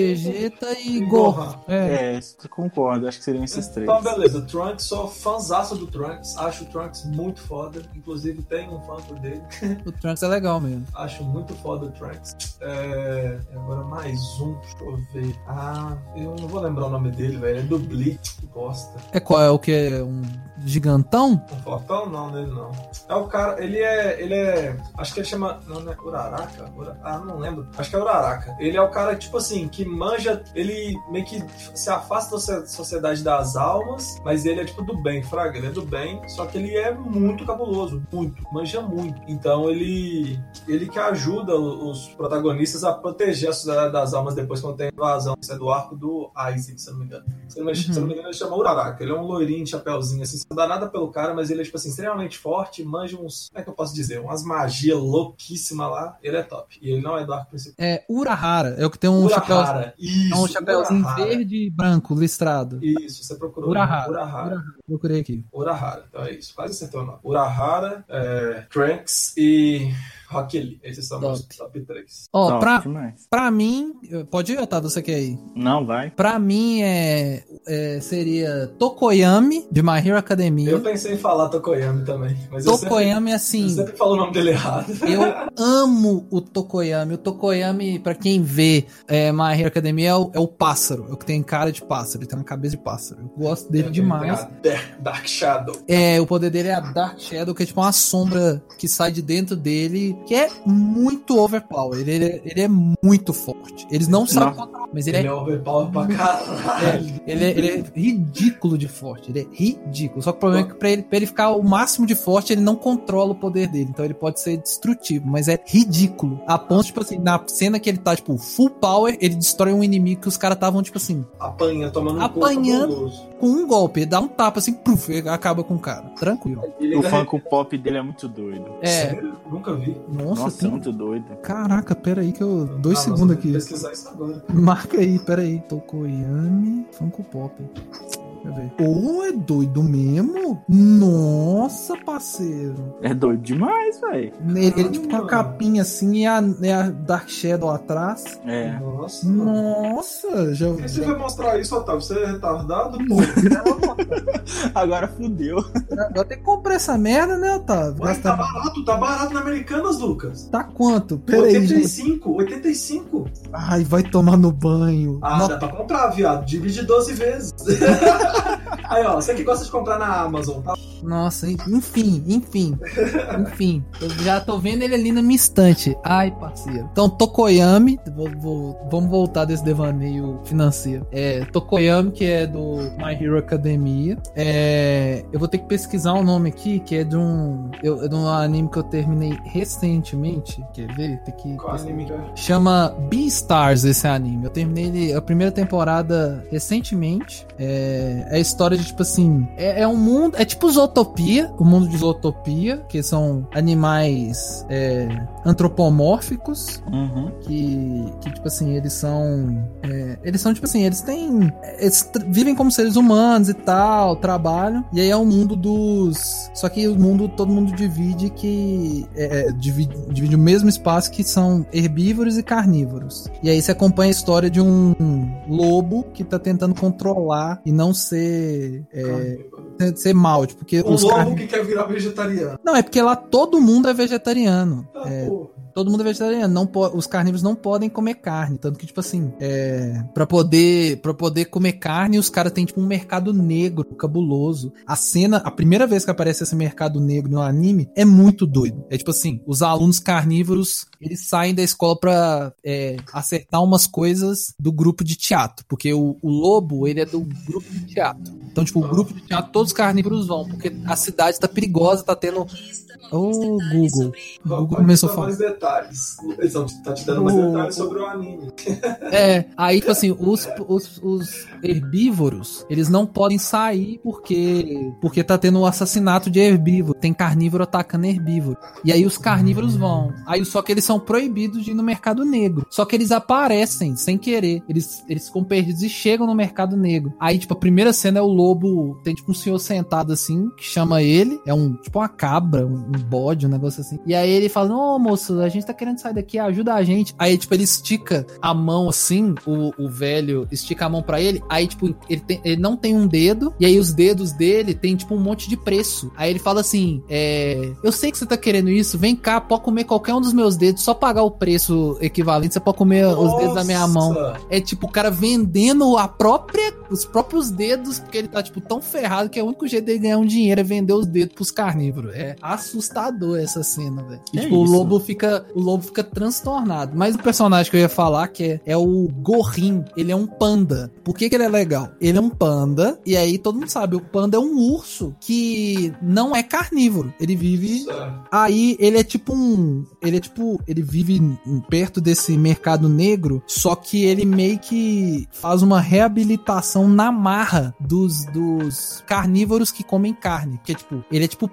Speaker 1: Vegeta
Speaker 2: e Gohan. É.
Speaker 3: É, concordo, acho que seriam esses três.
Speaker 1: Então, beleza. Trunks, sou fãzaço do Trunks. Acho o Trunks muito foda. Inclusive, tem um fã por dele.
Speaker 2: O Trunks é legal mesmo.
Speaker 1: Acho muito foda o Trunks. É, Agora, mais um. Deixa eu ver. Ah, eu não vou lembrar o nome dele, velho. É do Bleach. Que bosta.
Speaker 2: É qual? É o que? Um gigantão?
Speaker 1: Um fortão? Não, dele não. É o cara... Ele é... Ele é... Acho que ele chama... Não, não é Uraraka? Ura- Ah, não lembro. Acho que é Uraraka. Ele é o cara, tipo assim, que manja... Ele meio que se afasta da so- sociedade das almas, mas ele é, tipo, do bem, fraga. Ele é do bem, só que ele é muito cabuloso. Muito. Manja muito. Então, ele... Ele que ajuda o- os protagonistas a proteger a sociedade das almas depois quando tem invasão. Isso é do arco do Isaac, se eu não me engano. Se eu não, se eu não
Speaker 2: Uhum.
Speaker 1: me engano, ele chama Uraraka. Ele é um loirinho, chapéuzinho, assim. Não dá nada pelo cara, mas ele é, tipo assim, extremamente forte. Manja uns. Como é que eu posso dizer? Umas magia louquíssima lá. Ele é top. E ele não é do arco principal.
Speaker 2: É Urahara, é o que tem um chapéu.
Speaker 1: Urahara. Isso.
Speaker 2: É um chapéuzinho
Speaker 1: Urahara.
Speaker 2: verde e branco listrado.
Speaker 1: Isso, você procurou.
Speaker 2: Urahara.
Speaker 1: Urahara.
Speaker 2: Procurei aqui.
Speaker 1: Urahara. Então é isso. Quase acertou o nome. Urahara, é, Trunks e. Rock Lee. Esses são
Speaker 2: Top.
Speaker 1: meus top 3.
Speaker 2: Ó,
Speaker 3: Top
Speaker 2: pra,
Speaker 3: demais.
Speaker 2: pra mim. Pode ir, Otávio, você quer ir?
Speaker 3: Não, vai.
Speaker 2: Pra mim é, é- seria Tokoyami, de My Hero Academia.
Speaker 1: Eu pensei em falar Tokoyami também, mas eu sempre,
Speaker 2: Tokoyami,
Speaker 1: eu
Speaker 2: assim.
Speaker 1: sempre falo o nome dele errado.
Speaker 2: Eu amo o Tokoyami. O Tokoyami, pra quem vê é, My Hero Academia, é o, é o pássaro. É o que tem cara de pássaro. Ele tem uma cabeça de pássaro. Eu gosto dele demais.
Speaker 1: É Dark, Dark Shadow.
Speaker 2: É, o poder dele é a Dark Shadow, que é tipo uma sombra que sai de dentro dele, que é muito overpower. Ele, ele, é- ele é muito forte. Eles não sabem controlar, mas ele
Speaker 1: Ele
Speaker 2: é,
Speaker 1: é overpower pra caralho.
Speaker 2: ele, é, ele é ridículo de forte. Ele é ridículo. Só que o problema é que pra ele, pra ele ficar o máximo de forte, ele não controla o poder dele. Então ele pode ser destrutivo, mas é ridículo. A ponto, tipo assim, na cena que ele tá, tipo, full power, ele destrói um inimigo que os caras estavam, tipo assim,
Speaker 1: Apanha, tomando um
Speaker 2: Apanhando. com um golpe. Ele dá um tapa assim, puf, ele acaba com o cara. Tranquilo.
Speaker 1: Ele
Speaker 3: O
Speaker 1: ainda
Speaker 3: funk pop dele é muito doido.
Speaker 2: É.
Speaker 1: Sério? Nunca vi.
Speaker 2: Nossa,
Speaker 3: Nossa, é
Speaker 2: tem
Speaker 3: muito doido.
Speaker 2: Caraca, pera aí que eu. Dois
Speaker 1: Ah, nossa,
Speaker 2: segundos
Speaker 1: vou
Speaker 2: aqui.
Speaker 1: pesquisar isso agora.
Speaker 2: Marca aí, pera aí. Tokoyami Funko Pop. Deixa eu ver. Ou é doido mesmo? Nossa, parceiro.
Speaker 3: É doido demais, velho.
Speaker 2: Ele, ele, tipo com a
Speaker 1: Caramba.
Speaker 2: capinha assim e a, e a Dark Shadow atrás.
Speaker 3: É.
Speaker 1: Nossa. mano.
Speaker 2: Nossa, já.
Speaker 1: Por que você
Speaker 2: já-
Speaker 1: vai mostrar isso, Otávio? Você é retardado? Pô,
Speaker 3: Agora fudeu.
Speaker 2: Agora tem que comprar essa merda, né, Otávio?
Speaker 1: Ué, tá
Speaker 2: Gastar...
Speaker 1: barato, tá barato na Americanas, Lucas.
Speaker 2: Tá quanto? Pera aí, gente.
Speaker 1: 85, 85.
Speaker 2: Ai, vai tomar no banho.
Speaker 1: Ah,
Speaker 2: Nossa,
Speaker 1: dá pra comprar, viado. Divide 12 vezes. Aí, ó, você que gosta de comprar na Amazon, tá?
Speaker 2: Nossa, enfim, enfim. enfim, eu já tô vendo ele ali na minha estante. Ai, parceiro. Então, Tokoyami, vou- vou- vamos voltar desse devaneio financeiro. É, Tokoyami, que é do My Hero Academia. É, eu vou ter que pesquisar um nome aqui, que é de um, eu, é de um anime que eu terminei recentemente. Quer ver? Tem que.
Speaker 1: Qual anime que é?
Speaker 2: Chama Beastars esse anime. Eu terminei ele- a primeira temporada recentemente. É, é a história de, tipo assim, é, é um mundo. É tipo Zootopia, o mundo de Zootopia, que são animais é, antropomórficos.
Speaker 3: Uhum.
Speaker 2: Que, que, tipo assim, eles são. é, eles são, tipo assim, eles têm. Eles tr- vivem como seres humanos e tal, trabalham. E aí é o mundo dos. Só que o mundo, todo mundo divide que. é, é, divide, divide o mesmo espaço que são herbívoros e carnívoros. E aí você acompanha a história de um lobo que tá tentando controlar e não ser. é, ser mal, tipo, porque
Speaker 1: Um
Speaker 2: os
Speaker 1: lobo
Speaker 2: carni-
Speaker 1: que quer virar vegetariano.
Speaker 2: Não, é porque lá todo mundo é vegetariano.
Speaker 1: Ah,
Speaker 2: É,
Speaker 1: pô.
Speaker 2: todo mundo é vegetariano, não po- os carnívoros não podem comer carne, tanto que tipo assim, é, para poder para poder comer carne, os caras têm tipo um mercado negro cabuloso. A cena, a primeira vez que aparece esse mercado negro no anime é muito doido. É tipo assim, os alunos carnívoros, eles saem da escola pra é, acertar umas coisas do grupo de teatro, porque o, o lobo, ele é do grupo de teatro. Então, tipo, o grupo de teatro, todos os carnívoros vão, porque a cidade tá perigosa, tá tendo. Ô, Google. O
Speaker 1: Pode
Speaker 2: Google começou a
Speaker 1: dar
Speaker 2: falar.
Speaker 1: mais detalhes. Eles vão tá te dando mais
Speaker 2: O-
Speaker 1: detalhes sobre o anime.
Speaker 2: É, aí, tipo assim, os, os, os herbívoros, eles não podem sair porque porque tá tendo o assassinato de herbívoro. Tem carnívoro atacando herbívoro. E aí os carnívoros vão. Aí só que eles são proibidos de ir no mercado negro. Só que eles aparecem sem querer. Eles, eles ficam perdidos e chegam no mercado negro. Aí, tipo, a primeira cena é o lobo. Tem tipo um senhor sentado assim, que chama ele. É um tipo uma cabra, um, um bode, um negócio assim. E aí ele fala: Ô moço, a gente tá querendo sair daqui, ajuda a gente. Aí, tipo, ele estica a mão assim, o, o velho estica a mão pra ele. Aí, tipo, ele, tem- ele não tem um dedo. E aí os dedos dele tem, tipo, um monte de preço. Aí ele fala assim: É, eu sei que você tá querendo isso, vem cá, pode comer qualquer um dos meus dedos, só pagar o preço equivalente, você pode comer os dedos da minha mão.
Speaker 1: Nossa,
Speaker 2: É tipo o cara vendendo a própria, os próprios dedos, porque ele tá tipo tão ferrado que é o único jeito dele ganhar um dinheiro é vender os dedos pros carnívoros. É assustador essa cena, velho. E,
Speaker 3: É
Speaker 2: tipo, o
Speaker 3: isso.
Speaker 2: lobo fica, o lobo fica transtornado. Mas o personagem que eu ia falar que é, é o Gorrin, ele é um panda. Por que que ele é legal? Ele é um panda e aí todo mundo sabe, o panda é um urso que não é carnívoro. Ele vive
Speaker 1: Nossa.
Speaker 2: Aí ele é tipo um. Ele é tipo. Ele vive em- perto desse mercado negro, só que ele meio que faz uma reabilitação na marra dos dos, dos carnívoros que comem carne. Porque, tipo, ele é tipo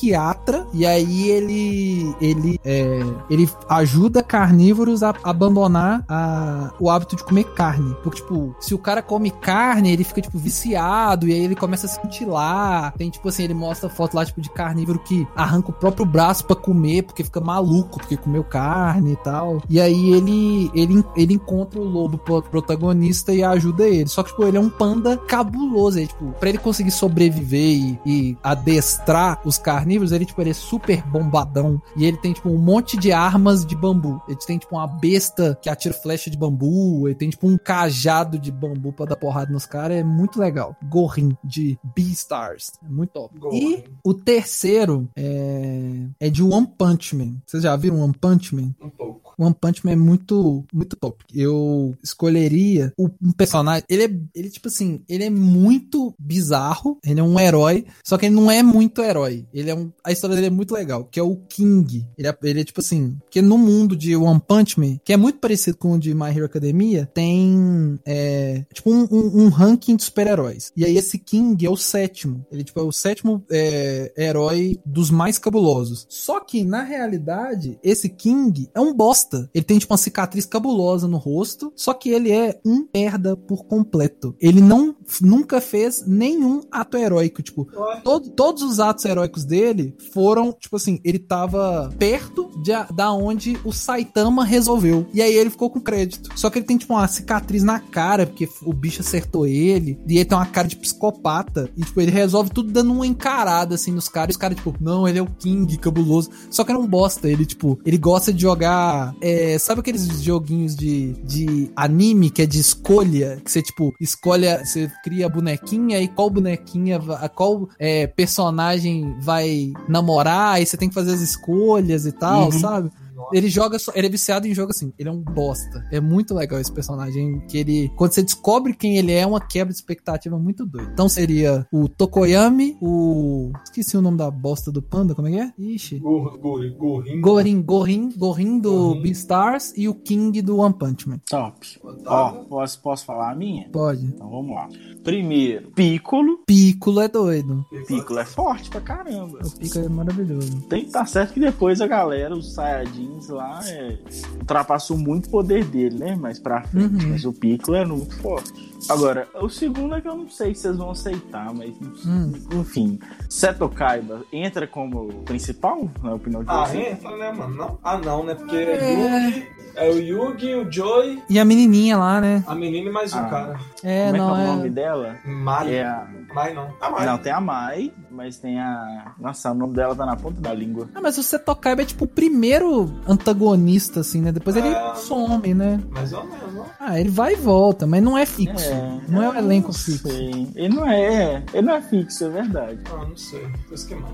Speaker 2: psiquiatra e aí ele ele, é, ele ajuda carnívoros a abandonar a, o hábito de comer carne. Porque, tipo, se o cara come carne, ele fica, tipo, viciado e aí ele começa a cintilar. Tem, tipo assim, ele mostra foto lá, tipo, de carnívoro que arranca o próprio braço para comer porque fica maluco, porque comeu carne e tal. E aí ele, ele, ele encontra o lobo protagonista e ajuda ele. Só que, tipo, ele é um panda cabuloso. Aí, tipo, pra ele conseguir sobreviver e, e adestrar os carnívoros, ele, tipo, ele é super bombadão. E ele tem, tipo, um monte de armas de bambu. Ele tem, tipo, uma besta que atira flecha de bambu. Ele tem, tipo, um cajado de bambu pra dar porrada nos caras. É muito legal. Gorrin, de Beastars. É muito top. Gorrin. E o terceiro é... é de One Punch Man. Vocês já viram One Punch Man?
Speaker 1: Um pouco.
Speaker 2: One Punch Man é muito, muito top. Eu escolheria um personagem. Ele é, ele, tipo assim, ele é muito bizarro. Ele é um herói. Só que ele não é muito herói. Ele é um. A história dele é muito legal, que é o King. Ele é, ele é tipo assim. Porque no mundo de One Punch Man, que é muito parecido com o de My Hero Academia, tem. É, tipo um, um, um ranking de super-heróis. E aí esse King é o sétimo. Ele, tipo, é o sétimo é, herói dos mais cabulosos. Só que, na realidade, esse King é um bosta. Ele tem, tipo, uma cicatriz cabulosa no rosto, só que ele é um merda por completo. Ele não nunca fez nenhum ato heróico, tipo, todo, todos os atos heróicos dele foram, tipo assim, ele tava perto de, da onde o Saitama resolveu. E aí ele ficou com crédito. Só que ele tem, tipo, uma cicatriz na cara, porque o bicho acertou ele, e ele tem uma cara de psicopata, e, tipo, ele resolve tudo dando uma encarada, assim, nos caras, e os caras, tipo, não, ele é o King, cabuloso. Só que era um bosta, ele, tipo, ele gosta de jogar é, sabe aqueles joguinhos de, de anime que é de escolha? Que você, tipo, escolha, você cria a bonequinha e qual bonequinha, a qual é, personagem vai namorar, e você tem que fazer as escolhas e tal, uhum. sabe? Ele joga só, ele é viciado em jogo assim, ele é um bosta. É muito legal esse personagem que ele, quando você descobre quem ele é, é uma quebra de expectativa muito doida. Então seria o Tokoyami, o esqueci o nome da bosta do panda, como é que é? Ixi.
Speaker 1: Gor, gor, gorrin.
Speaker 2: Gorin, Gorin, Gorin do gorrin. Beastars e o King do One Punch Man.
Speaker 3: Top. Ó, oh, posso, posso falar a minha?
Speaker 2: Pode.
Speaker 3: Então vamos lá. Primeiro, Piccolo.
Speaker 2: Piccolo é doido.
Speaker 3: Piccolo é forte pra caramba.
Speaker 2: O Piccolo é maravilhoso.
Speaker 3: Tem que estar tá certo que depois a galera, os Saiyajin lá é, ultrapassou muito o poder dele, né? Mais pra frente. Uhum. Mas o Piccolo é muito forte. Agora, o segundo é que eu não sei se vocês vão aceitar, mas hum. enfim. Seto Kaiba entra como principal, na opinião de
Speaker 1: ah,
Speaker 3: vocês?
Speaker 1: Ah, entra, né, mano? Não. Ah, não, né? Porque é, Yugi, é o Yugi, o Joy.
Speaker 2: E a menininha lá, né?
Speaker 1: A menina e mais um ah. cara.
Speaker 2: É,
Speaker 3: como
Speaker 2: não,
Speaker 3: é,
Speaker 2: é
Speaker 3: o nome dela?
Speaker 1: Mai.
Speaker 3: É a...
Speaker 1: Mai não. A Mai.
Speaker 3: Não, tem a Mai, mas tem a. Nossa, o nome dela tá na ponta da língua.
Speaker 2: Ah, mas o Seto Kaiba é tipo o primeiro antagonista, assim, né? Depois ele é... some, né?
Speaker 1: Mais ou menos, não?
Speaker 2: Ah, ele vai e volta, mas não é fixo. É, não é um elenco fixo.
Speaker 3: Sei. Ele não é, ele não é fixo, é verdade.
Speaker 1: Ah, não sei.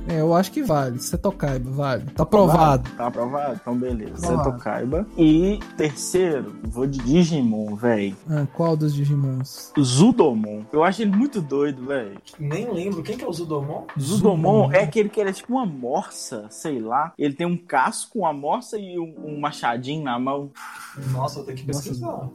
Speaker 2: É, eu acho que vale. Seto Kaiba, vale. Tá aprovado.
Speaker 3: Tá aprovado? Então beleza. Seto tá Kaiba. E terceiro, vou de Digimon, velho.
Speaker 2: Ah, qual dos Digimons?
Speaker 3: Zudomon. Eu acho ele muito doido, velho.
Speaker 1: Nem lembro. Quem que é o Zudomon?
Speaker 3: Zudomon, Zudomon é aquele que ele é tipo uma morsa, sei lá. Ele tem um casco, uma morsa e um, um machadinho na mão.
Speaker 1: Nossa, eu tenho que pesquisar. Nossa,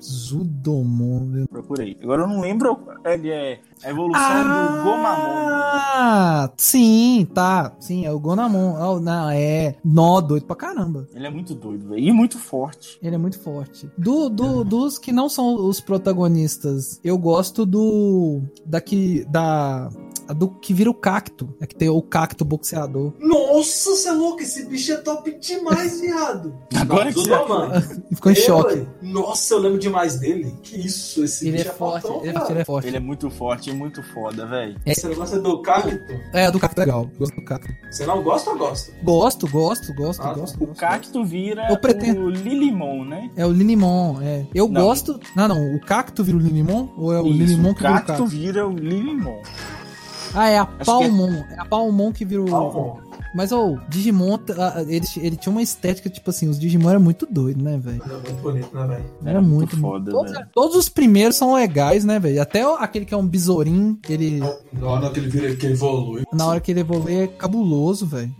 Speaker 2: Zudomon.
Speaker 3: Procurei. Agora eu não lembro. Ele é a evolução ah, do Gomamon.
Speaker 2: Ah, sim, tá. Sim, é o Gonamon. Oh, não, é. Nó, doido pra caramba.
Speaker 3: Ele é muito doido, véio. E muito forte.
Speaker 2: Ele é muito forte. Do, do, é. Dos que não são os protagonistas, eu gosto do. Daqui. Da. Do que vira o cacto. É que tem o cacto boxeador.
Speaker 1: Nossa, você é louco. Esse bicho é top demais, viado. Tá
Speaker 3: Agora não, que você
Speaker 2: mano. Ficou em eu, choque. Véio.
Speaker 1: Nossa, eu lembro demais dele. Que isso, esse
Speaker 2: ele
Speaker 1: bicho
Speaker 2: é, forte, é ele, ele é forte.
Speaker 3: Ele é muito forte muito foda, velho.
Speaker 1: Você não gosta do cacto?
Speaker 2: É, do cacto legal. Gosto do cacto.
Speaker 1: Você não gosta ou gosta?
Speaker 2: Gosto, gosto, gosto, ah, gosto.
Speaker 3: O
Speaker 2: gosto,
Speaker 3: cacto vira eu pretendo... o Lilimon, né?
Speaker 2: É o Lilimon, é. Eu não. gosto. Não, não. O cacto vira o Lilimon? Ou é o Isso, Lilimon que
Speaker 3: vira o cacto? O cacto vira o Lilimon.
Speaker 2: Ah, é a Acho Palmon. É... é... a Palmon que vira o. Palmon. Mas o oh, Digimon, ele, ele tinha uma estética, tipo assim, os Digimon eram muito doidos, né, velho?
Speaker 1: Era muito bonito, né, velho?
Speaker 2: Era, era, muito, muito foda, todos, véio. todos os primeiros são legais, né, velho? Até aquele que é um besourinho, ele.
Speaker 1: Na hora que ele vira, que ele evolui.
Speaker 2: Na hora que ele evolui é cabuloso, velho.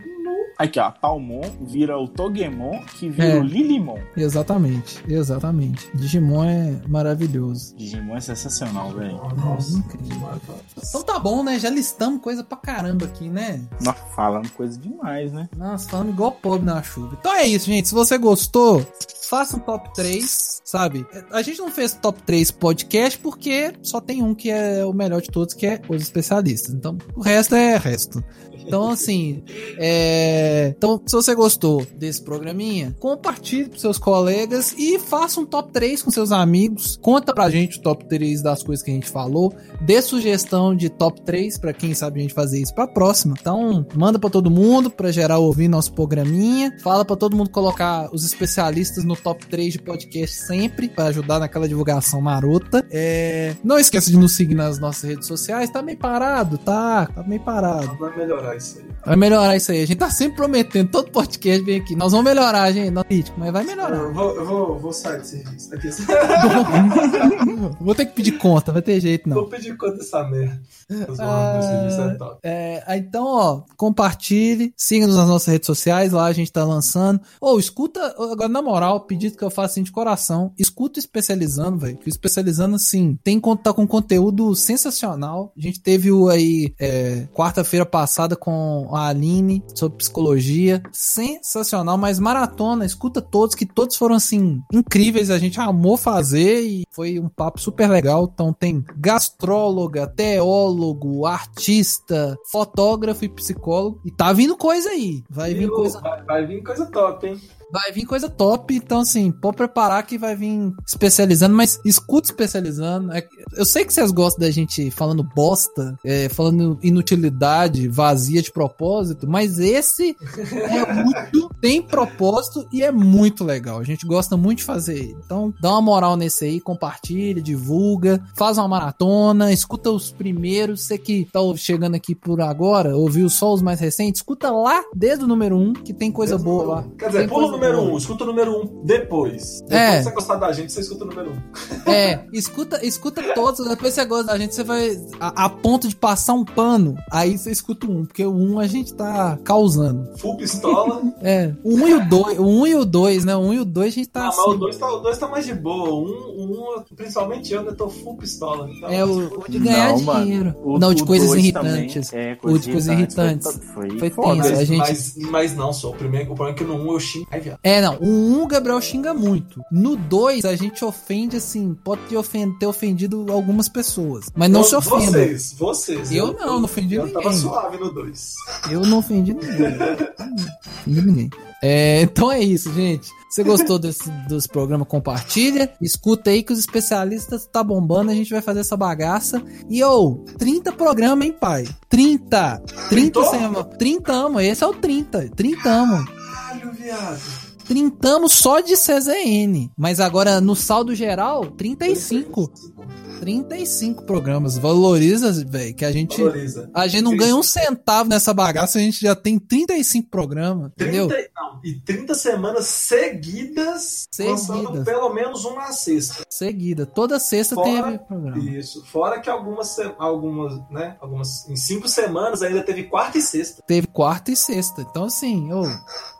Speaker 3: Aqui, ó. Palmon vira o Togemon, que vira
Speaker 2: É.
Speaker 3: o Lilimon.
Speaker 2: Exatamente, exatamente. Digimon é maravilhoso.
Speaker 3: Digimon é sensacional, velho.
Speaker 1: Ah, Nossa,
Speaker 2: Nossa,
Speaker 1: demais, cara.
Speaker 2: Então tá bom, né? Já listamos coisa pra caramba aqui, né?
Speaker 3: Nós falamos coisa demais, né?
Speaker 2: Nossa, falando igual pobre na chuva. Então é isso, gente. Se você gostou, faça um top 3, sabe? A gente não fez top 3 podcast porque só tem um que é o melhor de todos, que é os especialistas. Então, o resto é resto. Então, assim, é... então, se você gostou desse programinha, compartilhe pros seus colegas e faça um top 3 com seus amigos. Conta pra gente o top 3 das coisas que a gente falou. Dê sugestão de top 3 pra quem sabe a gente fazer isso pra próxima. Então, manda pra todo mundo pra geral ouvir nosso programinha. Fala pra todo mundo colocar os especialistas no top 3 de podcast sempre pra ajudar naquela divulgação marota. É, não esqueça de nos seguir nas nossas redes sociais. Tá meio parado, tá? Tá meio parado.
Speaker 1: Vai melhorar isso aí.
Speaker 2: Vai melhorar isso aí. A gente tá sempre prometendo, todo podcast vem aqui. Nós vamos melhorar, gente, nosso ritmo, mas vai melhorar.
Speaker 1: Ah, Eu vou, eu vou, vou sair do serviço. Aqui,
Speaker 2: Vou ter que pedir conta, vai ter jeito não.
Speaker 1: vou pedir conta dessa merda. Eu vou
Speaker 2: Ah.
Speaker 1: meu serviço é top.
Speaker 2: É, ah, então, ó, compartilhe, siga-nos nas nossas redes sociais, lá a gente tá lançando. Ou escuta, agora na moral, pedido que eu faço assim de coração, escuta o Especializando, velho, que o Especializando, assim, tem con- tá com conteúdo sensacional. A gente teve o aí, é, quarta-feira passada com a Aline, sobre psicologia, sensacional, mas maratona, escuta todos, que todos foram, assim, incríveis, a gente amou fazer e foi um papo super legal, então tem gastróloga, teólogo, artista, fotógrafo e psicólogo, e tá vindo coisa aí, vai vir
Speaker 1: Viu?
Speaker 2: coisa
Speaker 1: Vai- vai vir coisa top, hein?
Speaker 2: Vai vir coisa top, então assim, pode preparar que vai vir especializando, mas escuta especializando. É- Eu sei que vocês gostam da gente falando bosta, é, falando inutilidade, vazia de propósito, mas esse é muito, tem propósito e é muito legal. A gente gosta muito de fazer. ele. Então dá uma moral nesse aí, compartilha, divulga, faz uma maratona, escuta os primeiros. Você que tá chegando aqui por agora, ouviu só os mais recentes, escuta lá desde o número 1, um, que tem coisa
Speaker 1: Mesmo
Speaker 2: boa
Speaker 1: número
Speaker 2: lá.
Speaker 1: um. Quer dizer,
Speaker 2: Tem
Speaker 1: pula o
Speaker 2: coisa
Speaker 1: número
Speaker 2: boa.
Speaker 1: 1, um, escuta o número 1 um depois. Depois
Speaker 2: É.
Speaker 1: que você gostar da gente, você escuta o número 1. Um.
Speaker 2: É, escuta, escuta todos, depois você gosta da gente, você vai a, a ponto de passar um pano, aí você escuta um, porque o um a gente tá causando.
Speaker 1: Full pistola. tá,
Speaker 2: É, o um e o dois, o um e o dois, né? O um e o dois a gente tá
Speaker 1: ah, mas o
Speaker 2: assim.
Speaker 1: 2 tá, o dois tá mais de boa. O um, o um, principalmente eu, ainda tô full pistola. Então,
Speaker 2: É o, o de ganhar
Speaker 3: Não, mano.
Speaker 2: dinheiro.
Speaker 3: O-
Speaker 2: não, de
Speaker 3: o
Speaker 2: coisas
Speaker 3: dois
Speaker 2: irritantes.
Speaker 3: também. É,
Speaker 2: O de coisas irritantes.
Speaker 3: Foi, foi,
Speaker 2: Foi
Speaker 3: foda.
Speaker 2: tenso, a
Speaker 1: mas,
Speaker 2: gente-
Speaker 1: mas, mas não, só. O, primeiro, o problema é que no 1 um eu xingo. Ai, viado.
Speaker 2: É, não. O um, o Gabriel xinga muito. No dois a gente ofende, assim, pode ter ofen- ter ofendido algumas pessoas. Mas não
Speaker 1: Vo-
Speaker 2: se ofenda.
Speaker 1: Vocês, vocês.
Speaker 2: Eu não, não ofendi
Speaker 1: eu
Speaker 2: ninguém.
Speaker 1: tava suave no 2.
Speaker 2: Eu não ofendi ninguém. Ofendi ninguém. É, então é isso, gente. Se você gostou desse, dos programas, compartilha. Escuta aí que os especialistas tá bombando. A gente vai fazer essa bagaça. E ô, 30 programas, hein, pai? 30! 30
Speaker 1: Trintou?
Speaker 2: sema. 30 amo. Esse é o 30. 30 amo.
Speaker 1: Caralho, viado.
Speaker 2: 30 amo só de CZN. Mas agora, no saldo geral, 35. 35 programas. Valoriza, velho, que a gente.
Speaker 1: Valoriza.
Speaker 2: A gente não
Speaker 1: Isso.
Speaker 2: ganha um centavo nessa bagaça, a gente já tem 35 programas, entendeu?
Speaker 1: 30, não, e 30 semanas seguidas,
Speaker 2: Seguidas.
Speaker 1: lançando pelo menos uma na sexta.
Speaker 2: Seguida. Toda sexta
Speaker 1: Fora
Speaker 2: teve programa.
Speaker 1: Isso. Fora que algumas, se- algumas, né? Algumas, em cinco semanas ainda teve quarta e sexta.
Speaker 2: Teve quarta e sexta. Então, assim, ô,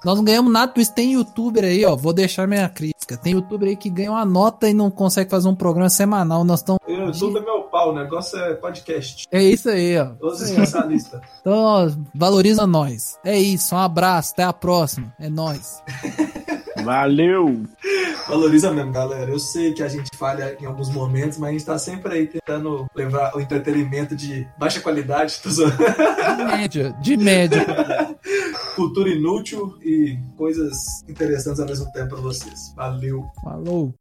Speaker 2: nós não ganhamos nada por isso. Tem youtuber aí, ó. Vou deixar minha crítica. Tem youtuber aí que ganha uma nota e não consegue fazer um programa semanal. Nós estamos.
Speaker 1: Eu, eu tudo é meu pau, o negócio é podcast.
Speaker 2: É isso aí, ó.
Speaker 1: Todos especialistas.
Speaker 2: Então, ó, valoriza nós. É isso. Um abraço. Até a próxima. É nós.
Speaker 3: Valeu!
Speaker 1: Valoriza mesmo, galera. Eu sei que a gente falha em alguns momentos, mas a gente tá sempre aí tentando levar o entretenimento de baixa qualidade, tô zoando.
Speaker 2: De média. De média.
Speaker 1: cultura inútil e coisas interessantes ao mesmo tempo pra vocês. Valeu!
Speaker 2: Falou.